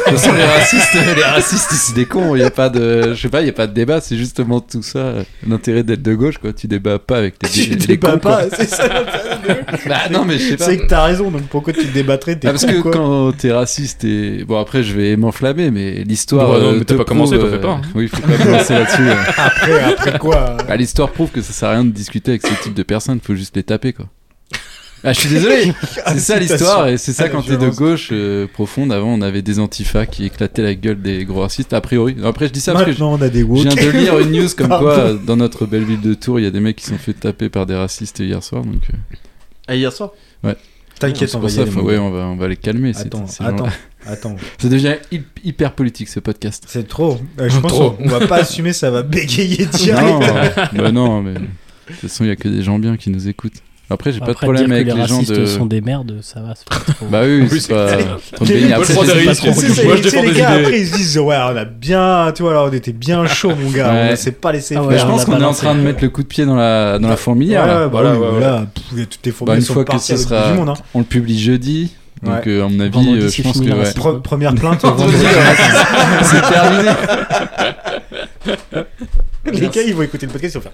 B: façon les racistes, euh, les racistes c'est des cons. Il y a pas de, je sais pas, il y a pas de débat. C'est justement tout ça euh, l'intérêt d'être de gauche quoi. Tu débats pas avec tes
D: Tu
B: les
D: débats
B: cons, quoi.
D: pas, c'est ça l'intérêt de-
B: Bah non mais je sais pas.
D: C'est que t'as raison, donc pourquoi tu te débattrais t'es
B: Ah, parce
D: con,
B: que
D: quoi.
B: quand t'es raciste et bon après je vais m'enflammer mais l'histoire
C: Bon, non,
B: euh,
C: mais t'as
B: te
C: pas commencé,
B: prouve,
C: t'en fais pas, hein.
B: euh, oui faut pas commencer là-dessus euh.
D: Après, après quoi euh,
B: Bah, l'histoire prouve que ça sert à rien de discuter avec ce type de personnes, faut juste les taper quoi. Ah, je suis désolé, c'est ça l'histoire et c'est
D: Ah,
B: ça
D: la
B: quand t'es de
D: violence.
B: gauche euh, profonde. Avant, on avait des antifas qui éclataient la gueule des gros racistes, a priori. Après, je dis ça parce que je
D: Maintenant, on a des
B: je
D: woke.
B: viens de lire une news comme
D: Pardon.
B: quoi euh, dans notre belle ville de Tours, il y a des mecs qui se sont fait taper par des racistes hier soir. Donc, euh,
J: Ah, hier soir
D: T'inquiète,
B: c'est
D: on va
B: pour
D: y
B: ça,
D: aller,
B: faut-
D: mon
B: ouais,
D: gars.
B: on va on va les calmer. c'est-
D: Attends,
B: ces gens-là.
D: attends, attends.
B: Ça devient hy- hyper politique ce podcast.
D: C'est trop. Euh, je pense
C: Trop.
D: qu'on va pas assumer, ça va bégayer
B: Non,
D: direct.
B: bah non, mais de toute façon, il y a que des gens bien qui nous écoutent. Après, j'ai pas de
A: Après, dire
B: problème
A: que
B: avec les gens
A: racistes
B: de.
A: sont des merdes, ça va. c'est pas trop-
B: Bah oui,
C: Oui,
B: c'est
C: c'est
B: pas.
C: clair.
B: trop de baignade.
C: Moi, je
B: C'est-
C: prends des
B: c'est pas
C: risques,
B: trop
C: c'est
B: compliqué.
C: ça. Moi, je
D: Tu sais,
C: défends
D: les
C: des
D: gars,
C: idées.
D: après, ils se disent, ouais, on a bien, tu vois, là, on était bien chaud, mon gars,
B: Ouais.
D: on s'est pas laissé
A: Ah
D: faire.
B: Bah, je
A: Ouais, on
B: pense
A: a
B: qu'on est en
A: balancé.
B: train de mettre le coup de pied dans la, dans la fourmilière.
D: Ouais,
B: là.
D: ouais, bah
C: Voilà,
D: oui,
C: ouais,
D: là, pff, toutes les
B: Bah,
D: fourmis
B: une
D: sont
B: fois que
D: parties
B: ce
D: à l'autre bout
B: sera.
D: du monde, hein.
B: On le publie jeudi. Donc, euh, à mon avis,
A: Vendredi,
B: euh,
A: c'est
B: je pense
A: fini
B: que.
A: la
B: ouais.
A: raciste.
D: Pre- première plainte,
B: Vendredi, ouais, c'est terminé.
D: les gars ils vont écouter le podcast, ils vont faire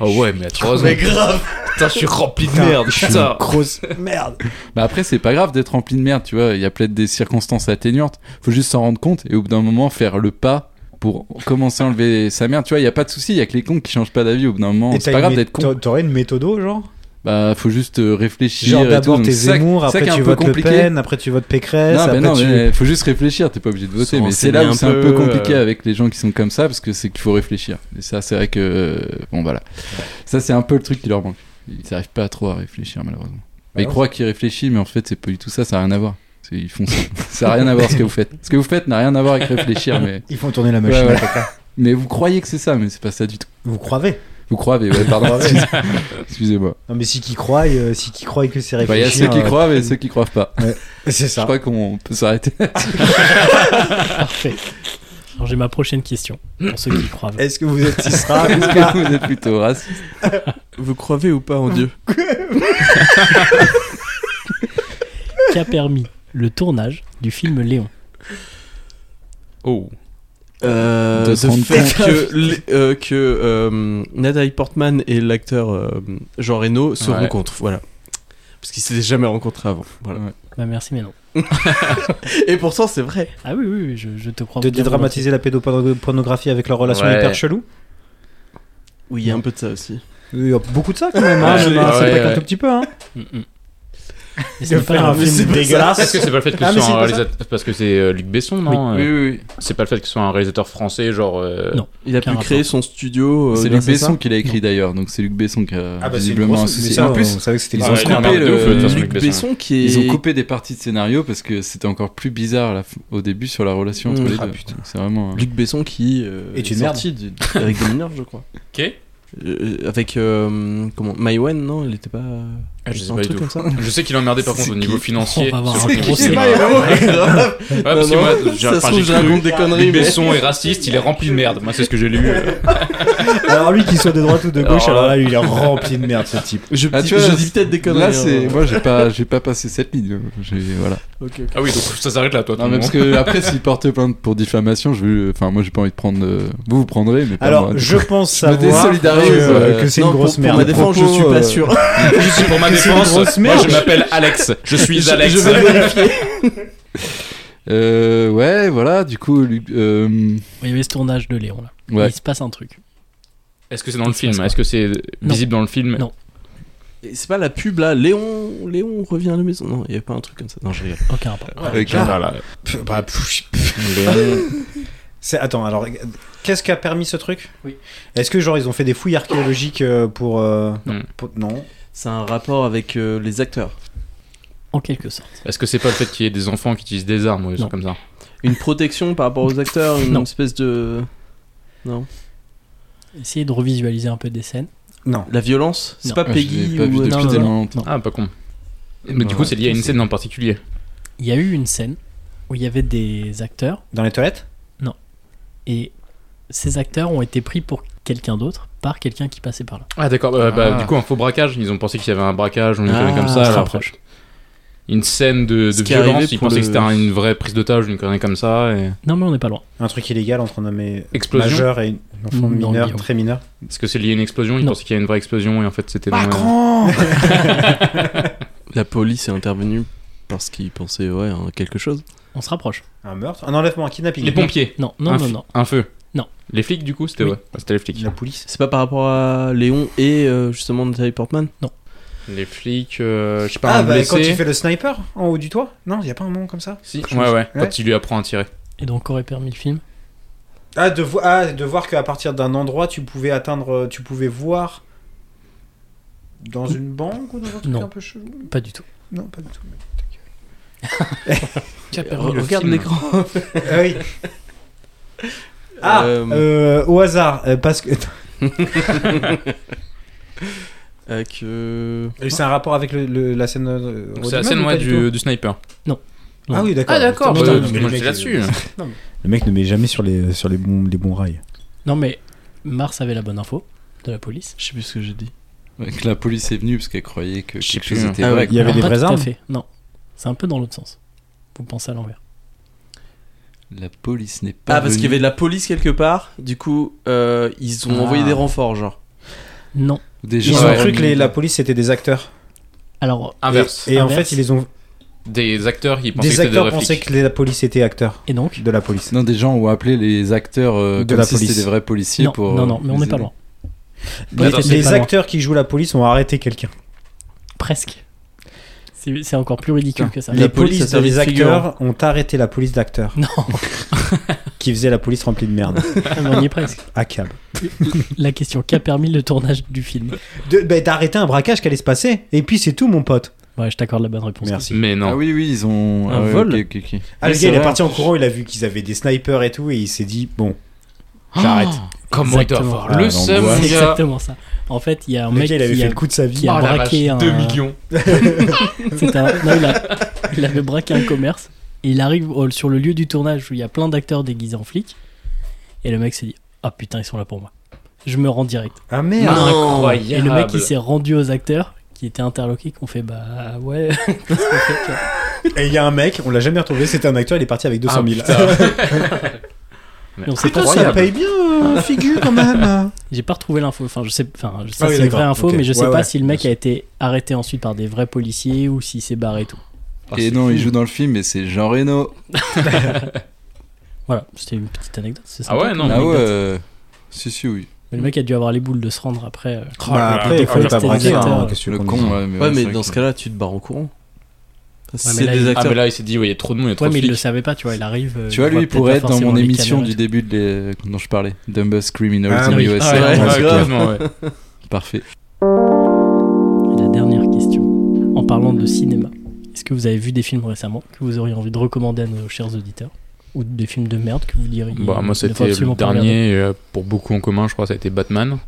C: Oh ouais, mais
D: Mais
C: heureusement.
D: grave,
C: Putain, je suis rempli de
D: Putain,
C: merde. Putain.
D: grosse merde.
B: Bah après, c'est pas grave d'être rempli de merde, tu vois. Il y a peut-être des circonstances atténuantes. Faut juste s'en rendre compte et au bout d'un moment faire le pas pour commencer à enlever sa merde. Tu vois, il y a pas de souci. Il y a que les cons qui changent pas d'avis au bout d'un moment.
D: Et
B: C'est
D: t'as
B: pas
D: une
B: grave
D: mé-
B: d'être con.
D: t'a- T'aurais une méthodo, genre
B: Bah, faut juste euh, réfléchir.
D: Genre
B: et tout.
D: d'abord
B: Donc,
D: t'es
B: ça-
D: Zemmour,
B: ça
D: après
B: qui est un
D: tu
B: peu
D: votes Le
B: compliqué.
D: Pen, après tu votes Pécresse,
B: Non, mais
D: après
B: non,
D: tu.
B: mais faut juste réfléchir, t'es pas obligé de voter.
J: Se
B: Mais c'est là où
J: renseigner
B: c'est
J: un
B: un peu
J: peu,
B: compliqué
J: euh.
B: avec les gens qui sont comme ça, parce que c'est qu'il faut réfléchir. Et ça, c'est vrai que. euh, Bon, voilà. Ça, c'est un peu le truc qui leur manque. Ils n'arrivent pas trop à réfléchir, malheureusement. Bah, ils
D: non.
B: croient qu'ils réfléchissent, mais en fait, c'est pas du tout ça, ça n'a rien à voir. C'est- Ils font ça. Ça n'a rien à voir ce que vous faites. Ce que vous faites n'a rien à voir avec réfléchir, mais.
D: Ils font tourner la machine
B: Ouais, ouais.
D: à caca.
B: Mais vous croyez que c'est ça, mais c'est pas ça du tout.
D: Vous croyez
B: Vous croyez, ouais, pardon.
D: Vous croyez.
B: Excusez-moi.
D: Non, mais si qui croient, euh, si qui croient que c'est
B: Enfin, Il Bah, y a
D: réfléchi.
G: hein,
D: euh,
B: ceux qui croient et ceux qui croient pas.
D: Bah. C'est
B: Je
D: ça.
B: crois qu'on peut s'arrêter.
A: Parfait. Alors j'ai ma prochaine question pour ceux qui y croient.
D: Est-ce que vous êtes Tisra
B: Est-ce que vous êtes plutôt raciste
J: Vous croyez ou pas en Dieu
A: Qu'a permis le tournage du film Léon
C: Oh.
J: Euh,
B: De
J: de
B: se rendre
J: faire
B: compte.
J: que, les- euh, que euh, Nathalie Portman et l'acteur euh, Jean Reno se
C: Ouais.
J: rencontrent, voilà. Parce qu'ils s'étaient jamais rencontrés avant. Voilà.
A: Bah merci mais non.
J: Et pourtant, c'est vrai.
A: Ah oui oui, oui, je, je te crois.
D: De
A: bien
D: dédramatiser la pédopornographie avec leur relation
C: Ouais.
D: hyper chelou
J: Oui, il y a un peu de ça aussi.
D: Il y a beaucoup de ça quand même, hein,
C: Ouais,
D: Thomas,
C: ouais,
D: c'est pas
C: ouais.
D: qu'un tout petit peu. Hein.
A: volontiers. Mm, Mais ce n'est pas
D: faire
A: un
D: un
A: film.
D: film
C: Est-ce
D: dégueulasse.
C: que c'est pas le fait que
D: Ah,
C: ce
D: mais
C: soit un
D: c'est pas ça.
C: réalisateur Parce que c'est euh, Luc Besson, non
A: Oui,
C: euh,
B: oui, oui.
C: C'est pas le fait que ce soit un réalisateur français, genre. euh,
A: Non.
J: Il a pu
A: Aucun
J: créer son
D: Oh,
J: studio. euh,
B: C'est Luc
J: grâce à ça.
B: Besson qui l'a écrit d'ailleurs, donc c'est Luc Besson qui a
D: Ah bah, c'est une
B: visiblement
D: grosse- mais
B: associé.
D: ça,
B: en plus,
D: on savait que c'était
B: ils
D: une
B: ont
D: grosse
C: il en a
B: coupé
C: marre de
B: le-
C: ouf, de toute façon,
J: Luc
C: Luc Besson.
J: Besson qui est.
B: Ils ont coupé des parties de scénario parce que c'était encore plus bizarre là, au début sur la relation entre
J: Mmh.
B: les
J: Ah,
B: deux. C'est vraiment. euh,
J: Luc Besson qui euh,
D: Est une
J: sorti de- avec des mineurs, je crois.
C: Ok.
J: Euh, avec euh, comment Maïwen, non, il était pas.
C: Ah, je sais
J: un
C: pas du
J: truc
C: tout.
J: comme ça.
C: Je sais qu'il est emmerdé par contre au niveau financier.
A: On va avoir
C: sur
A: un
C: le
A: gros
C: film.
A: débat.
C: Ouais,
J: grave.
C: parce que
J: Non,
C: moi,
J: non,
C: j'ai
J: bah, ça se
C: enfin,
J: trouve,
C: j'ai
J: je
C: cru-
J: raconte des conneries.
C: Luc
J: mais-
C: Besson est raciste, il est rempli de merde. Moi, c'est ce que j'ai lu. euh.
D: Alors lui qui soit de droite ou de gauche,
C: Alors
D: alors
C: là-
D: là, lui, il est rempli de merde ce type.
J: Je,
B: Ah,
J: dis-
B: tu vois,
J: je
B: là,
J: dis peut-être des conneries.
D: euh,
B: Là, c'est
J: hein.
B: moi, j'ai pas, j'ai pas passé cette ligne. J'ai voilà.
J: Ok.
C: Ah oui, donc ça s'arrête là, toi.
B: Non, mais parce que après, s'ils portent plainte pour diffamation, je, veux- enfin, moi, j'ai pas envie de prendre. euh, Vous, vous prendrez, mais pas
D: Alors
B: moi.
D: je pense savoir
B: désolidarise,
D: que, euh,
B: euh,
D: que c'est
J: Non,
D: une grosse
J: pour,
D: merde.
J: Pour ma défense, je
B: propos,
J: suis pas
B: euh,
J: sûr.
C: Je suis pour ma
D: C'est une
C: défense.
D: grosse
C: Moi, je
D: merde.
C: m'appelle Alex. Je suis
J: Je-
C: Alex.
J: je vais
B: Euh, ouais, voilà. Du coup, lui- euh,
A: Il y avait ce tournage de Léon là.
B: ouais.
A: Il se passe un truc.
C: Est-ce que c'est dans le
A: Il se passe
C: film
A: quoi
C: Est-ce que c'est visible dans le film
A: Non.
J: Et C'est pas la pub là, Léon, Léon revient à la maison. Non, il y a pas un truc comme ça. Non, je rigole.
A: Aucun rapport.
B: Avec un-
C: Voilà.
D: Pff, bah, pff, pff. C'est- Attends, alors qu'est-ce qui a permis ce truc
A: Oui.
D: Est-ce que genre ils ont fait des fouilles archéologiques euh, pour, euh,
C: Non.
D: pour- non
J: C'est un rapport avec euh, les acteurs.
A: En quelque sorte.
C: Est-ce que c'est pas le fait qu'il y ait des enfants qui utilisent des armes ou des
A: Non.
C: trucs comme ça
J: Une protection par rapport aux acteurs, une
A: Non.
J: espèce de
A: Essayez de revisualiser un peu des scènes.
D: Non.
J: la violence. C'est
A: Non.
J: pas
B: Ah, je
J: Peggy
B: l'ai pas
J: ou euh,
B: vu depuis
A: non, non,
B: tellement longtemps.
C: Ah, pas con. Mais du coup, c'est lié à une scène en particulier.
A: Il y a eu une scène où il y avait des acteurs
D: Dans les toilettes
A: et ces acteurs ont été pris pour quelqu'un d'autre par quelqu'un qui passait par là.
C: Ah, d'accord. bah, bah,
B: Ah.
C: Du coup, un faux braquage. Ils ont pensé qu'il y avait un braquage ou une
J: Ah,
C: connerie comme
A: on
C: ça.
A: se
C: alors,
A: rapproche.
C: Une scène de,
J: Ce
C: de
J: qui est arrivé
C: violence. Ils
J: pour
C: pensaient que
J: le-
C: c'était un- une vraie prise d'otage ou une connerie comme ça. Et...
A: Non mais on n'est pas loin.
D: Un truc illégal entre un homme
G: Euh,
D: et-
C: Explosion.
D: majeur et un enfant
A: Non,
D: mineur,
A: Guillaume.
D: très mineur.
C: Est-ce que c'est lié à une explosion Ils
A: Non.
C: pensaient qu'il y a une vraie explosion et en fait c'était. dans euh, le-
J: La police est intervenue parce qu'ils pensaient ouais à quelque chose.
A: On se rapproche.
D: Un meurtre, un enlèvement, un kidnapping.
C: Les pompiers
A: Non non
C: un
A: non
C: f-
A: non.
C: Un feu
A: Non.
C: Les flics du coup C'était
A: Oui.
C: ouais. Ouais, C'était les flics.
D: La police.
J: C'est pas par rapport à Léon et euh, justement Nathalie Portman.
C: Les flics, euh, je sais pas,
D: Ah
C: un
D: bah
C: blessé.
D: quand tu fais le sniper en haut du toit Non, il y a pas un nom comme ça
C: Si, ouais, ouais, quand il lui apprend à tirer.
A: Et donc qu'aurait permis le film
D: Ah de, vo- ah, de voir qu'à partir d'un endroit, tu pouvais atteindre, euh, tu pouvais voir dans une banque ou dans un truc
A: Non.
D: un peu chelou
A: Pas du tout.
D: Non, pas du tout.
J: Re-
C: le
J: regarde
C: film.
J: l'écran.
D: Ah oui. Ah,
J: Euh,
D: euh, au hasard, euh, parce que
J: Avec euh,
D: c'est un rapport avec le- le- la scène. euh,
C: C'est la
D: Rodman
C: scène
D: ou
C: ouais,
D: pas
C: du, du sniper.
D: Ah oui, d'accord.
C: Ouais,
D: Putain,
C: ouais,
D: mais
C: parce que
D: le
C: moi
D: mec,
C: j'étais là-dessus.
D: Le mec ne met jamais sur les sur les bons les bons rails.
A: Non mais Mars avait la bonne info de la police.
J: je sais plus ce que j'ai dit.
B: Ouais, que la police est venue parce qu'elle croyait que
C: Je sais
B: quelque
C: plus,
B: chose
C: hein.
B: était
J: Ah
B: vrai.
J: ouais,
D: Il y avait
A: Non,
D: des
A: pas
D: vraies
A: tout à
D: armes.
A: fait. Non. C'est un peu dans l'autre sens. Vous pensez à l'envers.
B: La police n'est pas.
J: Ah parce qu'il y
B: venue.
J: avait de la police quelque part. Du coup euh, ils ont
D: Ah.
J: envoyé des renforts genre.
A: Non.
B: des
D: Ils
B: gens.
D: ont
C: Ouais.
D: cru que les- la police c'était des acteurs.
A: Alors
C: Inverse.
D: Et, et en
A: Inverse.
D: fait, ils les ont.
C: Des acteurs qui pensaient que
D: Des
C: c'était des
D: acteurs
C: vrais
D: pensaient
C: flics.
D: que la police était acteurs
A: et donc
D: de la police.
B: Non, des gens ont appelé les acteurs euh,
D: De
B: comme
D: la
B: si c'était
D: police.
B: des vrais policiers
A: non,
B: pour.
A: non
B: euh,
A: non mais on
B: les
A: n'est pas
B: aider.
A: loin.
D: Les,
A: Attends,
D: les
A: c'est pas loin.
D: acteurs qui jouent la police ont arrêté quelqu'un.
A: Presque. C'est c'est encore plus ridicule que ça.
D: Les
J: police a
D: polices de
J: servi
D: les
J: de figurant.
D: acteurs ont arrêté la police d'acteurs
A: Non,
D: qui faisait la police remplie de merde.
A: mais on y est presque.
D: À cab.
A: La question qu'a permis le tournage du film
D: ben, De- bah, D'arrêter un braquage qui allait se passer. Et puis c'est tout, mon pote.
A: Ouais, je t'accorde la bonne réponse.
D: Merci.
C: Mais non.
B: Ah oui, oui, ils ont.
J: Un
B: ah ouais,
J: vol
B: ok, ok, ok.
D: Ah,
J: Mais
D: le
J: c'est
D: gars, il est
J: vrai.
D: parti en courant, il a vu qu'ils avaient des snipers et tout, et il s'est dit, bon, j'arrête.
C: Ah, Comment il doit
A: Exactement.
C: avoir le
B: Ah,
C: seum,
B: l'angoisse.
A: C'est
C: les gars
A: exactement ça. En fait, il y a un
D: Le
A: mec
D: gars, il avait
A: qui
D: fait
A: a,
D: le coup de sa vie.
A: qui a
C: Oh la
A: braqué
C: vache,
A: un.
C: 2 millions.
A: c'est un- non, il, a- il avait braqué un commerce. Et il arrive au- sur le lieu du tournage où il y a plein d'acteurs déguisés en flics. Et le mec s'est dit Ah putain, ils sont là pour moi. Je me rends direct.
D: Ah merde
C: Incroyable.
A: Et le mec, il s'est rendu aux acteurs qui étaient interloqués, qu'on fait Bah ouais. Qu'est-ce qu'on fait, tu vois
D: Et il y a un mec, on l'a jamais retrouvé, c'était un acteur, il est parti
C: Ah,
D: avec 200 000.
A: Mais on sait pas
D: Putain, ça paye bien, euh, figure quand même.
A: J'ai pas retrouvé l'info. Enfin, je sais, enfin, je sais
D: Ah oui,
A: c'est une
D: d'accord.
A: vraie info,
D: Ok.
A: mais je sais
D: Ouais,
A: pas
D: ouais,
A: si le mec
D: bien
A: a été arrêté ensuite par des vrais policiers ou s'il s'est barré et tout.
B: Et non, il joue dans le film, mais c'est Jean Reno.
A: Voilà, c'était une petite anecdote. c'est
C: Ah
A: sympa,
C: ouais,
A: comme
C: non,
B: Ah
A: anecdote.
B: ouais. euh, Si, si, oui.
A: Mais le mec a dû avoir les boules de se rendre après. euh.
B: Oh,
D: Bah, après, il
A: fois,
D: fallait pas
A: c'était
D: braquer,
A: des
D: hein,
A: acteurs.
D: qu'est-ce que tu veux
B: Le
D: qu'on
B: con,
D: dise
B: ouais. Mais
J: Ouais,
B: ouais, c'est
J: mais dans
B: vrai
J: ce
B: que-
J: cas-là, tu te barres au courant. Si
A: Ouais, mais
J: c'est
A: là,
J: des
A: il-
C: Ah,
J: acteurs.
C: mais là, il s'est dit, ouais, il y a trop de monde, il y a trop
A: Ouais,
C: de
A: mais il le
C: flics.
A: savait pas, tu vois, il arrive. euh,
B: Tu vois,
A: il
B: lui,
A: voit
B: il
A: peut-être
B: pourrait
A: pas
B: être dans
A: forcément
B: mon
A: les
B: émission
A: caméras.
B: du début de les- dont je parlais, Dumbest Criminals
D: Ah
B: in
A: oui.
B: USA.
A: Ah ouais,
B: Ouais,
A: ouais,
B: c'est
A: grave.
B: clair.
C: complètement, ouais.
B: Parfait.
A: La dernière question. En parlant de cinéma, est-ce que vous avez vu des films récemment que vous auriez envie de recommander à nos chers auditeurs Ou des films de merde que vous diriez
C: Bah, moi,
A: il faut
C: c'était le
A: absolument pas regarder
C: dernier, euh, pour beaucoup en commun, je crois, ça a été Batman.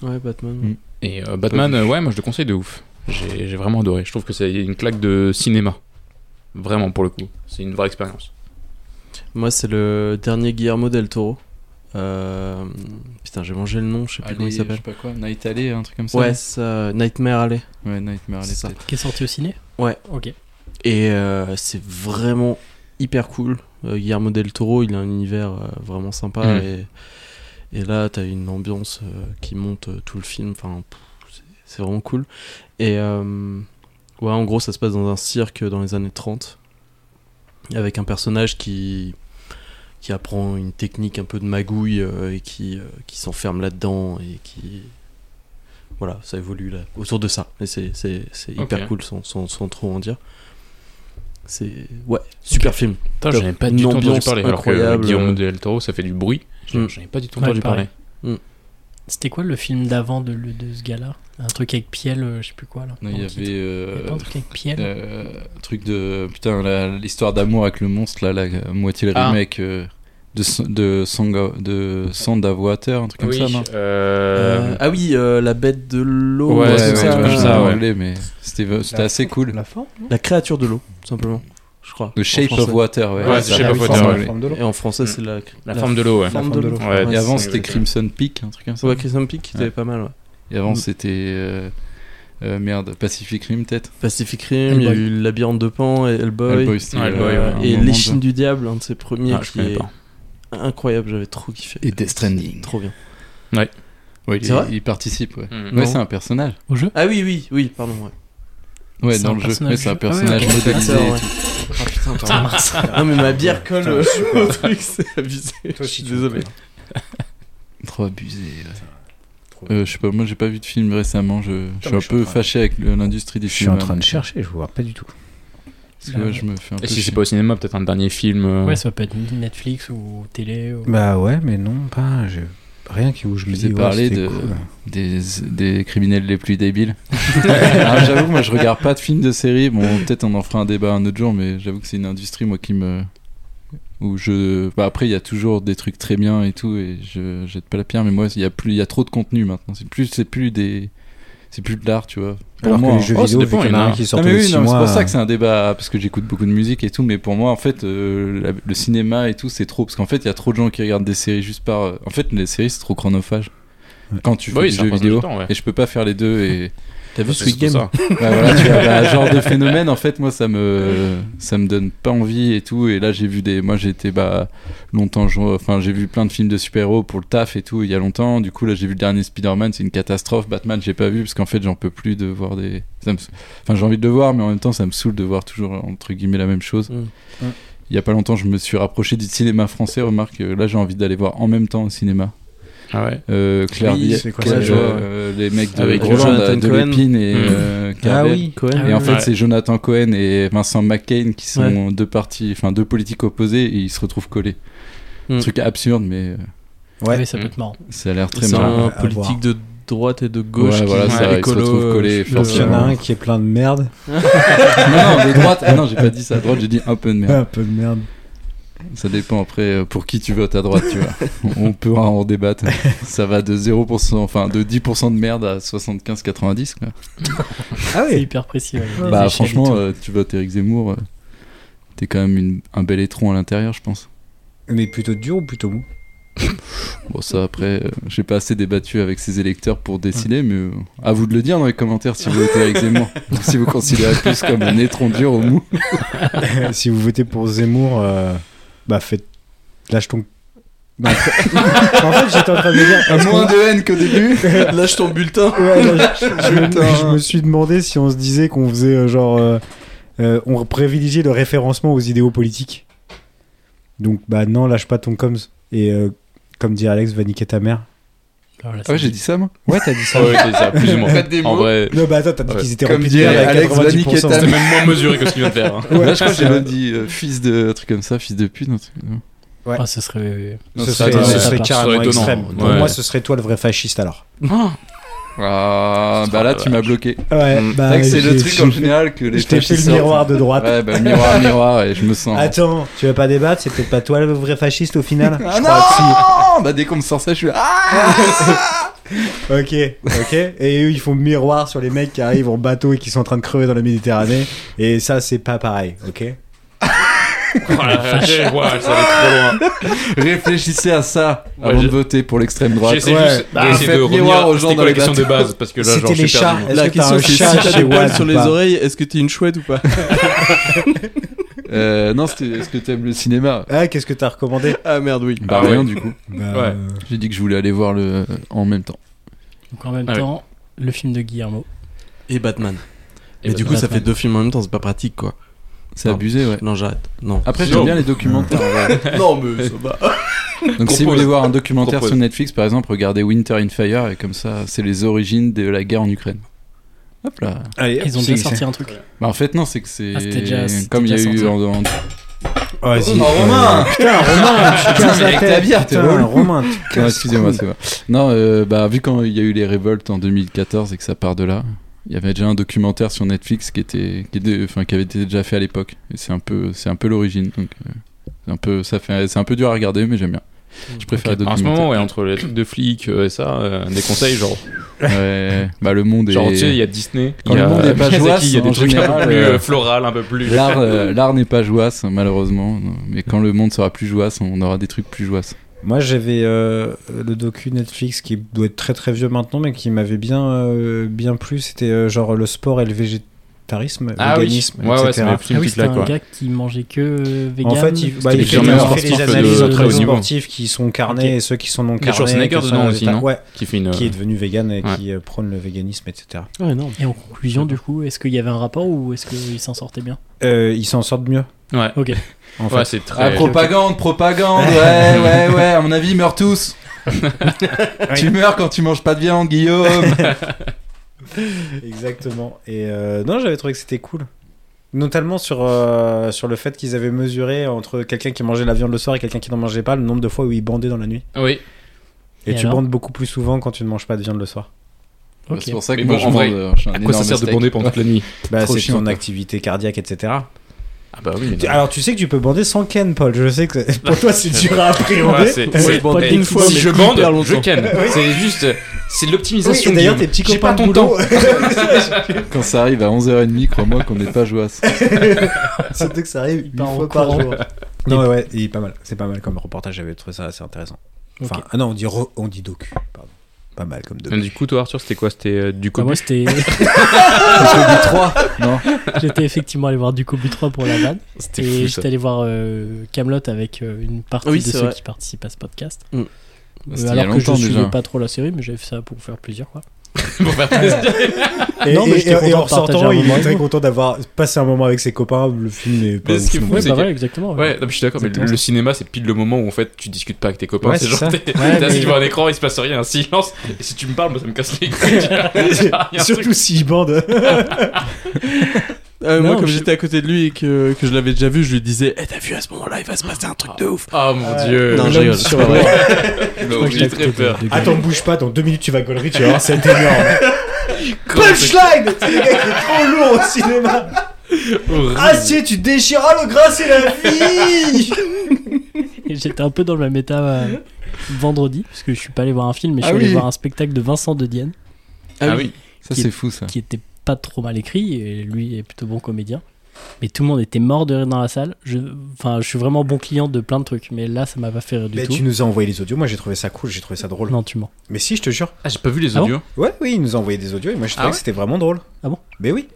J: Ouais, Batman.
B: Mm.
C: Et euh, Batman, euh, ouais, moi, je le conseille de ouf. J'ai j'ai vraiment adoré. Je trouve que c'est une claque de cinéma. Vraiment, pour le coup. C'est une vraie expérience.
J: Moi, c'est le dernier Guillermo del Toro. Euh, Putain, j'ai mangé le nom, je sais plus comment il
B: je
J: s'appelle.
B: sais pas quoi, Night Alley, un truc comme ça.
J: Ouais, c'est ça, Nightmare Alley.
B: Ouais, Nightmare Alley,
J: C'est ça.
B: peut-être.
A: Qui est sorti au ciné
J: Ouais.
A: Ok.
J: Et euh, c'est vraiment hyper cool. Euh, Guillermo del Toro, il a un univers euh, vraiment sympa.
B: Hmm.
C: Mm.
J: Et, et là, t'as une ambiance euh, qui monte euh, tout le film. Enfin, pff, c'est- c'est vraiment cool. Et euh, ouais, en gros, ça se passe dans un cirque dans les années 30. Avec un personnage qui, qui apprend une technique un peu de magouille euh, et qui, euh, qui s'enferme là-dedans et qui. Voilà, ça évolue là, autour de ça. Et c'est c'est- c'est hyper
C: Ok.
J: cool sans, sans, sans trop en dire. C'est. Ouais, super film.
C: Putain,
J: Top.
C: j'avais pas du
J: Une
C: tout entendu
J: ambiance
C: parler. Alors que euh,
J: incroyable.
C: Guillaume Del Toro, ça fait du bruit.
J: Mm.
C: J'en avais pas du tout
A: Ouais,
C: entendu
A: pareil.
C: parler.
A: C'était quoi le film d'avant de, le- de ce gars-là Un truc avec Piel, euh, je sais plus quoi là.
B: Non, il y
A: dans le titre.
B: avait
A: Il y avait
B: euh,
A: pas un truc avec Piel
B: euh, un truc de. Putain, la- l'histoire d'amour avec le monstre, là, la moitié le
C: Ah.
B: remake euh, de, S- de, Song- de Sand of Water, un truc comme
C: Oui,
B: ça, non
C: euh,
J: Euh, ah oui, euh, la bête de l'eau.
C: Ouais,
J: un truc
B: ouais, ouais,
J: comme ça,
B: ouais,
J: euh,
B: ça,
C: ouais. Bah,
B: en anglais, mais c'était c'était assez cool.
D: La forme
J: La créature de l'eau, tout simplement. Je crois.
B: The
J: en
B: Shape of
J: français.
B: Water, ouais.
C: Ouais,
B: c'est
C: The Shape
D: Ah
B: ça.
C: of Water,
B: En
C: ouais.
B: anglais.
J: Et en français,
C: Mm.
J: c'est la,
C: La forme de l'eau, ouais.
J: forme
D: La
J: de
D: forme
J: l'eau.
D: de
C: Ouais,
B: Et avant, c'était
C: exactement.
B: Crimson Peak, un truc comme ça.
J: Ouais, Crimson Peak, c'était
B: Ouais.
J: pas mal. Ouais.
B: Et avant,
J: Mm.
B: c'était. euh, euh, merde, Pacific Rim, peut-être
J: Pacific Rim, il y a
A: Hellboy.
J: eu Labyrinthe de Pan, et Hellboy.
B: Hellboy, c'était,
C: Ouais, Hellboy,
J: euh,
B: un
J: Et
B: moment
J: L'échine
B: de-
J: du diable, un de ses premiers
C: Ah, je
J: qui
C: connais
J: est
C: pas.
J: incroyable, j'avais trop kiffé.
B: Et Death Stranding.
J: Trop bien.
B: Ouais, il,
J: C'est vrai
B: il participe, ouais.
C: Mm.
B: Ouais,
J: Non.
B: c'est un personnage.
A: Au jeu
J: Ah oui, oui, oui, pardon. Ouais.
B: Ouais,
A: C'est
B: dans
A: un
B: le jeu.
A: personnage
B: Ouais, c'est un
A: du jeu. Ah ouais,
B: personnage
A: ok.
J: Ah, c'est
B: modélisé.
J: vrai,
B: et
J: ouais.
B: tout.
J: Ah, putain, pardon. Ah, mais ma bière colle euh, au truc, c'est abusé. Je suis désolé.
B: Trop abusé. ouais.
D: Trop
B: Euh, je sais pas, moi j'ai pas vu de film récemment. Je, je suis
D: mais
B: un
D: je suis
B: peu
D: en train-
B: fâché avec le- l'industrie des
G: Je suis en
B: films. hein.
G: train de chercher, je vois pas du tout.
B: Parce que, ouais, je me fais un peu.
C: Et si c'est
B: chier.
C: pas au cinéma, peut-être un dernier film. euh,
A: Ouais, ça peut être Netflix ou télé. ou-
G: Bah ouais, mais non, pas. je- Rien qui où je me
B: vous ai
G: dis. ouais,
B: parlé
G: c'était
B: de-
G: cool.
B: Des, des criminels les plus débiles. Alors, j'avoue, moi je regarde pas de films de série. Bon, peut-être on en fera un débat un autre jour, mais j'avoue que c'est une industrie, moi, qui me. Où je. Bah, après, il y a toujours des trucs très bien et tout, et je jette pas la pierre, mais moi, il y, a plus- il y a trop de contenu maintenant. C'est plus, c'est plus des. C'est plus de l'art, tu vois. Pour
G: Alors
B: moi, hein.
G: que les jeux
C: oh, ça
G: vidéo,
C: dépend,
G: vu qu'il y en a un qui sort
B: Non,
G: tous
D: Ah,
B: mais
G: les
B: oui,
G: six
B: non, mais c'est
G: mois,
B: pour ça que c'est un débat, parce que j'écoute beaucoup de musique et tout, mais pour moi, en fait, euh, la- le cinéma et tout, c'est trop, parce qu'en fait, il y a trop de gens qui regardent des séries juste par... euh, En fait, les séries, c'est trop chronophage. Quand tu fais
C: Bah oui,
B: des
C: c'est un
B: jeux
C: passage de
B: vidéo,
C: temps, ouais.
B: et je peux pas faire les deux, et
J: T'as vu
C: C'est
J: Squid
C: surtout
J: Game
C: ça.
B: bah, voilà, tu vois, bah, genre de phénomène, en fait, moi, ça me, ça me donne pas envie et tout, et là, j'ai vu des... Moi, j'ai été, bah, longtemps, je- enfin, j'ai vu plein de films de super-héros pour le taf et tout, il y a longtemps, du coup, là, j'ai vu le dernier Spider-Man, c'est une catastrophe, Batman, j'ai pas vu, parce qu'en fait, j'en peux plus de voir des... ça me Enfin, j'ai envie de le voir, mais en même temps, ça me saoule de voir toujours, entre guillemets, la même chose.
J: Mm.
G: Mm.
B: Il y a pas longtemps, je me suis rapproché du cinéma français. Remarque, euh, là, j'ai envie d'aller voir en même temps au cinéma.
C: Ah ouais.
B: Euh, Claire
D: Oui,
B: Villiers,
D: c'est quoi
B: Claire,
J: ça, je
B: euh,
J: vois, ouais.
B: euh, les mecs de,
C: Avec
B: Roland,
J: Jonathan
B: de
J: Cohen.
B: Lépine et
C: Mm.
B: euh,
J: Ah
B: Carvel.
J: oui, Cohen.
A: Ah
B: Et en
A: ouais.
B: fait,
C: Ouais.
B: c'est Jonathan Cohen et Vincent McCain qui sont
J: Ouais.
B: deux partis, enfin deux politiques opposées et ils se retrouvent collés.
J: Mm.
B: Truc absurde, mais euh,
A: Ouais,
D: Ouais.
A: ça peut être marrant.
B: ça a l'air très
J: C'est
B: marrant.
J: un
D: À voir.
J: politique de droite et de gauche.
B: Ouais,
J: qui-
B: voilà, ça, ils se
J: écolo,
B: retrouvent
J: euh,
B: collés,
J: le-
B: forcément.
D: Il y en a un qui est plein de merde.
B: non, non, de droite. Ah non, j'ai pas dit ça. À droite, j'ai dit un peu de merde.
D: Un peu de merde.
B: Ça dépend après euh, pour qui tu votes à droite, tu vois. On peut en débattre. Ça va de 0%, enfin de 10% de merde à 75-90. quoi.
D: Ah
A: C'est
D: oui.
A: hyper précis. ouais, les échelles
B: Bah
A: et
B: franchement,
A: tout.
B: euh, tu votes Eric Zemmour, euh, t'es quand même une- un bel étron à l'intérieur, je pense.
D: Mais plutôt dur ou plutôt mou
B: Bon, ça après, euh, j'ai pas assez débattu avec ses électeurs pour décider, mais euh, à vous de le dire dans les commentaires si vous votez Eric Zemmour. si vous considérez plus comme un étron dur au mou.
D: Si vous votez pour Zemmour, euh, bah faites. Lâche ton. Non, en fait, en fait, j'étais en train de me dire. est-ce qu'on-
B: Moins de haine qu'au début.
J: Lâche ton bulletin.
D: Ouais, non, je, je me- je me suis demandé si on se disait qu'on faisait euh, genre. euh, euh, on privilégiait le référencement aux idéaux politiques. Donc, bah non, lâche pas ton coms. Et euh, comme dit Alex, va niquer ta mère.
A: Alors là,
B: Ah ouais,
A: c'est-
B: j'ai dit ça moi.
D: Ouais, t'as dit ça.
C: Ah Ouais, c'est ça, plus ou moins.
B: Faites des
C: En
B: mots.
C: vrai,
D: Non, bah attends, t'as dit
C: Ouais.
D: qu'ils étaient
B: Comme
D: remplis de
B: dirait
D: merde à
B: Alex, va niquer ta
D: 90%.
C: c'était même moins mesuré que ce qu'il vient de faire. hein.
D: Ouais,
B: Là, je crois que j'ai
D: c'est
B: même dit euh, fils de un truc comme ça, fils de pute. Un truc... non.
A: Ah, ce serait.
D: Ce
C: Ça,
D: serait,
C: ça,
D: ce
C: ça,
D: serait
A: ça,
D: carrément
C: ça serait étonnant.
D: extrême. Pour
C: Ouais.
D: moi, ce serait toi le vrai fasciste alors.
C: Oh
B: Ah, bah là, tu m'as bloqué.
D: Ouais,
C: Mm.
B: C'est
D: bah,
B: vrai que c'est le
D: j'ai-
B: truc en général que les
D: Je t'ai fait
B: fascistes
D: le miroir de droite.
B: sortent. Ouais, bah miroir, miroir, et je me sens.
D: Attends, tu veux pas débattre C'est peut-être pas toi le vrai fasciste au final
B: Ah
D: Je crois que si.
B: non Bah dès qu'on me sort ça, je suis. Ah
D: Ok, ok. Et eux, ils font miroir sur les mecs qui arrivent en bateau et qui sont en train de crever dans la Méditerranée. Et ça, c'est pas pareil, ok
C: Oh la vache, ouais, ça va être trop
B: Réfléchissez à ça
C: Ouais,
B: avant
C: je-
B: de voter pour l'extrême
C: loin.
B: droite.
C: J'essaie
D: Ouais.
C: juste
B: Bah,
C: d'essayer
B: faites
C: de
B: miroir
C: revenir
B: aux
C: aux
B: gens
C: gens
B: dans
C: la
B: les
C: question de
B: bateaux.
C: base parce que là, genre,
D: C'était
C: j'ai
D: les chats.
C: perdu.
D: Est-ce que
J: La
D: t'as
J: question
D: un
J: c'est si
D: chat
J: t'as
D: chez
J: des poils
D: Watt
J: sur
D: ou
J: les
D: pas
J: oreilles, est-ce que t'es une chouette ou pas
B: Euh, non, c'était est-ce que t'aimes le cinéma
D: Ah, qu'est-ce que t'as recommandé
J: Ah merde, oui.
B: Bah
C: Ah ouais.
B: rien du coup.
D: Bah,
C: Ouais.
D: euh,
B: J'ai dit que je voulais aller voir le euh, en même temps.
A: Donc en même
C: Ah ouais.
A: temps, le film de Guillermo.
J: Et Batman. Et,
C: Et
J: du
C: bah,
J: coup, ça
A: Batman.
J: fait deux films en même temps, c'est pas pratique quoi.
B: C'est
J: Non.
B: abusé, ouais.
J: Non, j'arrête. Non.
B: Après,
C: Non.
B: j'aime bien les documentaires. ouais.
J: non,
B: euh,
J: mais ça va.
B: Donc, si vous
C: Propose.
B: voulez voir un documentaire
C: Propose.
B: sur Netflix, par exemple, regardez Winter in Fire, et comme ça, c'est les origines de la guerre en Ukraine. Hop là.
D: Allez,
A: Ils ont
D: c'est-
A: déjà sorti un truc.
B: Bah, en fait, non, c'est que c'est.
A: Ah, c'était déjà- c'était
B: Comme il y a
A: déjà
B: eu.
A: sorti.
B: en- en-
D: c'est- Vas-y. Euh,
B: Oh, Romain
D: Putain, Romain Tu casses la
B: Avec ta
D: tête
B: bière, t'es drôle.
D: Putain, Romain tu
B: Non,
D: casses-
B: excusez-moi, c'est vrai. Non, euh, bah, vu quand il y a eu les révoltes en 2014 et que ça part de là, il y avait déjà un documentaire sur Netflix qui était, qui était- enfin, qui avait été déjà fait à l'époque. Et c'est un peu, c'est un peu l'origine. Donc, euh, c'est un peu, ça fait, c'est un peu dur à regarder, mais j'aime bien. Je préfère les
C: Mm. En ce
B: documentaires.
C: moment, ouais, entre les trucs de flics euh, et ça, euh, des conseils, genre,
B: Ouais, bah, le monde est.
C: genre tu sais, il y a Disney,
B: Quand
C: il y a
B: le monde est pas
C: Miyazaki,
B: joyeux,
C: il y a
B: en
C: des trucs un
B: général,
C: peu plus
B: euh,
C: euh, floral, un peu plus.
B: L'art, euh, l'art n'est pas jouasse, malheureusement. Mais quand le monde sera plus jouasse, on aura des trucs plus jouasses.
D: Moi, j'avais euh, le docu Netflix qui doit être très très vieux maintenant, mais qui m'avait bien, euh, bien plu. C'était euh, genre le sport et le végétarisme,
C: Ah oui,
D: véganisme,
C: ouais, ouais, c'est
D: etc.
C: mes petits
A: Ah oui,
C: trucs
A: c'était
C: là,
A: un
C: quoi.
A: gars qui mangeait que euh, vegan.
D: En fait, il, bah,
A: C'était
D: il
C: les
D: fait,
A: quelqu'un
C: meilleurs
D: il fait
C: sportifs
D: les
C: de
D: analyses
C: très
D: entre
C: haut
D: les
C: niveau.
D: sportifs qui sont carnés
A: Ok.
D: et ceux qui sont non
C: Et
D: carnés.
C: Schwarzenegger
D: que ça-
C: dedans aussi, non
D: ouais,
C: Qui fait une.
D: qui est devenu vegan et
C: Ouais.
D: qui euh, prône le véganisme, etc.
J: Ouais, non.
A: Et en conclusion, du coup, est-ce qu'il y avait un rapport ou est-ce qu'il s'en sortait bien
D: Euh, ils s'en sortent mieux.
C: Ouais,
A: Ok.
D: En fait.
C: ouais, c'est très.
B: ah, propagande, propagande, ouais, ouais, ouais, à mon avis, ils meurent tous. tu meurs quand tu manges pas de viande, Guillaume.
D: Exactement. Et euh, non, j'avais trouvé que c'était cool. Notamment sur, euh, sur le fait qu'ils avaient mesuré entre quelqu'un qui mangeait la viande le soir et quelqu'un qui n'en mangeait pas le nombre de fois où il bandait dans la nuit.
C: Oui,
D: Et,
A: Et
D: tu
A: alors
D: bandes beaucoup plus souvent quand tu ne manges pas de viande le soir.
B: Bah,
A: Ok.
B: C'est pour ça que
C: Mais
B: moi
C: bon,
B: je
C: en vrai,
B: bande, euh, je suis un
C: à quoi ça
B: énorme
C: sert de
B: steak.
C: bander pendant toute la nuit
D: Bah,
B: Trop
D: c'est
B: chiant,
D: ton
B: quoi.
D: activité cardiaque, etc.
C: Ah bah oui, mais.
D: Alors tu sais que tu peux bander sans Ken, Paul. Je sais que pour toi c'est dur à appréhender.
C: Ouais, c'est- c'est-
J: bon,
C: eh,
J: une fois,
C: si
J: mais
C: je
J: hyper
C: bande, je
J: longtemps.
C: ken. C'est juste, euh, c'est de
D: Oui,
C: l'optimisation.
D: et d'ailleurs tes
C: Guillaume.
D: petits
C: J'ai
D: copains
C: pas ton
D: de boulot,
B: Quand ça arrive à 11h30, crois-moi qu'on n'est pas jouasse.
D: surtout que ça arrive une
A: part en
D: fois par
A: courant.
D: jour. Non ouais, ouais, il est pas mal. C'est pas mal comme reportage. J'avais trouvé ça assez intéressant. Enfin,
A: Ok.
D: ah non, on dit re- on dit docu. Pardon. Pas mal comme
C: Et
D: docu.
C: Du coup, toi, Arthur, c'était quoi C'était euh, du
A: Bah,
C: coup.
A: moi, c'était.
B: Parce que du 3, non
A: J'étais effectivement allé voir du Cobu 3 pour la vanne.
C: C'était
A: Et
C: fou, ça.
A: j'étais allé voir Camelot avec euh, une partie
J: Oui,
A: de
J: c'est
A: ceux
J: vrai.
A: qui participent à ce podcast.
J: Mm.
A: Euh,
B: C'était il y a
A: alors que je
B: longtemps déjà.
A: suivais pas trop la série, mais j'avais fait ça pour faire plaisir. Quoi.
C: Pour faire plaisir.
D: Et,
A: Non, mais
D: et-
A: j'étais
D: et
A: content de
D: en
A: partager
D: sortant,
A: un
D: il
A: moment
D: est très
A: avec vous.
D: content d'avoir passé un moment avec ses copains. Le film est pas
C: Mais ce qui est
D: ouf non
C: fou,
A: Ouais,
D: plus.
C: c'est
A: bah
C: que-
A: voilà, exactement.
C: Ouais, non, mais je suis d'accord, mais
A: C'est
C: le,
A: tout.
C: le cinéma, c'est pile le moment où en fait tu discutes pas avec tes copains.
D: Ouais,
C: c'est
D: c'est
C: genre,
D: ça.
C: t'es
A: Ouais,
C: t'es assis
A: mais-
C: devant un écran, il se passe rien, un silence. Et si tu me parles, moi ça me casse les couilles. Il y a un truc-
D: Surtout s'il bande.
J: Euh, moi,
A: Non,
J: comme
A: je-
J: j'étais à côté de lui et que, que je l'avais déjà vu, je lui disais Eh, t'as vu à ce moment-là, il va se passer un truc de ouf
C: Oh mon
B: Ah.
C: dieu.
J: Non, je rigole, c'est pas vrai.
A: crois que
C: J'ai
A: j'ai
C: très peur.
G: Attends, bouge pas, dans deux minutes tu vas gaulerie, tu vas voir, c'est énorme. Punchline C'est le gars qui est trop lourd au cinéma. Ah si, tu déchiras le gras, c'est la vie
A: Et J'étais un peu dans la méta euh, vendredi, parce que je suis pas allé voir un film, mais je suis
B: Ah
A: allé
B: oui.
A: voir un spectacle de Vincent de Dienne,
C: Ah oui.
B: Ça,
A: Qui-
B: c'est fou, ça.
A: qui était pas trop mal écrit, et lui est plutôt bon comédien. Mais tout le monde était mort de rire dans la salle. Je, enfin, je suis vraiment bon client de plein de trucs, mais là, ça m'a pas fait rire du
G: Mais
A: tout.
G: tu nous as envoyé les audios, moi j'ai trouvé ça cool, j'ai trouvé ça drôle.
A: Non, tu mens.
G: Mais si, je te jure.
C: Ah, j'ai pas vu les
A: Ah bon
C: audios.
G: Ouais, oui, il nous a envoyé des audios et moi je trouvais
C: Ah ouais
G: que c'était vraiment drôle.
A: Ah bon
G: Mais oui.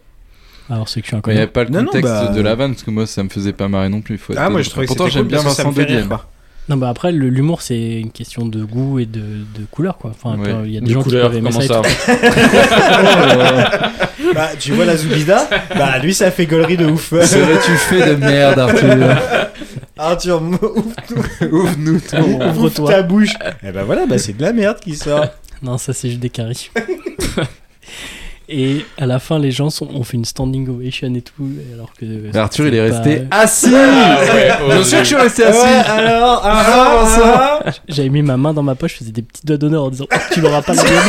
A: Alors, c'est que je suis un
B: Mais il n'y
A: connard.
B: avait pas le
G: Non, non,
B: contexte
G: bah,
B: de la vanne, parce que moi, ça me faisait pas marrer non plus. faut être
G: Ah, moi
B: honnête.
G: je trouvais que
B: Pourtant,
G: c'était
B: j'aime
G: cool
B: bien
G: parce que ça
B: Vincent
G: me fait
B: Dedienne.
G: rire, quoi.
A: Non, bah après, le- l'humour, c'est une question de goût et de, de couleur, quoi. Enfin,
B: Ouais.
A: quand il y a des
C: Du
A: gens
C: couleur,
A: qui peuvent aimer ça.
C: comment
A: et
C: ça
A: tout.
G: Bah, tu vois la Zoubida Bah, lui ça fait gaulerie de ouf.
B: Serais-tu fait de merde, Arthur
G: Arthur, m- ouvre,
B: Ouvre-nous ton.
G: ouvre
A: Ouvre-toi.
G: ta bouche. Et bah voilà, bah c'est de la merde qui sort.
A: Non, ça, c'est juste des caries. et à la fin, les gens sont, ont fait une standing ovation et tout, alors que. euh,
C: Bah,
B: Mais Arthur, il est
A: c'était pas-
B: resté assis
J: Ah,
C: Bien sûr que je suis resté
G: Ah ouais, alors, alors,
B: ah,
J: ah.
G: alors,
A: J'avais mis ma main dans ma poche, je faisais des petits doigts d'honneur en disant Oh, Tu l'auras pas la gueule.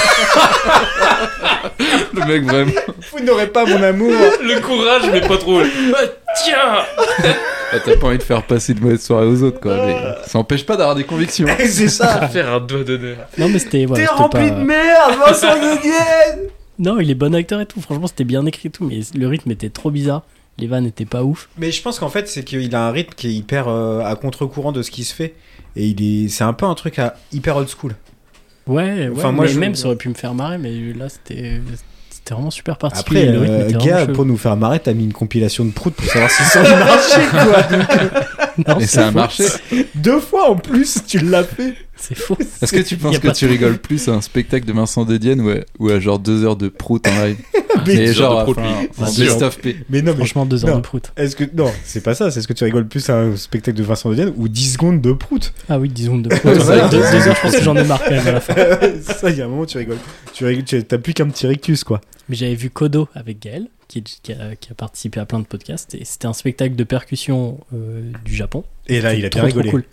B: Le mec, vraiment.
G: vous n'aurez pas mon amour.
C: Le courage, mais pas trop. Ah, tiens
B: Ah, T'as pas envie de faire passer de mauvaise soirée aux autres,
G: Ah.
B: quoi. mais ça empêche pas d'avoir des convictions.
G: c'est ça.
C: Faire un doigt d'honneur.
A: Non, mais c'était. voilà,
G: T'es
A: c'était
G: rempli
A: pas-
G: de merde, Vincent Dedienne.
A: Non, il est bon acteur et tout. Franchement, c'était bien écrit et tout, mais le rythme était trop bizarre. Les vannes étaient pas ouf.
G: Mais je pense qu'en fait, c'est qu'il a un rythme qui est hyper euh, à contre-courant de ce qui se fait. Et il est, c'est un peu un truc à hyper old school.
A: Ouais, ouais.
G: Enfin, moi,
A: mais
G: je-
A: même, ça aurait pu me faire marrer, mais là, c'était. C'était vraiment super particulier.
G: Après,
A: le rythme
G: euh,
A: était
G: gars,
A: vraiment
G: pour nous faire marrer, t'as mis une compilation de prout pour savoir si ça a marché quoi. Donc,
A: chelou. Non,
B: Et
A: c'est
B: ça a
A: faux.
B: marché.
G: deux fois en plus, tu l'as fait.
A: C'est faux.
B: Est-ce que tu
A: Y
B: penses
A: a
B: que
A: pas
B: tu
A: de-
B: rigoles plus à un spectacle de Vincent Dedienne ou à, ou à genre deux heures de prout en live
G: Mais,
B: Mais
C: deux
B: genre,
C: heures de prout,
B: enfin,
C: lui.
B: en
A: C'est sûr.
B: best of P.
G: mais non, mais
A: Franchement, deux heures
G: Non.
A: de prout.
G: est-ce que non, c'est pas ça. C'est ce que tu rigoles plus à un spectacle de Vincent Dedienne ou 10 secondes de prout.
A: Ah oui, disons de prout.
G: Voilà.
A: Ouais, deux, deux heures, je pense que j'en ai marre quand même à la fin.
G: ça, il y a un moment, tu rigoles. Tu rigoles, tu- t'as plus qu'un petit rictus quoi.
A: Mais j'avais vu Kodo avec Gaël, qui, qui a, qui a participé à plein de podcasts. Et c'était un spectacle de percussion euh, du Japon.
G: Et là, il a
A: Trop,
G: bien
A: trop
G: rigolé.
A: cool.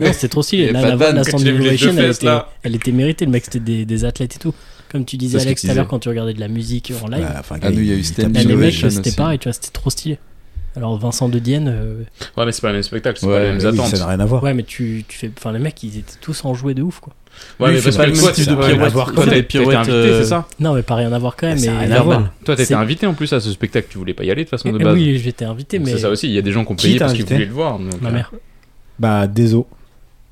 A: Non, c'était trop
B: Il y
A: stylé.
B: avait
A: Là,
B: pas
A: la
B: de
A: vanne,
B: vanne
A: la
B: quand
A: stand
C: tu lèves les deux
A: innovation, elle,
C: fesses,
A: était-
C: là.
A: elle était méritée. Le mec, c'était des, des athlètes et tout. Comme tu disais,
B: C'est ce
A: Alex,
B: qu'il
A: tout à l'heure,
B: disait.
A: quand tu regardais de la musique en
D: Bah,
A: live,
G: Ah, enfin,
B: Ah, nous, il y a eu Stand
A: là, les mecs,
B: Innovation
A: c'était
B: aussi.
A: pareil, tu vois, c'était trop stylé. Alors, Vincent de Dienne, euh,
C: Ouais, mais c'est pas le même spectacle, c'est
B: Ouais,
C: pas les mêmes
B: oui,
C: attentes.
G: ça n'a rien
B: Bah.
G: à voir.
A: ouais, mais tu, tu fais. Enfin, les mecs, ils étaient tous enjoués de ouf, quoi.
C: Ouais,
J: Lui,
C: mais
J: il fait
C: parce
J: pas
C: que
J: le même
C: toi,
J: style
C: t'es-
J: de
C: ouais,
J: pirouette.
C: toi,
J: Il fait
C: t'as- t'as
J: des pirouettes,
C: été invité,
J: euh,
C: c'est ça
A: Non, mais pas rien à voir quand même.
G: Ça a
A: mais
G: rien à voir.
C: Toi,
A: C'est-
C: t'étais invité en plus à ce spectacle, tu voulais pas y aller de toute façon de
A: Eh
C: base.
A: Oui, j'étais invité,
C: Donc
A: mais.
C: C'est ça aussi, il y a des gens qui ont
G: Qui
C: payé
G: t'a
C: parce qu'ils
G: invité
C: voulaient le voir. donc,
A: Ma
C: euh,
A: mère,
G: Bah, désolé.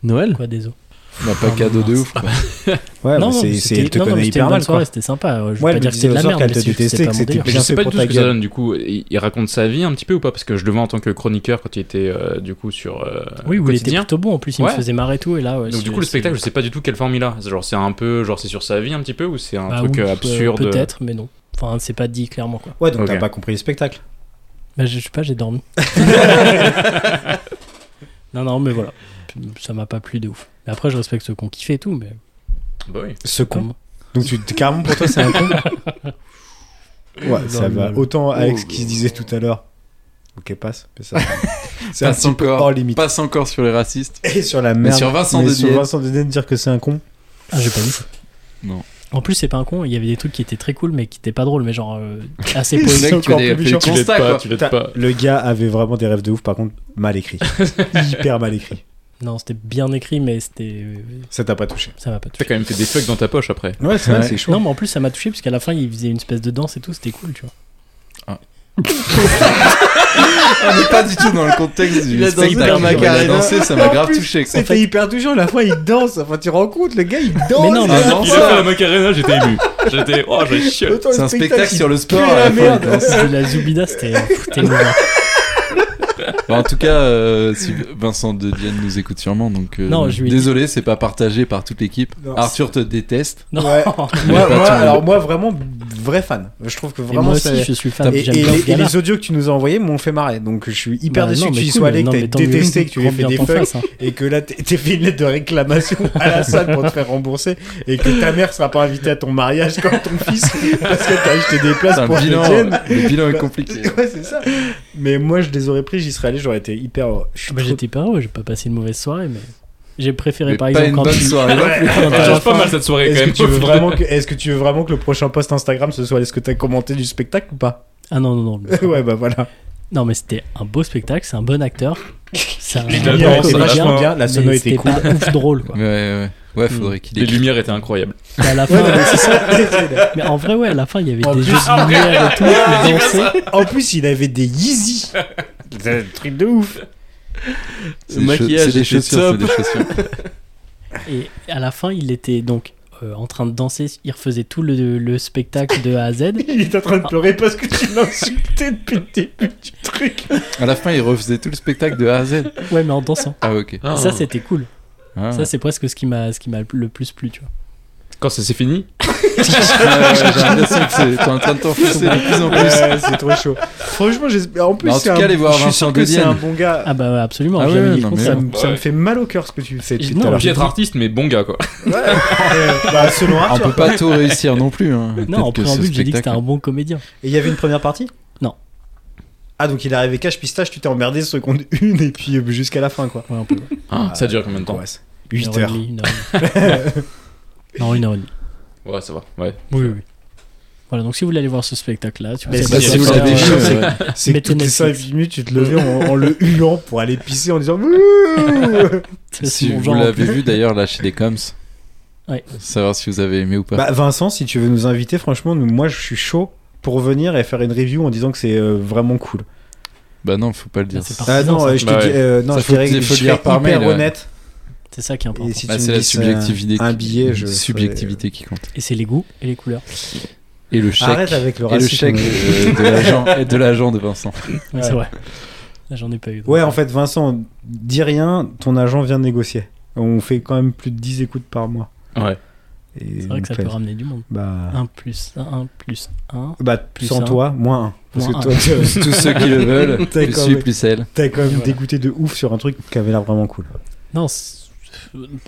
J: Noël
A: quoi, désolé.
B: On a pas cadeau de ouf. quoi.
A: non,
G: Ouais, mais
A: non,
G: c'est-
A: mais
G: c'est,
A: c'était-
G: elle te
A: non, non, mais
G: connaît
A: c'était
G: hyper
A: une bonne
G: mal, quoi.
A: soirée, C'était sympa. ouais, Je
G: Ouais,
A: vais pas
G: elle
A: dire
G: me
A: que c'est de la
G: disait aux
A: merde,
G: autres
A: mais
G: qu'elle te
A: c'est juste que
G: détestait,
A: c'est pas
G: que
A: mon
G: c'était
A: délire.
C: Mais je
G: Bien
C: sais
G: fait
C: pas du
G: pour
C: tout
G: ta
C: ce que ça
G: gueule.
C: donne du coup. Il, il raconte sa vie un petit peu ou pas Parce que je le vois en tant que chroniqueur quand il était euh, du coup sur euh,
A: Oui, vous, il était
C: quotidien.
A: plutôt bon en plus, il me
C: Ouais.
A: faisait marrer et tout. Et là, ouais,
C: Donc du
A: c'est-
C: coup le
A: c'est-
C: spectacle, je sais pas du tout quelle forme il a. C'est Genre c'est un peu, genre c'est sur sa vie un petit peu ou c'est un
A: Bah
C: truc
A: oui,
C: euh,
A: euh,
C: absurde.
A: Peut-être, mais non. Enfin, c'est pas dit clairement, quoi.
G: Ouais, donc
C: Ok.
G: t'as pas compris le spectacle.
A: Bah, je, je sais pas, j'ai dormi. non, non, mais voilà. Ça m'a pas plu de ouf. Mais après, je respecte ceux qui ont kiffé et tout, mais.
C: Bah oui.
G: Ce con.
A: Comment
G: Donc tu, carrément pour toi, c'est un con. Ouais, ça
A: Non,
G: va.
A: non, non.
G: Autant Alex qui se disait tout à l'heure. Ok, passe. Mais ça, c'est un
B: Passe
G: petit peu
B: encore.
G: hors limite.
B: Passe encore sur les racistes.
G: Et sur la merde.
B: sur Vincent
G: mais
B: de
G: sur
B: Dienne.
G: Vincent de Dienne, dire que c'est un con.
A: Ah, j'ai pas vu.
B: Non.
A: En plus, c'est pas un con, il y avait des trucs qui étaient très cool, mais qui étaient pas drôles, mais genre euh, assez
G: Ils
A: posés.
G: sont encore plus méchants.
C: Tu l'aides
B: constats,
C: pas,
B: quoi.
C: tu l'aides
G: T'as-
C: pas.
G: Le gars avait vraiment des rêves de ouf, par contre, mal écrit. Hyper mal écrit.
A: Non, c'était bien écrit, mais c'était. euh,
G: Ça t'a pas touché.
A: Ça m'a pas touché.
C: T'as quand même fait des fucks dans ta poche après.
G: Ouais, c'est
B: vrai,
G: vrai, c'est chaud.
A: Non, mais en plus, ça m'a touché, parce qu'à la fin, il faisait une espèce de danse et tout, c'était cool, tu vois.
B: On n'est Ah, pas du tout dans le contexte du
J: Il a dansé
B: spectacle.
J: dans
B: Il a
J: Macarena.
B: dansé, ça m'a
G: En
B: grave
G: plus,
B: touché. quoi.
G: C'était hyper touchant. La fois, il danse. Enfin, tu te rends compte, le gars, il danse.
A: Mais non,
G: il
A: mais-
G: a la
C: Il a fait la macarena, j'étais ému. J'étais, oh j'ai chialé.
G: Autant
B: C'est un spectacle
G: il
B: sur le
G: pue
B: sport.
G: la
B: à la fois, il
G: merde.
B: danse.
A: De la Zubida, c'était. pff, t'es mauvais.
B: Bon, Bah, en tout cas, euh, si Vincent de Dienne nous écoute sûrement, donc euh,
A: Non, je lui ai
B: désolé, c'est pas partagé par toute l'équipe.
G: Non,
B: Arthur te déteste.
A: Non.
G: Ouais.
B: Elle est
G: Moi,
B: pas
G: moi,
B: tombée.
G: alors moi vraiment vrai fan. Je trouve que
A: Et
G: vraiment
A: moi
G: ça-
A: aussi, je suis fan.
G: Et,
A: J'aime
G: et
A: bien
G: les,
A: ce
G: et
A: gars-là.
G: les audios que tu nous as envoyés m'ont fait marrer. Donc je suis hyper
A: Bah,
G: déçu
A: non,
G: que
A: mais
G: tu y
A: cool,
G: sois allé,
A: non,
G: que tu
A: mais tant mieux.
G: détesté, que tu lui aies fait
A: Prends
G: des
A: bien ton
G: fucks
A: face, hein.
G: et que là t'es t'es fait une lettre de réclamation à la salle pour te faire rembourser et que ta mère sera pas invitée à ton mariage comme ton fils parce que t'as acheté des places
B: Putain,
G: pour
B: Ah, le, bilan,
G: Étienne.
B: le bilan est compliqué.
G: Ouais, c'est ça. Mais moi je les aurais pris, j'y serais allé, j'aurais été hyper heureux. Je suis
A: Ah bah,
G: trop-
A: J'étais pas heureux, j'ai pas passé une mauvaise soirée, mais j'ai préféré
B: Mais
A: par
B: pas
A: exemple
B: une
A: quand
B: bonne
A: tu-
B: soirée. non plus.
A: quand
C: Ça
A: t'as la
C: change pas
A: fin-
C: mal cette soirée quand
G: euh, Est-ce
C: même.
G: que, tu
C: au
G: veux
C: final.
G: vraiment que, est-ce que tu veux vraiment que le prochain post Instagram ce soit est-ce que t'as commenté du spectacle ou pas
A: Ah non, non, non. mais-
G: Ouais, bah voilà.
A: Non, mais c'était un beau spectacle, c'est un bon acteur. C'est un
C: Il adore,
G: La
A: comédien,
G: était
C: ça,
G: vachement
C: la
G: bien, la
A: mais
G: sono était
A: c'était
G: cool.
A: pas ouf drôle, quoi.
B: Ouais, ouais, ouais. Ouais, faudrait qu'il
C: Les
B: écrive.
C: lumières étaient incroyables.
A: Et à la fin, mais en vrai, ouais, à la fin, il y avait des jeux de lumière et tout, ils dansaient.
G: En plus, il avait des Yeezy. C'est un truc de ouf.
B: C'est
J: Le
B: des chaussures,
J: maquillage,
B: c'est des
J: était
B: chaussures,
J: top.
B: c'est des chaussures.
A: Et à la fin, il était donc euh, en train de danser, il refaisait tout le, le spectacle de A à Z.
G: Il est en train de pleurer parce que tu l'as insulté depuis le début du truc.
B: À la fin, il refaisait tout le spectacle de A à Z.
A: Ouais, mais en dansant.
B: Ah, ok.
A: Et ça, c'était cool.
B: Ah.
A: Ça, c'est presque ce qui m'a ce qui m'a le plus plu, tu vois.
C: Quand ça s'est fini,
B: Ah, ouais, J'ai l'impression que c'est- t'es en train de t'enfoncer de plus en plus.
G: Ouais, c'est trop chaud. Franchement, j'espère. En plus,
B: Bah, en
G: c'est
B: tout
G: un...
B: cas, allez voir
G: je suis
B: Vincent hein.
G: sûr que c'est
B: Dedienne.
G: un bon gars.
A: Ah bah ouais, absolument,
B: Ah
A: j'avais
B: ouais,
A: mis le
B: non,
A: contraire.
G: ça, me, ça me fait mal au cœur ce que tu fais. depuis tout à
A: Non,
G: l'heure.
C: puis être artiste, mais bon gars quoi.
G: Ouais. Euh, bah, selon
B: On
G: Arthur.
B: peut pas tout réussir non plus. Hein.
A: Non, en
B: Peut-être que ce
A: préambule, j'ai dit que
B: spectacle-
A: c'était un bon comédien.
G: Et il y avait une première partie
A: Non.
G: Ah, donc il est arrivé cache pistache, tu t'es emmerdé seconde une et puis euh, jusqu'à la fin, quoi.
A: Ouais, un peu.
C: Ah, ça dure combien de temps
G: Ouais, 8 heures.
A: Une heure et demie, une heure et demie. non, une heure et demie.
C: Ouais, ça va. Ouais.
A: Oui, oui. Voilà, donc si vous voulez aller voir ce spectacle-là, tu vois,
G: Mais
A: c'est pas
G: si- Ah, bah, si vous
A: ça,
G: l'avez
A: euh,
G: vu,
A: ouais.
G: c'est- C'est que
A: Mettez
G: toutes les 5
A: Netflix.
G: minutes, tu te levais en, en le huant pour aller pisser en disant Wouh
A: C'est
B: Si
A: mon
B: vous
A: genre en
B: l'avez
A: plus.
B: vu d'ailleurs, lâchez des coms.
A: Ouais.
B: Savoir si vous avez aimé ou pas.
G: Bah, Vincent, si tu veux nous inviter, franchement, nous- moi je suis chaud pour venir et faire une review en disant que c'est euh, vraiment cool.
B: Bah non, faut pas le dire.
A: C'est
B: ça.
A: parti.
G: Ah non,
A: ça.
G: euh, je te
C: Bah
G: dis,
C: ouais.
G: euh, non,
B: Ça,
G: je
B: faut
G: serais
B: dire- faut
G: je
B: dire
G: serais
B: par mail,
G: hyper
B: ouais.
G: honnête.
A: C'est ça qui est important.
G: Et si
B: Bah,
G: tu
B: c'est
G: me
B: la
G: glisses,
B: subjectivité.
G: euh, un
B: qui-
G: billet, je
B: subjectivité qui compte.
A: Et c'est les goûts et les couleurs.
B: Et le
G: serais-
B: chèque.
G: Arrête avec le
B: et le
G: racisme.
B: chèque euh, de l'agent et de l'agent de Vincent.
A: Ouais,
G: Ouais.
A: C'est vrai. Là, j'en ai pas eu. donc.
G: Ouais, en fait, Vincent, dis rien, ton agent vient de négocier. On fait quand même plus de 10 écoutes par mois.
C: Ouais.
G: Et
A: C'est vrai que ça
G: donc,
A: peut
G: euh,
A: ramener du monde.
G: bah,
A: 1 plus 1 plus 1.
G: bah,
A: plus
G: sans
A: un.
G: toi, moins un. Parce
A: Moins
G: que toi, tu-
B: Tous ceux qui le veulent,
G: T'as
B: plus
G: quand
B: suis
G: même-
B: plus elle.
G: t'as quand même
A: Et voilà.
G: dégoûté de ouf sur un truc qui avait l'air vraiment cool.
A: Non, c'est-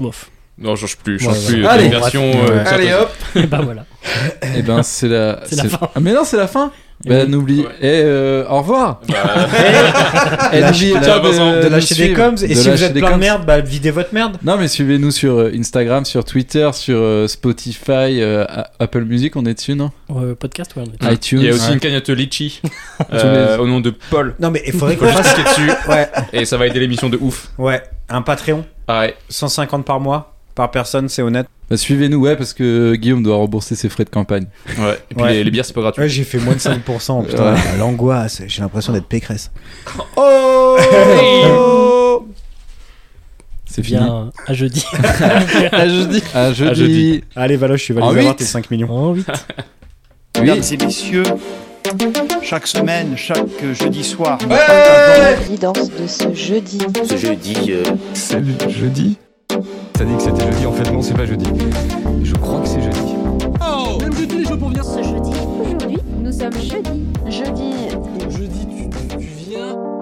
A: bof.
C: Non, je change plus. Je
G: Ouais,
C: change
G: ouais.
C: plus.
G: Allez.
C: Allez, version.
G: Ouais.
C: euh,
B: Allez,
C: certaine.
A: Et bah voilà.
B: Et ben c'est la.
A: C'est la fin.
B: Ah, mais non, c'est la fin. Bah
A: oui.
B: n'oublie.
C: Ouais.
B: Et euh, au revoir.
C: Bah,
B: Et
G: Lâche-
B: n'oubliez
C: ciao,
B: pas
C: Vincent.
G: Ah, de
B: euh, nous
G: lâcher des
B: suivre,
G: coms. Et
B: de
G: si vous
B: lâcher
G: êtes
B: des
G: plein de
B: coms.
G: merde, bah videz votre merde.
B: Non, mais suivez-nous sur euh, Instagram, sur Twitter, sur euh, Spotify, euh, A- Apple Music, on est dessus, non
A: Euh, podcast, ouais. on est-
B: iTunes.
C: il y a aussi
B: Ouais.
C: une cagnotte Litchi euh, au nom de Paul.
G: Non, mais il faudrait qu'on
C: Paul
G: fasse.
C: qui est dessus
G: Ouais,
C: et ça va aider l'émission de ouf.
G: ouais. Un Patreon,
C: Ah ouais.
G: 150 par mois, par personne, c'est honnête.
B: Bah, Suivez-nous, ouais, parce que Guillaume doit rembourser ses frais de campagne.
C: ouais. Et puis
G: Ouais.
C: les, les bières, c'est pas gratuit.
G: Ouais, j'ai fait moins de 5%. Putain, bah, l'angoisse, j'ai l'impression d'être pécresse. Oh
B: C'est fini.
A: Bien, à jeudi.
B: À jeudi. À jeudi.
C: jeudi.
G: Allez, Valoche, tu vas
B: En
G: les avoir
B: huit
G: tes 5 millions.
A: En 8.
E: Mesdames et messieurs, chaque semaine, chaque jeudi soir,
F: L'évidence de ce jeudi.
K: Ce jeudi, euh,
L: C'est le jeudi T'as dit que c'était jeudi, en fait non, c'est pas jeudi. Je crois que c'est jeudi.
F: Ce jeudi. Aujourd'hui, nous sommes jeudi. Jeudi.
J: Jeudi, tu, tu viens